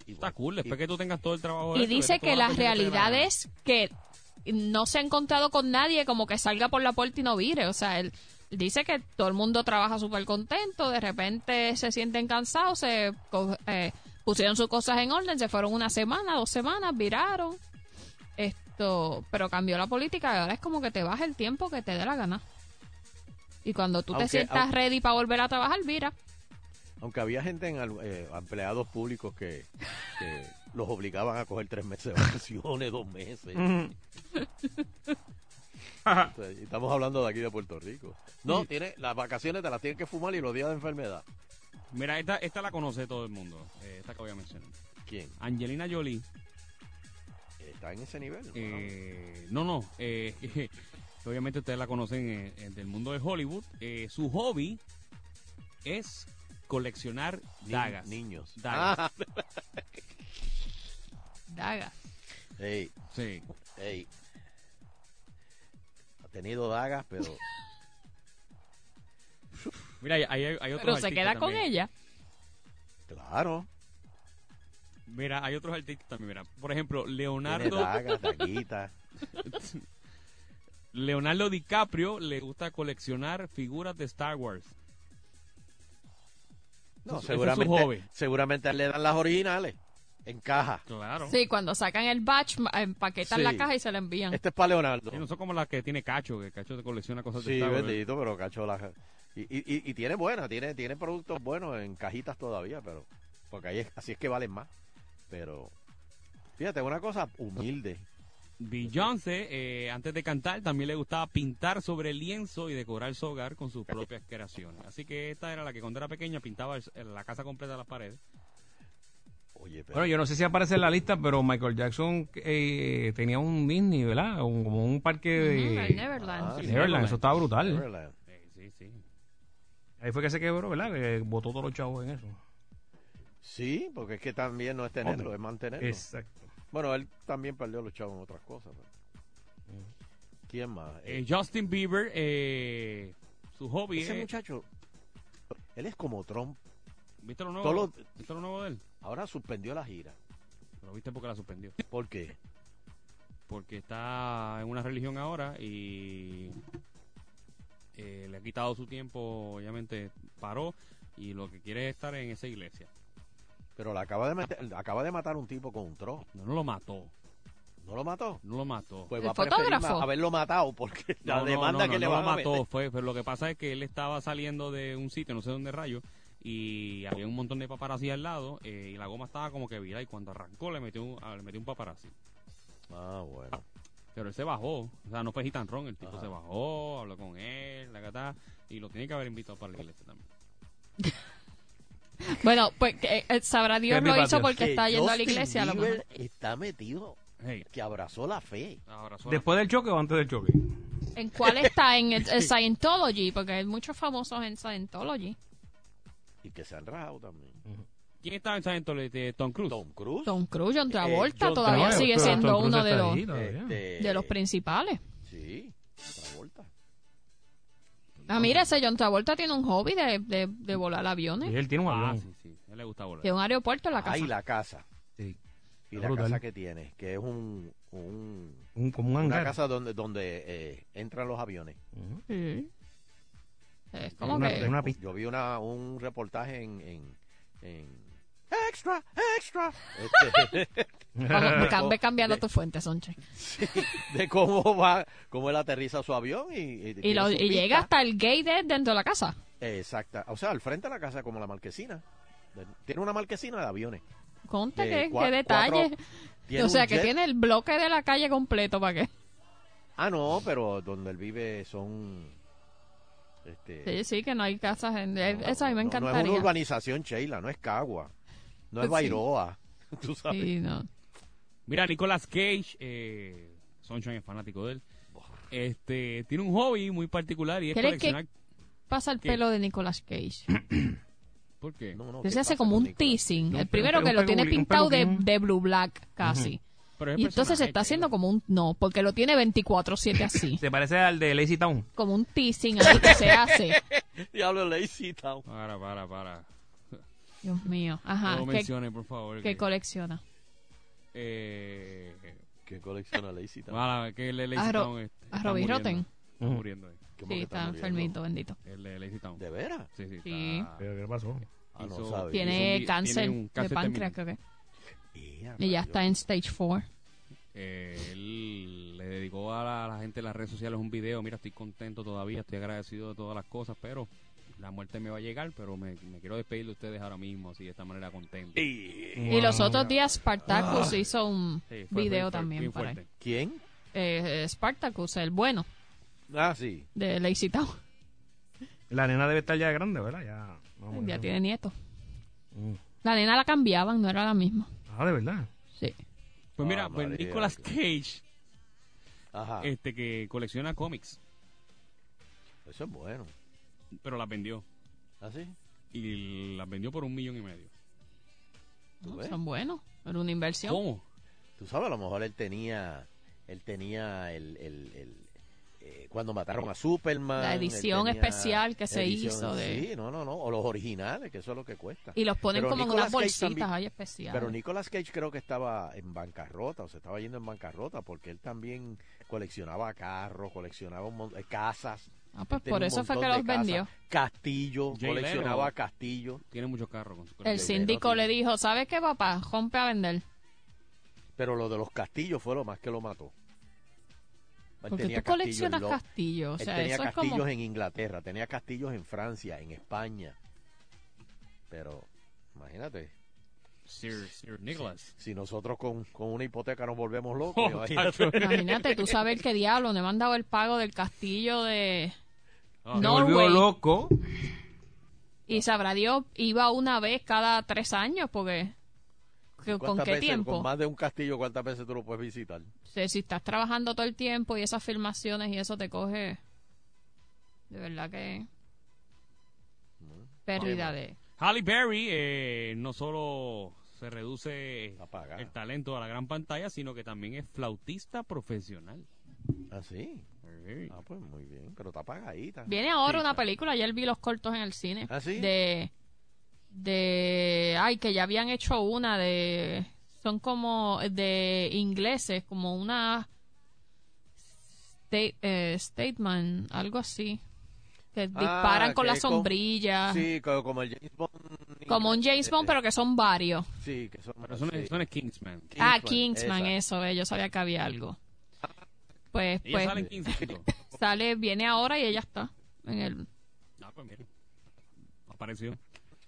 Speaker 3: Está cool, después que tú tengas todo el trabajo.
Speaker 6: Y
Speaker 3: hecho,
Speaker 6: dice
Speaker 3: vete
Speaker 6: que la
Speaker 3: tomando lo te dé la
Speaker 6: realidad
Speaker 3: gana.
Speaker 6: es que no se ha encontrado con nadie como que salga por la puerta y no vire. O sea, él dice que todo el mundo trabaja súper contento, de repente se sienten cansados, se co- eh, pusieron sus cosas en orden, se fueron una semana, dos semanas, viraron. Esto, pero cambió la política y ahora es como que te baja el tiempo que te dé la gana. Y cuando tú
Speaker 2: Aunque-
Speaker 6: te sientas
Speaker 2: au-
Speaker 6: ready para volver a trabajar, vira.
Speaker 2: Aunque había gente en al- eh, empleados públicos que, que los obligaban a coger tres meses de vacaciones, dos meses. Entonces, Estamos hablando de aquí de Puerto Rico. No, tiene, las vacaciones te las tienen que fumar y los días de enfermedad.
Speaker 3: Mira, esta, esta la conoce todo el mundo. eh, esta que voy a mencionar.
Speaker 2: ¿Quién?
Speaker 3: Angelina Jolie.
Speaker 2: Está en ese nivel.
Speaker 3: Eh, no, no. eh, obviamente ustedes la conocen eh, eh, del mundo de Hollywood. Eh, su hobby es coleccionar
Speaker 2: Ni-
Speaker 3: dagas.
Speaker 2: niños. Ah.
Speaker 3: Dagas.
Speaker 6: Daga.
Speaker 2: Ey.
Speaker 3: Sí.
Speaker 2: Ey. Ha tenido dagas, pero
Speaker 3: Mira, ahí hay, hay otros
Speaker 6: Pero se
Speaker 3: artistas
Speaker 6: queda con
Speaker 3: también.
Speaker 6: ella.
Speaker 2: claro.
Speaker 3: Mira, hay otros artistas también. Mira, por ejemplo,
Speaker 2: Tiene
Speaker 3: Leonardo.
Speaker 2: dagas, daguitas.
Speaker 3: Leonardo DiCaprio le gusta coleccionar figuras de Star Wars.
Speaker 2: No,
Speaker 3: Ese es su hobby.
Speaker 2: seguramente, seguramente le dan las originales en caja.
Speaker 3: Claro.
Speaker 6: Sí, cuando sacan el batch, ma- empaquetan
Speaker 2: Sí.
Speaker 6: la caja y se la envían.
Speaker 2: Este es para Leonardo.
Speaker 3: Sí, no son como las que tiene Cacho, que Cacho colecciona cosas de
Speaker 2: Sí,
Speaker 3: Star Wars.
Speaker 2: bendito, pero cacho, la, Y, y- y- y tiene buena, tiene, tiene productos buenos en cajitas todavía, pero porque ahí es- así es que valen más. Pero fíjate, una cosa humilde.
Speaker 3: Beyoncé, eh, antes de cantar, también le gustaba pintar sobre lienzo y decorar su hogar con sus propias creaciones. Así que esta era la que cuando era pequeña pintaba el- la casa completa de las paredes.
Speaker 2: Oye, pero
Speaker 5: Bueno, yo no sé si aparece en la lista, pero Michael Jackson eh, tenía un Disney, ¿verdad? Un- como un parque de...
Speaker 6: el Neverland.
Speaker 5: Ah,
Speaker 6: Sí,
Speaker 5: Neverland, eso estaba brutal.
Speaker 2: Neverland.
Speaker 3: Sí, sí.
Speaker 5: Ahí fue que se quebró, ¿verdad? Que botó todos los chavos en eso.
Speaker 2: Sí, porque es que también no es tenerlo,
Speaker 5: Hombre.
Speaker 2: es mantenerlo.
Speaker 5: Exacto.
Speaker 2: Bueno, él también perdió los chavos en otras cosas. pero- ¿Quién más?
Speaker 3: Eh, Justin Bieber, eh, su hobby
Speaker 2: Ese
Speaker 3: es...
Speaker 2: muchacho, él es como Trump.
Speaker 3: ¿Viste lo nuevo?
Speaker 2: Todo lo-
Speaker 3: ¿Viste lo nuevo de él?
Speaker 2: Ahora suspendió la gira.
Speaker 3: Lo viste porque la suspendió.
Speaker 2: ¿Por qué?
Speaker 3: Porque está en una religión ahora y eh, le ha quitado su tiempo, obviamente paró y lo que quiere es estar en esa iglesia.
Speaker 2: Pero la acaba de, meter- acaba de matar un tipo con un tro.
Speaker 3: No, no lo mató.
Speaker 2: ¿No lo mató?
Speaker 3: No lo mató.
Speaker 2: Pues
Speaker 3: ¿El
Speaker 2: va a preferir
Speaker 3: fotógrafo?
Speaker 2: ma- haberlo matado porque la
Speaker 3: No, no,
Speaker 2: demanda
Speaker 3: no, no,
Speaker 2: que le
Speaker 3: no
Speaker 2: van
Speaker 3: lo
Speaker 2: a
Speaker 3: mató,
Speaker 2: meter.
Speaker 3: fue, pero lo que pasa es que él estaba saliendo de un sitio, no sé dónde rayo, y había un montón de paparazzi al lado eh, y la goma estaba como que virada y cuando arrancó le metió un, ah, le metió un paparazzi.
Speaker 2: Ah, bueno.
Speaker 3: Pero él se bajó, o sea, no fue gitanrón, el tipo se bajó, habló con él, la gata, y lo tiene que haber invitado para la
Speaker 2: Pues,
Speaker 3: iglesia también.
Speaker 6: Bueno, pues eh, eh, sabrá Dios lo hizo porque está yendo a la iglesia. a lo mejor.
Speaker 2: está metido que abrazó la fe.
Speaker 5: ¿Después del choque o antes del choque?
Speaker 6: ¿En cuál está? En el, el Scientology, porque hay muchos famosos en Scientology.
Speaker 2: Y que se han rajado también.
Speaker 3: ¿Quién estaba en Scientology? Este, Tom Cruise. Tom
Speaker 2: Cruise.
Speaker 6: Tom Cruise, John Travolta,
Speaker 3: Eh, John
Speaker 6: todavía
Speaker 3: Travolta.
Speaker 6: sigue
Speaker 3: Tom
Speaker 6: siendo
Speaker 3: Cruise
Speaker 6: uno
Speaker 3: está
Speaker 6: de los,
Speaker 3: ahí todavía.
Speaker 6: de los principales.
Speaker 2: Sí, Travolta.
Speaker 6: Ah, mira, ese John Travolta tiene un hobby de, de, de volar aviones.
Speaker 5: él tiene un
Speaker 3: Ah,
Speaker 5: avión.
Speaker 3: sí, sí. A él le gusta volar.
Speaker 6: Tiene un aeropuerto en la casa.
Speaker 2: Ahí la casa.
Speaker 5: Sí.
Speaker 2: Y
Speaker 5: Es
Speaker 2: la
Speaker 5: brutal.
Speaker 2: casa que tiene, que es un, un-
Speaker 5: Un- como un
Speaker 2: una
Speaker 5: hangar.
Speaker 2: casa donde donde eh, entran los aviones.
Speaker 6: Sí. Es
Speaker 2: Yo
Speaker 6: como
Speaker 2: vi
Speaker 6: que...
Speaker 2: una- Yo vi una, un reportaje en, en, en- Extra, extra. este,
Speaker 6: Vamos, ve cam- ve
Speaker 2: de,
Speaker 6: cambiando tu fuente, Sonche.
Speaker 2: de cómo va, cómo él aterriza su avión y, y,
Speaker 6: Y,
Speaker 2: tiene
Speaker 6: lo-
Speaker 2: su
Speaker 6: y
Speaker 2: pista.
Speaker 6: llega hasta el gay de dentro de la casa.
Speaker 2: Exacta. O sea, al frente de la casa, como la marquesina. De- Tiene una marquesina de aviones.
Speaker 6: Conte
Speaker 2: De
Speaker 6: que,
Speaker 2: cua-
Speaker 6: que detalle.
Speaker 2: cuatro- tiene
Speaker 6: o sea,
Speaker 2: un
Speaker 6: que
Speaker 2: jet.
Speaker 6: tiene el bloque de la calle completo para que.
Speaker 2: Ah, no, pero donde él vive son.
Speaker 6: Sí,
Speaker 2: Este,
Speaker 6: sí, que no hay casas. En... Esa a mí me
Speaker 2: no- no, es
Speaker 6: encantaría.
Speaker 2: una urbanización, Sheila, no es Cagua. No es
Speaker 6: Sí.
Speaker 2: Bairoa. Tú sabes.
Speaker 6: Sí, no.
Speaker 3: Mira, Nicolas Cage, eh, Sunshine es fanático de él. Este, tiene un hobby muy particular y es
Speaker 6: ¿Crees que
Speaker 3: coleccionar...
Speaker 6: pasa el
Speaker 3: ¿Qué?
Speaker 6: pelo de Nicolas Cage?
Speaker 3: ¿Por qué? No, no,
Speaker 6: Entonces hace como un teasing.
Speaker 3: No,
Speaker 6: el
Speaker 3: pero
Speaker 6: primero
Speaker 3: un
Speaker 6: que lo
Speaker 3: pelu-
Speaker 6: tiene
Speaker 3: un
Speaker 6: pintado de,
Speaker 3: peluquín.
Speaker 6: de blue black casi.
Speaker 3: Pero es
Speaker 6: Ah, Y entonces se está haciendo como un. No, porque lo tiene 24-7 así.
Speaker 5: Se parece al de Lazy Town.
Speaker 6: como un teasing ahí que se hace.
Speaker 2: Diablo, Lazy Town.
Speaker 3: Para, para, para.
Speaker 6: Dios mío. Ajá.
Speaker 3: No lo
Speaker 6: ¿qué-
Speaker 3: menciones, por favor.
Speaker 6: ¿Qué
Speaker 3: que-
Speaker 6: colecciona?
Speaker 3: eh,
Speaker 2: ¿Qué colecciona Lazy Town?
Speaker 3: Mala, que el de Lazy
Speaker 6: A Ah, Ro-
Speaker 3: Town este,
Speaker 6: a
Speaker 3: está
Speaker 6: Robbie
Speaker 3: muriendo.
Speaker 6: Rotten.
Speaker 3: Está muriendo. ahí.
Speaker 6: ¿Cómo Sí, que está está muriendo? enfermito, bendito.
Speaker 3: El de Lazy Town.
Speaker 2: ¿De veras?
Speaker 3: Sí, sí.
Speaker 6: Sí.
Speaker 3: está-
Speaker 5: ¿Pero qué pasó?
Speaker 2: Ah, no
Speaker 3: hizo-
Speaker 2: sabe.
Speaker 6: Tiene
Speaker 3: hizo un-
Speaker 6: cáncer,
Speaker 3: tiene un
Speaker 6: de páncreas,
Speaker 3: terminal.
Speaker 6: creo que. Y ya está en stage 4.
Speaker 3: Eh, él le dedicó a la, a la gente de las redes sociales un video. Mira, estoy contento todavía, estoy agradecido de todas las cosas, pero la muerte me va a llegar, pero me, me quiero despedir de ustedes ahora mismo, así de esta manera contento.
Speaker 6: Y los otros días Spartacus hizo un
Speaker 3: Sí, fue-
Speaker 6: video
Speaker 3: fue- fue
Speaker 6: también
Speaker 3: bien
Speaker 6: para él.
Speaker 3: fuerte.
Speaker 2: Ah. ¿Quién?
Speaker 6: Eh, eh, Spartacus, el bueno
Speaker 2: Ah, sí.
Speaker 6: de Lazy Town.
Speaker 5: La nena debe estar ya grande, ¿verdad? Ya, vamos,
Speaker 6: Ya
Speaker 5: ¿no?
Speaker 6: tiene nieto.
Speaker 5: Mm.
Speaker 6: La nena la cambiaban, no era la misma.
Speaker 5: Ah, de verdad.
Speaker 6: Sí.
Speaker 3: Pues mira,
Speaker 5: Ah,
Speaker 3: pues
Speaker 5: María,
Speaker 3: Nicolas
Speaker 5: qué-
Speaker 3: Cage,
Speaker 2: Ajá.
Speaker 3: este que colecciona cómics,
Speaker 2: Eso es bueno.
Speaker 3: pero las vendió.
Speaker 2: ¿Ah, sí?
Speaker 3: Y las vendió por un millón y medio.
Speaker 6: No, son buenos. Era una inversión.
Speaker 2: Tú sabes, a lo mejor él tenía. Él tenía el. el- el, eh, cuando mataron a Superman.
Speaker 6: La
Speaker 2: él
Speaker 6: edición
Speaker 2: tenía
Speaker 6: especial que se hizo de-
Speaker 2: Sí, no, no, no. O los originales, que eso es lo que cuesta.
Speaker 6: Y los ponen
Speaker 2: Pero
Speaker 6: como en
Speaker 2: Nicolas
Speaker 6: unas
Speaker 2: Cage
Speaker 6: bolsitas
Speaker 2: también-
Speaker 6: ahí especiales.
Speaker 2: Pero Nicolas Cage creo que estaba en bancarrota, o se estaba yendo en bancarrota, porque él también coleccionaba carros, coleccionaba un mon- eh, casas.
Speaker 6: Ah, pues
Speaker 2: Él tenía
Speaker 6: por
Speaker 2: un
Speaker 6: eso fue
Speaker 2: montón
Speaker 6: que
Speaker 2: de
Speaker 6: los vendió.
Speaker 2: Castillo,
Speaker 3: Jay
Speaker 2: coleccionaba
Speaker 3: Leno.
Speaker 2: castillo.
Speaker 3: Tiene muchos carros con su
Speaker 6: El síndico le dijo, ¿sabes qué, papá? Rompe a vender.
Speaker 2: Pero lo de los castillos fue lo más que lo mató. Él
Speaker 6: Porque
Speaker 2: tenía
Speaker 6: tú coleccionas
Speaker 2: castillos en lo-
Speaker 6: castillos, o
Speaker 2: él
Speaker 6: sea,
Speaker 2: tenía
Speaker 6: eso es
Speaker 2: castillos
Speaker 6: como-
Speaker 2: en Inglaterra, tenía castillos en Francia, en España. Pero, imagínate.
Speaker 3: Sir, Sir Nicholas.
Speaker 2: Si, si nosotros con, con una hipoteca nos volvemos locos.
Speaker 3: Oh, tacho.
Speaker 6: Imagínate tú saber qué diablo, no me han dado el pago del castillo de
Speaker 3: Ah,
Speaker 5: Me volvió
Speaker 6: Norway.
Speaker 5: loco.
Speaker 6: Y sabrá Dios, iba una vez cada tres años, porque ¿con- ¿con
Speaker 2: ¿Cuántas
Speaker 6: qué
Speaker 2: veces-
Speaker 6: tiempo?
Speaker 2: Con más de un castillo, ¿cuántas veces tú lo puedes visitar?
Speaker 6: O sea, si estás trabajando todo el tiempo y esas filmaciones y eso te coge, de verdad que pérdida de...
Speaker 3: Halle Berry eh, no solo se reduce el talento a la gran pantalla, sino que también es flautista profesional.
Speaker 2: ¿Ah, sí? Ah, pues muy bien, pero está apagadita.
Speaker 6: Viene ahora una película, ayer vi los cortos en el cine.
Speaker 2: ¿Ah, sí?
Speaker 6: De... De... Ay, que ya habían hecho una de... Son como de ingleses, como una... state- eh, statement, algo así. Que disparan
Speaker 2: Ah,
Speaker 6: con
Speaker 2: que
Speaker 6: la
Speaker 2: es con-
Speaker 6: sombrilla.
Speaker 2: Sí, eh, co- como el James Bond.
Speaker 6: Como un James Bond, pero que son varios.
Speaker 2: Sí, que son...
Speaker 3: Pero son,
Speaker 2: sí.
Speaker 3: son es Kingsman.
Speaker 6: ah, Kingsman, eso, eh, yo sabía que había algo. Pues,
Speaker 3: Ella
Speaker 6: pues,
Speaker 3: sale en Kingsman.
Speaker 6: sale, viene ahora y ella está en el...
Speaker 3: Ah, pues mira. Apareció.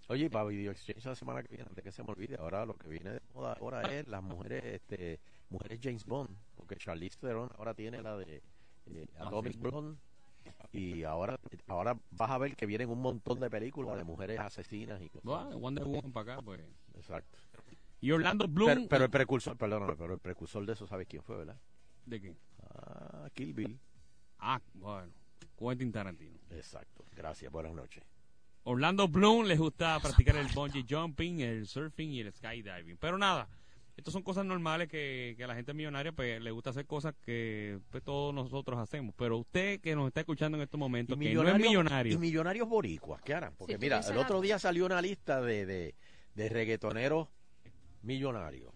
Speaker 2: Oye, y para Video Exchange la semana que viene, antes que se me olvide, ahora lo que viene de moda ahora es las mujeres, este, mujeres James Bond, porque Charlize Theron ahora tiene la de eh,
Speaker 3: Ah,
Speaker 2: Atomic Blonde y ahora ahora vas a ver que vienen un montón de películas de mujeres asesinas y cosas.
Speaker 3: Bueno, Wonder Woman para acá, pues.
Speaker 2: Exacto.
Speaker 3: Y Orlando Bloom. eh,
Speaker 2: Pero, pero el precursor, perdóname, pero el precursor de eso sabes quién fue, ¿verdad?
Speaker 3: ¿De qué?
Speaker 2: Ah, Kill Bill.
Speaker 3: Ah, bueno. Quentin Tarantino.
Speaker 2: Exacto. Gracias, buenas noches.
Speaker 3: Orlando Bloom les gusta practicar el bungee jumping, el surfing y el skydiving. Pero nada, estas son cosas normales que, que a la gente millonaria pues, le gusta hacer cosas que pues, todos nosotros hacemos. Pero usted que nos está escuchando en estos momentos, que no es millonario.
Speaker 2: Y millonarios boricuas, ¿qué harán? Porque
Speaker 6: Sí, tú
Speaker 2: mira,
Speaker 6: dices
Speaker 2: el otro
Speaker 6: algo.
Speaker 2: día salió una lista de, de, de reggaetoneros millonarios.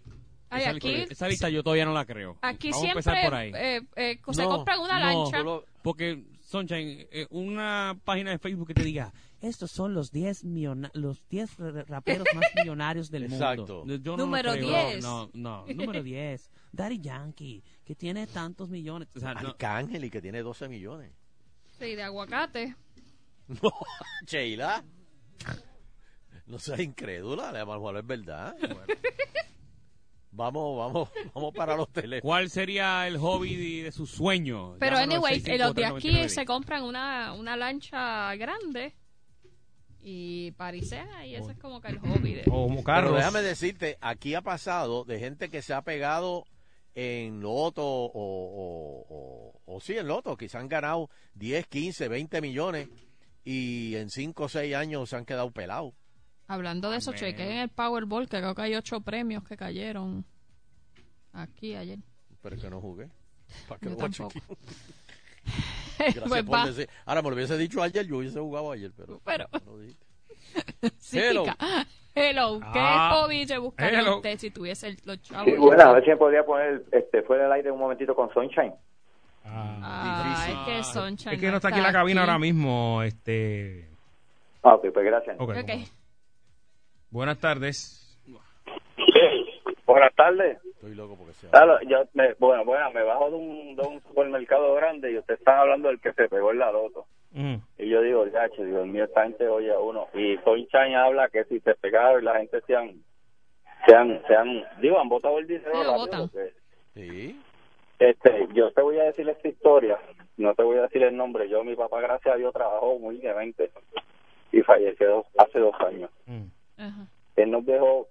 Speaker 6: Ay,
Speaker 3: esa,
Speaker 6: aquí,
Speaker 3: esa lista yo todavía no la creo.
Speaker 6: aquí
Speaker 3: Vamos a
Speaker 6: siempre
Speaker 3: empezar por ahí.
Speaker 6: eh, eh, se
Speaker 3: No,
Speaker 6: compran una
Speaker 3: no,
Speaker 6: lancha.
Speaker 3: Porque, Sunshine, eh, una página de Facebook que te diga, estos son los 10 millona- los 10 ra- raperos más millonarios del
Speaker 2: Exacto.
Speaker 3: mundo. Yo no lo
Speaker 24: Número
Speaker 3: creo.
Speaker 24: 10.
Speaker 3: No, no, número 10. Daddy Yankee, que tiene tantos millones. O sea, no.
Speaker 2: Arcángel y que tiene 12 millones.
Speaker 6: Sí, de aguacate.
Speaker 2: No, Sheila. No seas incrédula, le mejor es verdad. Vamos, vamos, vamos para los teléfonos.
Speaker 3: ¿Cuál sería el hobby de, de su sueño?
Speaker 6: Pero
Speaker 3: Llámanos al
Speaker 6: anyway, eh, los de aquí
Speaker 3: 65399.
Speaker 6: se compran una, una lancha grande y parisean y eso es como que el hobby de...
Speaker 5: como carros.
Speaker 2: Pero déjame decirte, aquí ha pasado de gente que se ha pegado en loto o, o, o- o sí, en loto, que se han ganado 10, 15, 20 millones y en 5 o 6 años se han quedado pelados.
Speaker 6: Hablando de eso, chequeen el Powerball, que creo que hay ocho premios que cayeron aquí ayer.
Speaker 2: Pero es que no jugué.
Speaker 3: Ah,
Speaker 2: ¿Para qué
Speaker 6: Yo
Speaker 2: lo voy a
Speaker 6: tampoco.
Speaker 2: chequear? Gracias
Speaker 6: Pues
Speaker 2: por
Speaker 6: va.
Speaker 2: decir. Ahora me lo hubiese dicho ayer, yo hubiese jugado ayer, pero.
Speaker 6: Pero-
Speaker 2: no lo dijiste.
Speaker 6: Sí,
Speaker 2: Hello.
Speaker 6: chica. Hello. ¿Qué
Speaker 2: Ah.
Speaker 6: hobby se buscaría
Speaker 2: Hello.
Speaker 6: usted si tuviese el- los chavos?
Speaker 24: Sí, bueno, a ver si me podría poner este, fuera del aire un momentito con Sunshine.
Speaker 6: Ah. Ay, que son
Speaker 5: Es que no está aquí en la cabina ahora mismo. Este...
Speaker 24: Ah, ok, pues gracias.
Speaker 5: Ok,
Speaker 6: Ok.
Speaker 5: Buenas tardes.
Speaker 4: Buenas tardes.
Speaker 2: Estoy loco porque se
Speaker 4: Claro, yo me- bueno, bueno, me bajo de un, de un supermercado grande y ustedes están hablando del que se pegó el laroto.
Speaker 5: Mm.
Speaker 4: Y yo digo, ya, che, Dios mío, esta gente oye a uno. Y Soy Chan habla que si se pegaron la gente se han, se han, se han, digo, han botado el dinero.
Speaker 6: Sí, lo
Speaker 4: rápido,
Speaker 6: botan.
Speaker 4: porque-
Speaker 2: Sí.
Speaker 4: Este, yo te voy a decir esta historia, no te voy a decir el nombre. Yo, mi papá, gracias a Dios, trabajó muy demente y falleció dos- hace dos años. Él nos dejó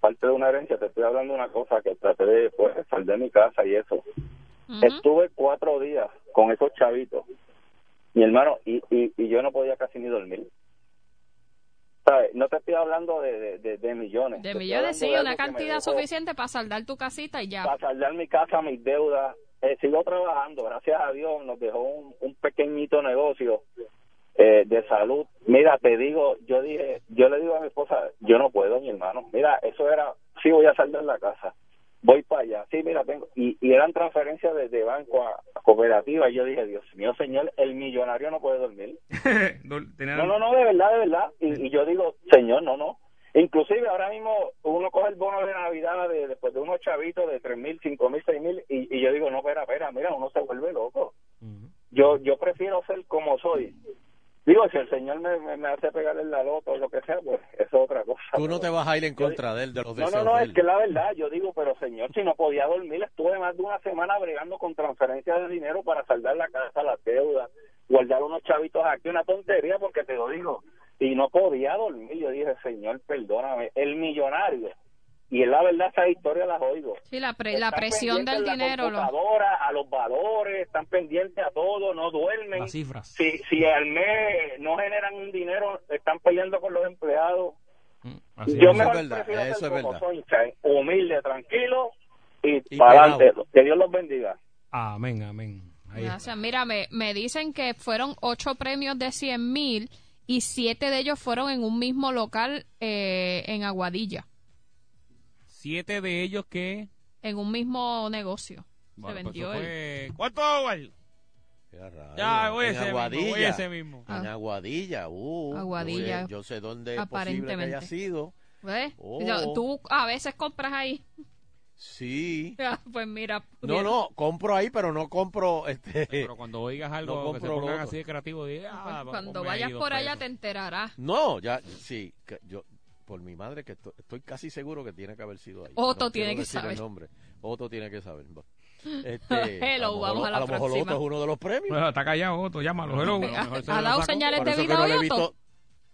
Speaker 4: parte de una herencia. Te estoy hablando de una cosa que traté de, pues, sal de mi casa y eso. Estuve cuatro días con esos chavitos, mi hermano, y, y, y yo no podía casi ni dormir. ¿Sabes? No te estoy hablando de, de, de- de millones.
Speaker 6: De millones, sí, una cantidad
Speaker 4: suficiente
Speaker 6: suficiente para saldar tu casita y ya.
Speaker 4: para saldar mi casa, mis deudas. Eh, sigo trabajando, gracias a Dios, nos dejó un, un pequeñito negocio eh, de salud. Mira, te digo, yo dije, yo le digo a mi esposa, yo no puedo, mi hermano. Mira, eso era, sí voy a saldar la casa, voy para allá, sí, mira, tengo, y, y eran transferencias desde banco a, a cooperativa. Y yo dije, Dios mío, señor, el millonario no puede dormir.
Speaker 5: Dol- tenía-
Speaker 4: No, no, no, de verdad, de verdad. Y, y yo digo, señor, no, no. Inclusive ahora mismo uno coge el bono de Navidad de, después de unos chavitos de 3 mil, 5 mil, 6 mil y, y yo digo, no, espera, espera, mira, uno se vuelve loco. Yo yo prefiero ser como soy. Digo, si el Señor me, me, me hace pegar el loto o lo que sea, pues eso es otra cosa.
Speaker 2: Tú no te vas a ir en contra de él, de los
Speaker 4: No,
Speaker 2: deseos
Speaker 4: no, no,
Speaker 2: de
Speaker 4: es
Speaker 2: él.
Speaker 4: que la verdad, yo digo, pero señor, si no podía dormir, estuve más de una semana bregando con transferencias de dinero para saldar la casa, las deudas, guardar unos chavitos aquí, una tontería porque te lo digo, y no podía dormir, yo dije, señor, perdóname, el millonario, y es la verdad, esas historias las oigo.
Speaker 6: Sí, la, pre- la
Speaker 4: Están
Speaker 6: presión
Speaker 4: pendientes
Speaker 6: del
Speaker 4: a la
Speaker 6: dinero. lo-
Speaker 4: computadora, a los valores, están pendientes a todo, no duermen.
Speaker 5: Las cifras.
Speaker 4: Si, si al mes no generan un dinero, están peleando con los empleados.
Speaker 5: Ah,
Speaker 2: Así
Speaker 4: Yo
Speaker 2: es.
Speaker 4: mejor
Speaker 2: Eso es verdad,
Speaker 4: prefiero ser
Speaker 2: eso es
Speaker 4: como
Speaker 2: verdad.
Speaker 4: soy, ¿sabes? humilde, tranquilo y,
Speaker 5: Y
Speaker 4: para adelante.
Speaker 5: pelado.
Speaker 4: Que Dios los bendiga.
Speaker 5: Amén, amén. Ahí está.
Speaker 6: Gracias. Mira, me, me dicen que fueron ocho premios de 100 mil y siete de ellos fueron en un mismo local eh, en Aguadilla,
Speaker 3: Siete de ellos que...
Speaker 6: en un mismo negocio.
Speaker 3: Bueno,
Speaker 6: se
Speaker 3: pues eso
Speaker 6: vendió él.
Speaker 3: fue- ¿Cuánto, Howard? Ya, voy
Speaker 2: En
Speaker 3: ese mismo,
Speaker 2: Aguadilla.
Speaker 3: voy ese mismo.
Speaker 2: En Aguadilla, uh,
Speaker 6: Ah. Aguadilla.
Speaker 2: Yo, yo sé dónde es posible que haya
Speaker 6: Aparentemente.
Speaker 2: sido.
Speaker 6: ¿Ves?
Speaker 2: Oh.
Speaker 6: Yo- Tú a veces compras ahí.
Speaker 2: Sí.
Speaker 6: pues mira.
Speaker 2: No, no, compro ahí, pero no compro este.
Speaker 3: Pero cuando oigas algo
Speaker 2: No
Speaker 3: que se
Speaker 2: compro
Speaker 3: pongan
Speaker 2: votos.
Speaker 3: así de creativo, di, ah,
Speaker 6: Cuando
Speaker 3: ponme ahí
Speaker 6: vayas
Speaker 3: dos
Speaker 6: por allá
Speaker 3: pesos.
Speaker 6: te enterarás.
Speaker 2: No, ya, sí, que yo, por mi madre que estoy, estoy casi seguro que tiene que haber sido ahí.
Speaker 6: Otto
Speaker 2: No quiero
Speaker 6: tiene que
Speaker 2: decir el
Speaker 6: saber.
Speaker 2: nombre. Otto tiene que saber. Va. Este,
Speaker 6: Hello,
Speaker 2: a lo
Speaker 6: vamos
Speaker 2: mejor,
Speaker 6: a la
Speaker 2: lo mejor
Speaker 6: próxima.
Speaker 2: Otto es uno de los premios.
Speaker 5: Bueno, está callado Otto, llámalo. hello.
Speaker 6: Eh, ¿Ha dado señales
Speaker 2: Por
Speaker 6: de
Speaker 2: eso que
Speaker 6: vida
Speaker 2: no
Speaker 6: hoy,
Speaker 2: lo he
Speaker 6: Otto?
Speaker 2: visto.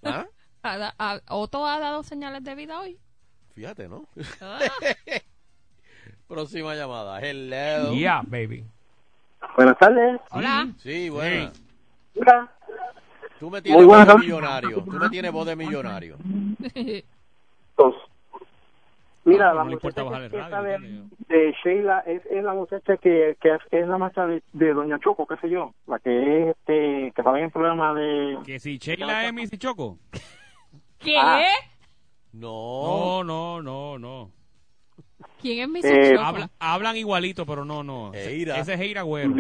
Speaker 2: ¿Ah?
Speaker 6: ¿Ha da- ha- ¿Otto ha dado señales de vida hoy?
Speaker 2: Fíjate, ¿no?
Speaker 6: Ah.
Speaker 2: Próxima llamada. Hello.
Speaker 5: Yeah, baby.
Speaker 7: Buenas tardes.
Speaker 6: Hola.
Speaker 2: Sí, bueno.
Speaker 7: Hola.
Speaker 2: Tú me tienes
Speaker 7: Muy
Speaker 2: voz
Speaker 7: buenas
Speaker 2: de
Speaker 7: tardes.
Speaker 2: millonario. Tú me tienes voz de millonario.
Speaker 7: Mira,
Speaker 2: Ah, no
Speaker 7: la
Speaker 2: le
Speaker 7: muchacha
Speaker 2: importa bajar el
Speaker 7: que
Speaker 2: radio,
Speaker 7: está de, de Sheila es, es la muchacha que, que es la marcha de, de Doña Choco, qué sé yo, la que es, este, que sale en el programa de...
Speaker 3: Que si Sheila es mi Choco.
Speaker 6: ¿Qué?
Speaker 7: Ah.
Speaker 2: No.
Speaker 3: No, no, no, no.
Speaker 6: ¿Quién es mi
Speaker 7: Eh,
Speaker 6: sexólogo?
Speaker 3: Habla- hablan igualito, pero no, no.
Speaker 2: Eira.
Speaker 3: Ese es Eh, Eira Güero.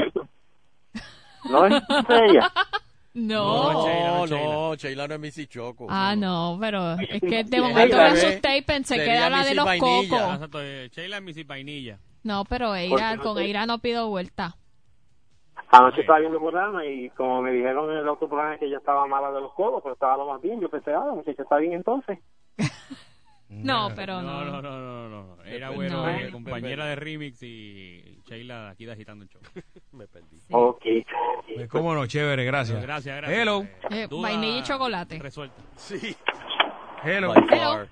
Speaker 7: No es ella.
Speaker 6: No.
Speaker 2: No, no,
Speaker 3: es Sheila,
Speaker 2: no, Sheila no es Missy Choco.
Speaker 6: Ah, no, pero es que de
Speaker 2: Bien.
Speaker 6: momento me
Speaker 2: Tal vez
Speaker 6: asusté y pensé que
Speaker 2: sería
Speaker 6: era la de
Speaker 2: Missy
Speaker 6: los
Speaker 2: Vainilla.
Speaker 3: Ah,
Speaker 6: cocos.
Speaker 3: exacto, eh, Sheila es mi Vainilla.
Speaker 6: No, pero
Speaker 7: Porque
Speaker 6: Eira,
Speaker 7: no
Speaker 6: con
Speaker 7: sé.
Speaker 6: Eira no pido vuelta.
Speaker 7: Anoche estaba viendo el programa y como me dijeron en el otro programa que ella estaba mala de los codos, pero estaba lo más bien, yo pensé, ah, la muchacha está bien entonces.
Speaker 6: No, pero
Speaker 3: No,
Speaker 6: no.
Speaker 3: no, no, no, no. no. Era
Speaker 2: Me
Speaker 3: Güero,
Speaker 6: perdí.
Speaker 3: eh,
Speaker 2: No.
Speaker 3: compañera de Remix y Sheila aquí de agitando el show.
Speaker 2: Me perdí.
Speaker 7: Ok.
Speaker 5: Pues cómo no, chévere, gracias.
Speaker 3: Gracias, gracias.
Speaker 5: Hello.
Speaker 6: Eh,
Speaker 3: Duda
Speaker 6: vainilla y chocolate.
Speaker 3: Resuelta.
Speaker 2: Sí.
Speaker 5: Hello.
Speaker 2: By far.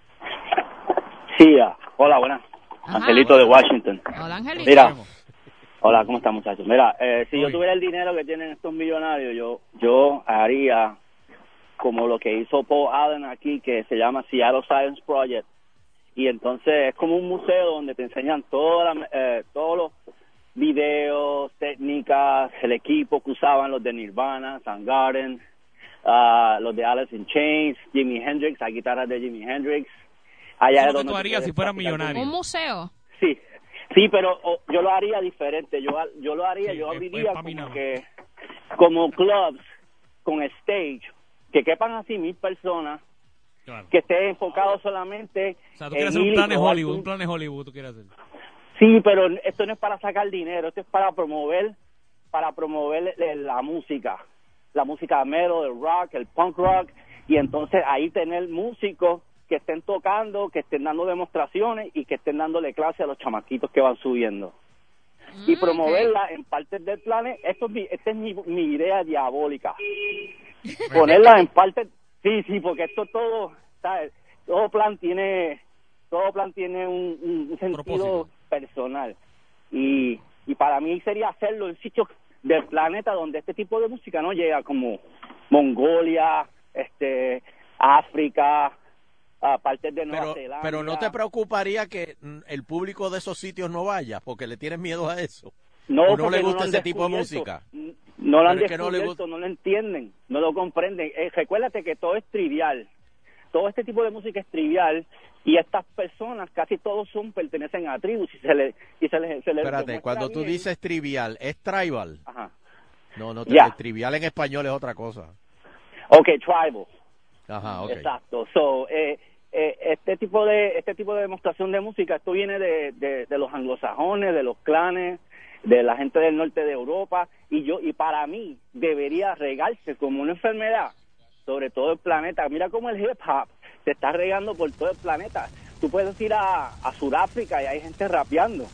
Speaker 8: Sí, ah, hola, buenas.
Speaker 5: Ah,
Speaker 6: Ajá.
Speaker 8: Angelito de Washington.
Speaker 6: Hola, Angelito.
Speaker 8: Mira, hola, ¿cómo están muchachos? Mira, eh, si yo
Speaker 5: Uy.
Speaker 8: tuviera el dinero que tienen estos millonarios, yo yo haría como lo que hizo Paul Allen aquí, que se llama Seattle Science Project. Y entonces es como un museo donde te enseñan toda la- eh, todos los videos, técnicas, el equipo que usaban los de Nirvana, Soundgarden, ah, los de Alice in Chains, Jimi Hendrix, las guitarras de Jimi Hendrix.
Speaker 3: Eso
Speaker 8: Allá
Speaker 3: es lo que
Speaker 8: donde
Speaker 3: tú
Speaker 8: tú
Speaker 3: harías
Speaker 8: puedes
Speaker 3: si fueras
Speaker 8: practicar tu
Speaker 3: millonario.
Speaker 6: Un museo.
Speaker 8: Sí, sí, pero o, yo lo haría diferente. Yo, yo lo haría,
Speaker 3: Sí,
Speaker 8: yo
Speaker 3: es-
Speaker 8: abriría
Speaker 3: es pa' mí nada más.
Speaker 8: como, que, como clubs con stage, que quepan así mil personas,
Speaker 3: Claro.
Speaker 8: que esté enfocado solamente
Speaker 3: Ah. O sea, tú
Speaker 8: en
Speaker 3: quieres hacer
Speaker 8: ir
Speaker 3: un
Speaker 8: y
Speaker 3: plan de
Speaker 8: probar
Speaker 3: Hollywood,
Speaker 8: tu-
Speaker 3: un plan de Hollywood tú quieres hacer.
Speaker 8: Sí, pero esto no es para sacar dinero, esto es para promover, para promover eh, la música, la música mero, el rock, el punk rock, y entonces ahí tener músicos que estén tocando, que estén dando demostraciones y que estén dándole clase a los chamaquitos que van subiendo.
Speaker 2: Ah,
Speaker 8: Y promoverla en partes del planeta, esto es mi, esta es mi, mi idea diabólica. Ponerla en partes, sí, sí, porque esto todo, ¿sabes? Todo plan tiene, todo plan tiene un, un- un sentido
Speaker 3: Propósito.
Speaker 8: personal. Y, y para mí sería hacerlo en sitios del planeta donde este tipo de música no llega, como Mongolia, este África, a partes de Nueva
Speaker 2: Pero,
Speaker 8: Zelanda.
Speaker 2: pero no te preocuparía que mm, el público de esos sitios no vaya, porque le tienes miedo a eso. o no
Speaker 8: porque
Speaker 2: le gusta
Speaker 8: lo han
Speaker 2: ese tipo de
Speaker 8: descubierto.
Speaker 2: música.
Speaker 8: N- No lo han
Speaker 2: Pero es que no le
Speaker 8: descubierto, no lo entienden, no lo comprenden. Eh, recuérdate que todo es trivial. Todo este tipo de música es trivial y estas personas casi todos son pertenecen a tribus y se les y se les, se les
Speaker 2: Espérate,
Speaker 8: demuestra
Speaker 2: cuando tú
Speaker 8: bien.
Speaker 2: dices trivial, ¿es tribal?
Speaker 8: Ajá.
Speaker 2: No, no, te-
Speaker 8: Ya.
Speaker 2: trivial en español es otra cosa.
Speaker 8: Okay, tribal.
Speaker 2: Ajá, Ah, ok.
Speaker 8: Exacto. So, eh, eh, este tipo de este tipo de demostración de música esto viene de, de, de los anglosajones de los clanes de la gente del norte de Europa y yo y para mí debería regarse como una enfermedad sobre todo el planeta mira cómo el hip hop se está regando por todo el planeta tú puedes ir a, a Sudáfrica y hay gente rapeando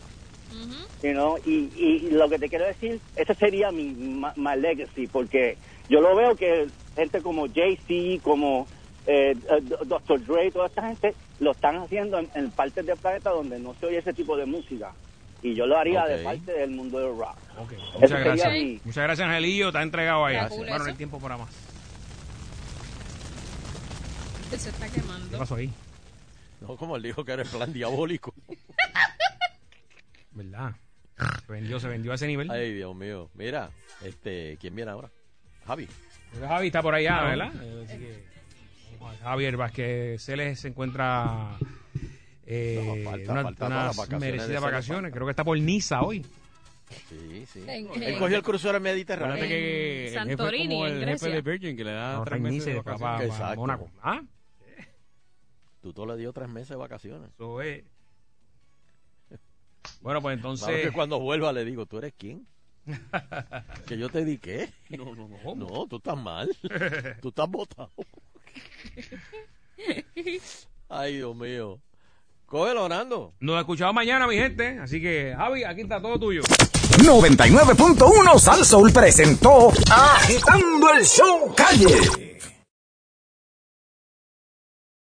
Speaker 8: you know, y, y lo que te quiero decir ese sería mi ma- my legacy porque yo lo veo que gente como Jay-Z como eh, eh, Dr. Dre toda esta gente lo están haciendo en, en partes del planeta donde no se oye ese tipo de música y yo lo haría
Speaker 5: Ok.
Speaker 8: de parte del mundo del rock Eso
Speaker 5: Muchas
Speaker 8: sería
Speaker 5: gracias.
Speaker 8: mi-
Speaker 5: Muchas gracias, Angelillo. Está entregado ahí.
Speaker 6: Está cool
Speaker 5: Bueno,
Speaker 6: eso.
Speaker 5: el tiempo para más.
Speaker 6: Se está quemando.
Speaker 5: ¿Qué pasó ahí?
Speaker 2: No, como él dijo que era el plan diabólico.
Speaker 5: ¿Verdad? Se vendió, se vendió a ese nivel.
Speaker 2: Ay, Dios mío. Mira, este, ¿quién viene ahora? Javi.
Speaker 5: Pero Javi está por allá,
Speaker 2: No.
Speaker 5: ¿verdad? Eh, así que, vamos a ver. Javier Vázquez Celes se encuentra eh,
Speaker 2: No, falta-
Speaker 5: una-
Speaker 2: falta
Speaker 5: unas
Speaker 2: las vacaciones de
Speaker 5: merecidas
Speaker 2: Celes,
Speaker 5: vacaciones. Creo que está por Niza hoy.
Speaker 2: Sí, sí.
Speaker 6: En-
Speaker 2: Él cogió el crucero Mediterráneo.
Speaker 3: Acuérdate que el jefe es
Speaker 6: Santorini,
Speaker 3: como
Speaker 6: en
Speaker 3: el
Speaker 6: Grecia.
Speaker 3: jefe de Virgin que le da
Speaker 5: No,
Speaker 3: tres
Speaker 5: Rey
Speaker 3: meses
Speaker 5: Nice
Speaker 3: de
Speaker 5: va pa-
Speaker 3: vacaciones.
Speaker 5: pa-
Speaker 2: Exacto.
Speaker 5: Mónaco. Ah,
Speaker 2: Tú todo le dio tres meses de vacaciones.
Speaker 5: eso es. Bueno, pues
Speaker 2: Claro
Speaker 5: entonces.
Speaker 2: que cuando vuelva le digo, ¿tú eres quién? que yo te di qué.
Speaker 5: No, no, no.
Speaker 2: No, tú estás mal. tú estás botado. Ay, Dios mío. Cógelo, Orlando.
Speaker 5: Nos escuchamos mañana, mi gente. Así que, Javi, aquí está todo tuyo.
Speaker 11: 99.1 Sal Soul presentó Agitando el Show Calle.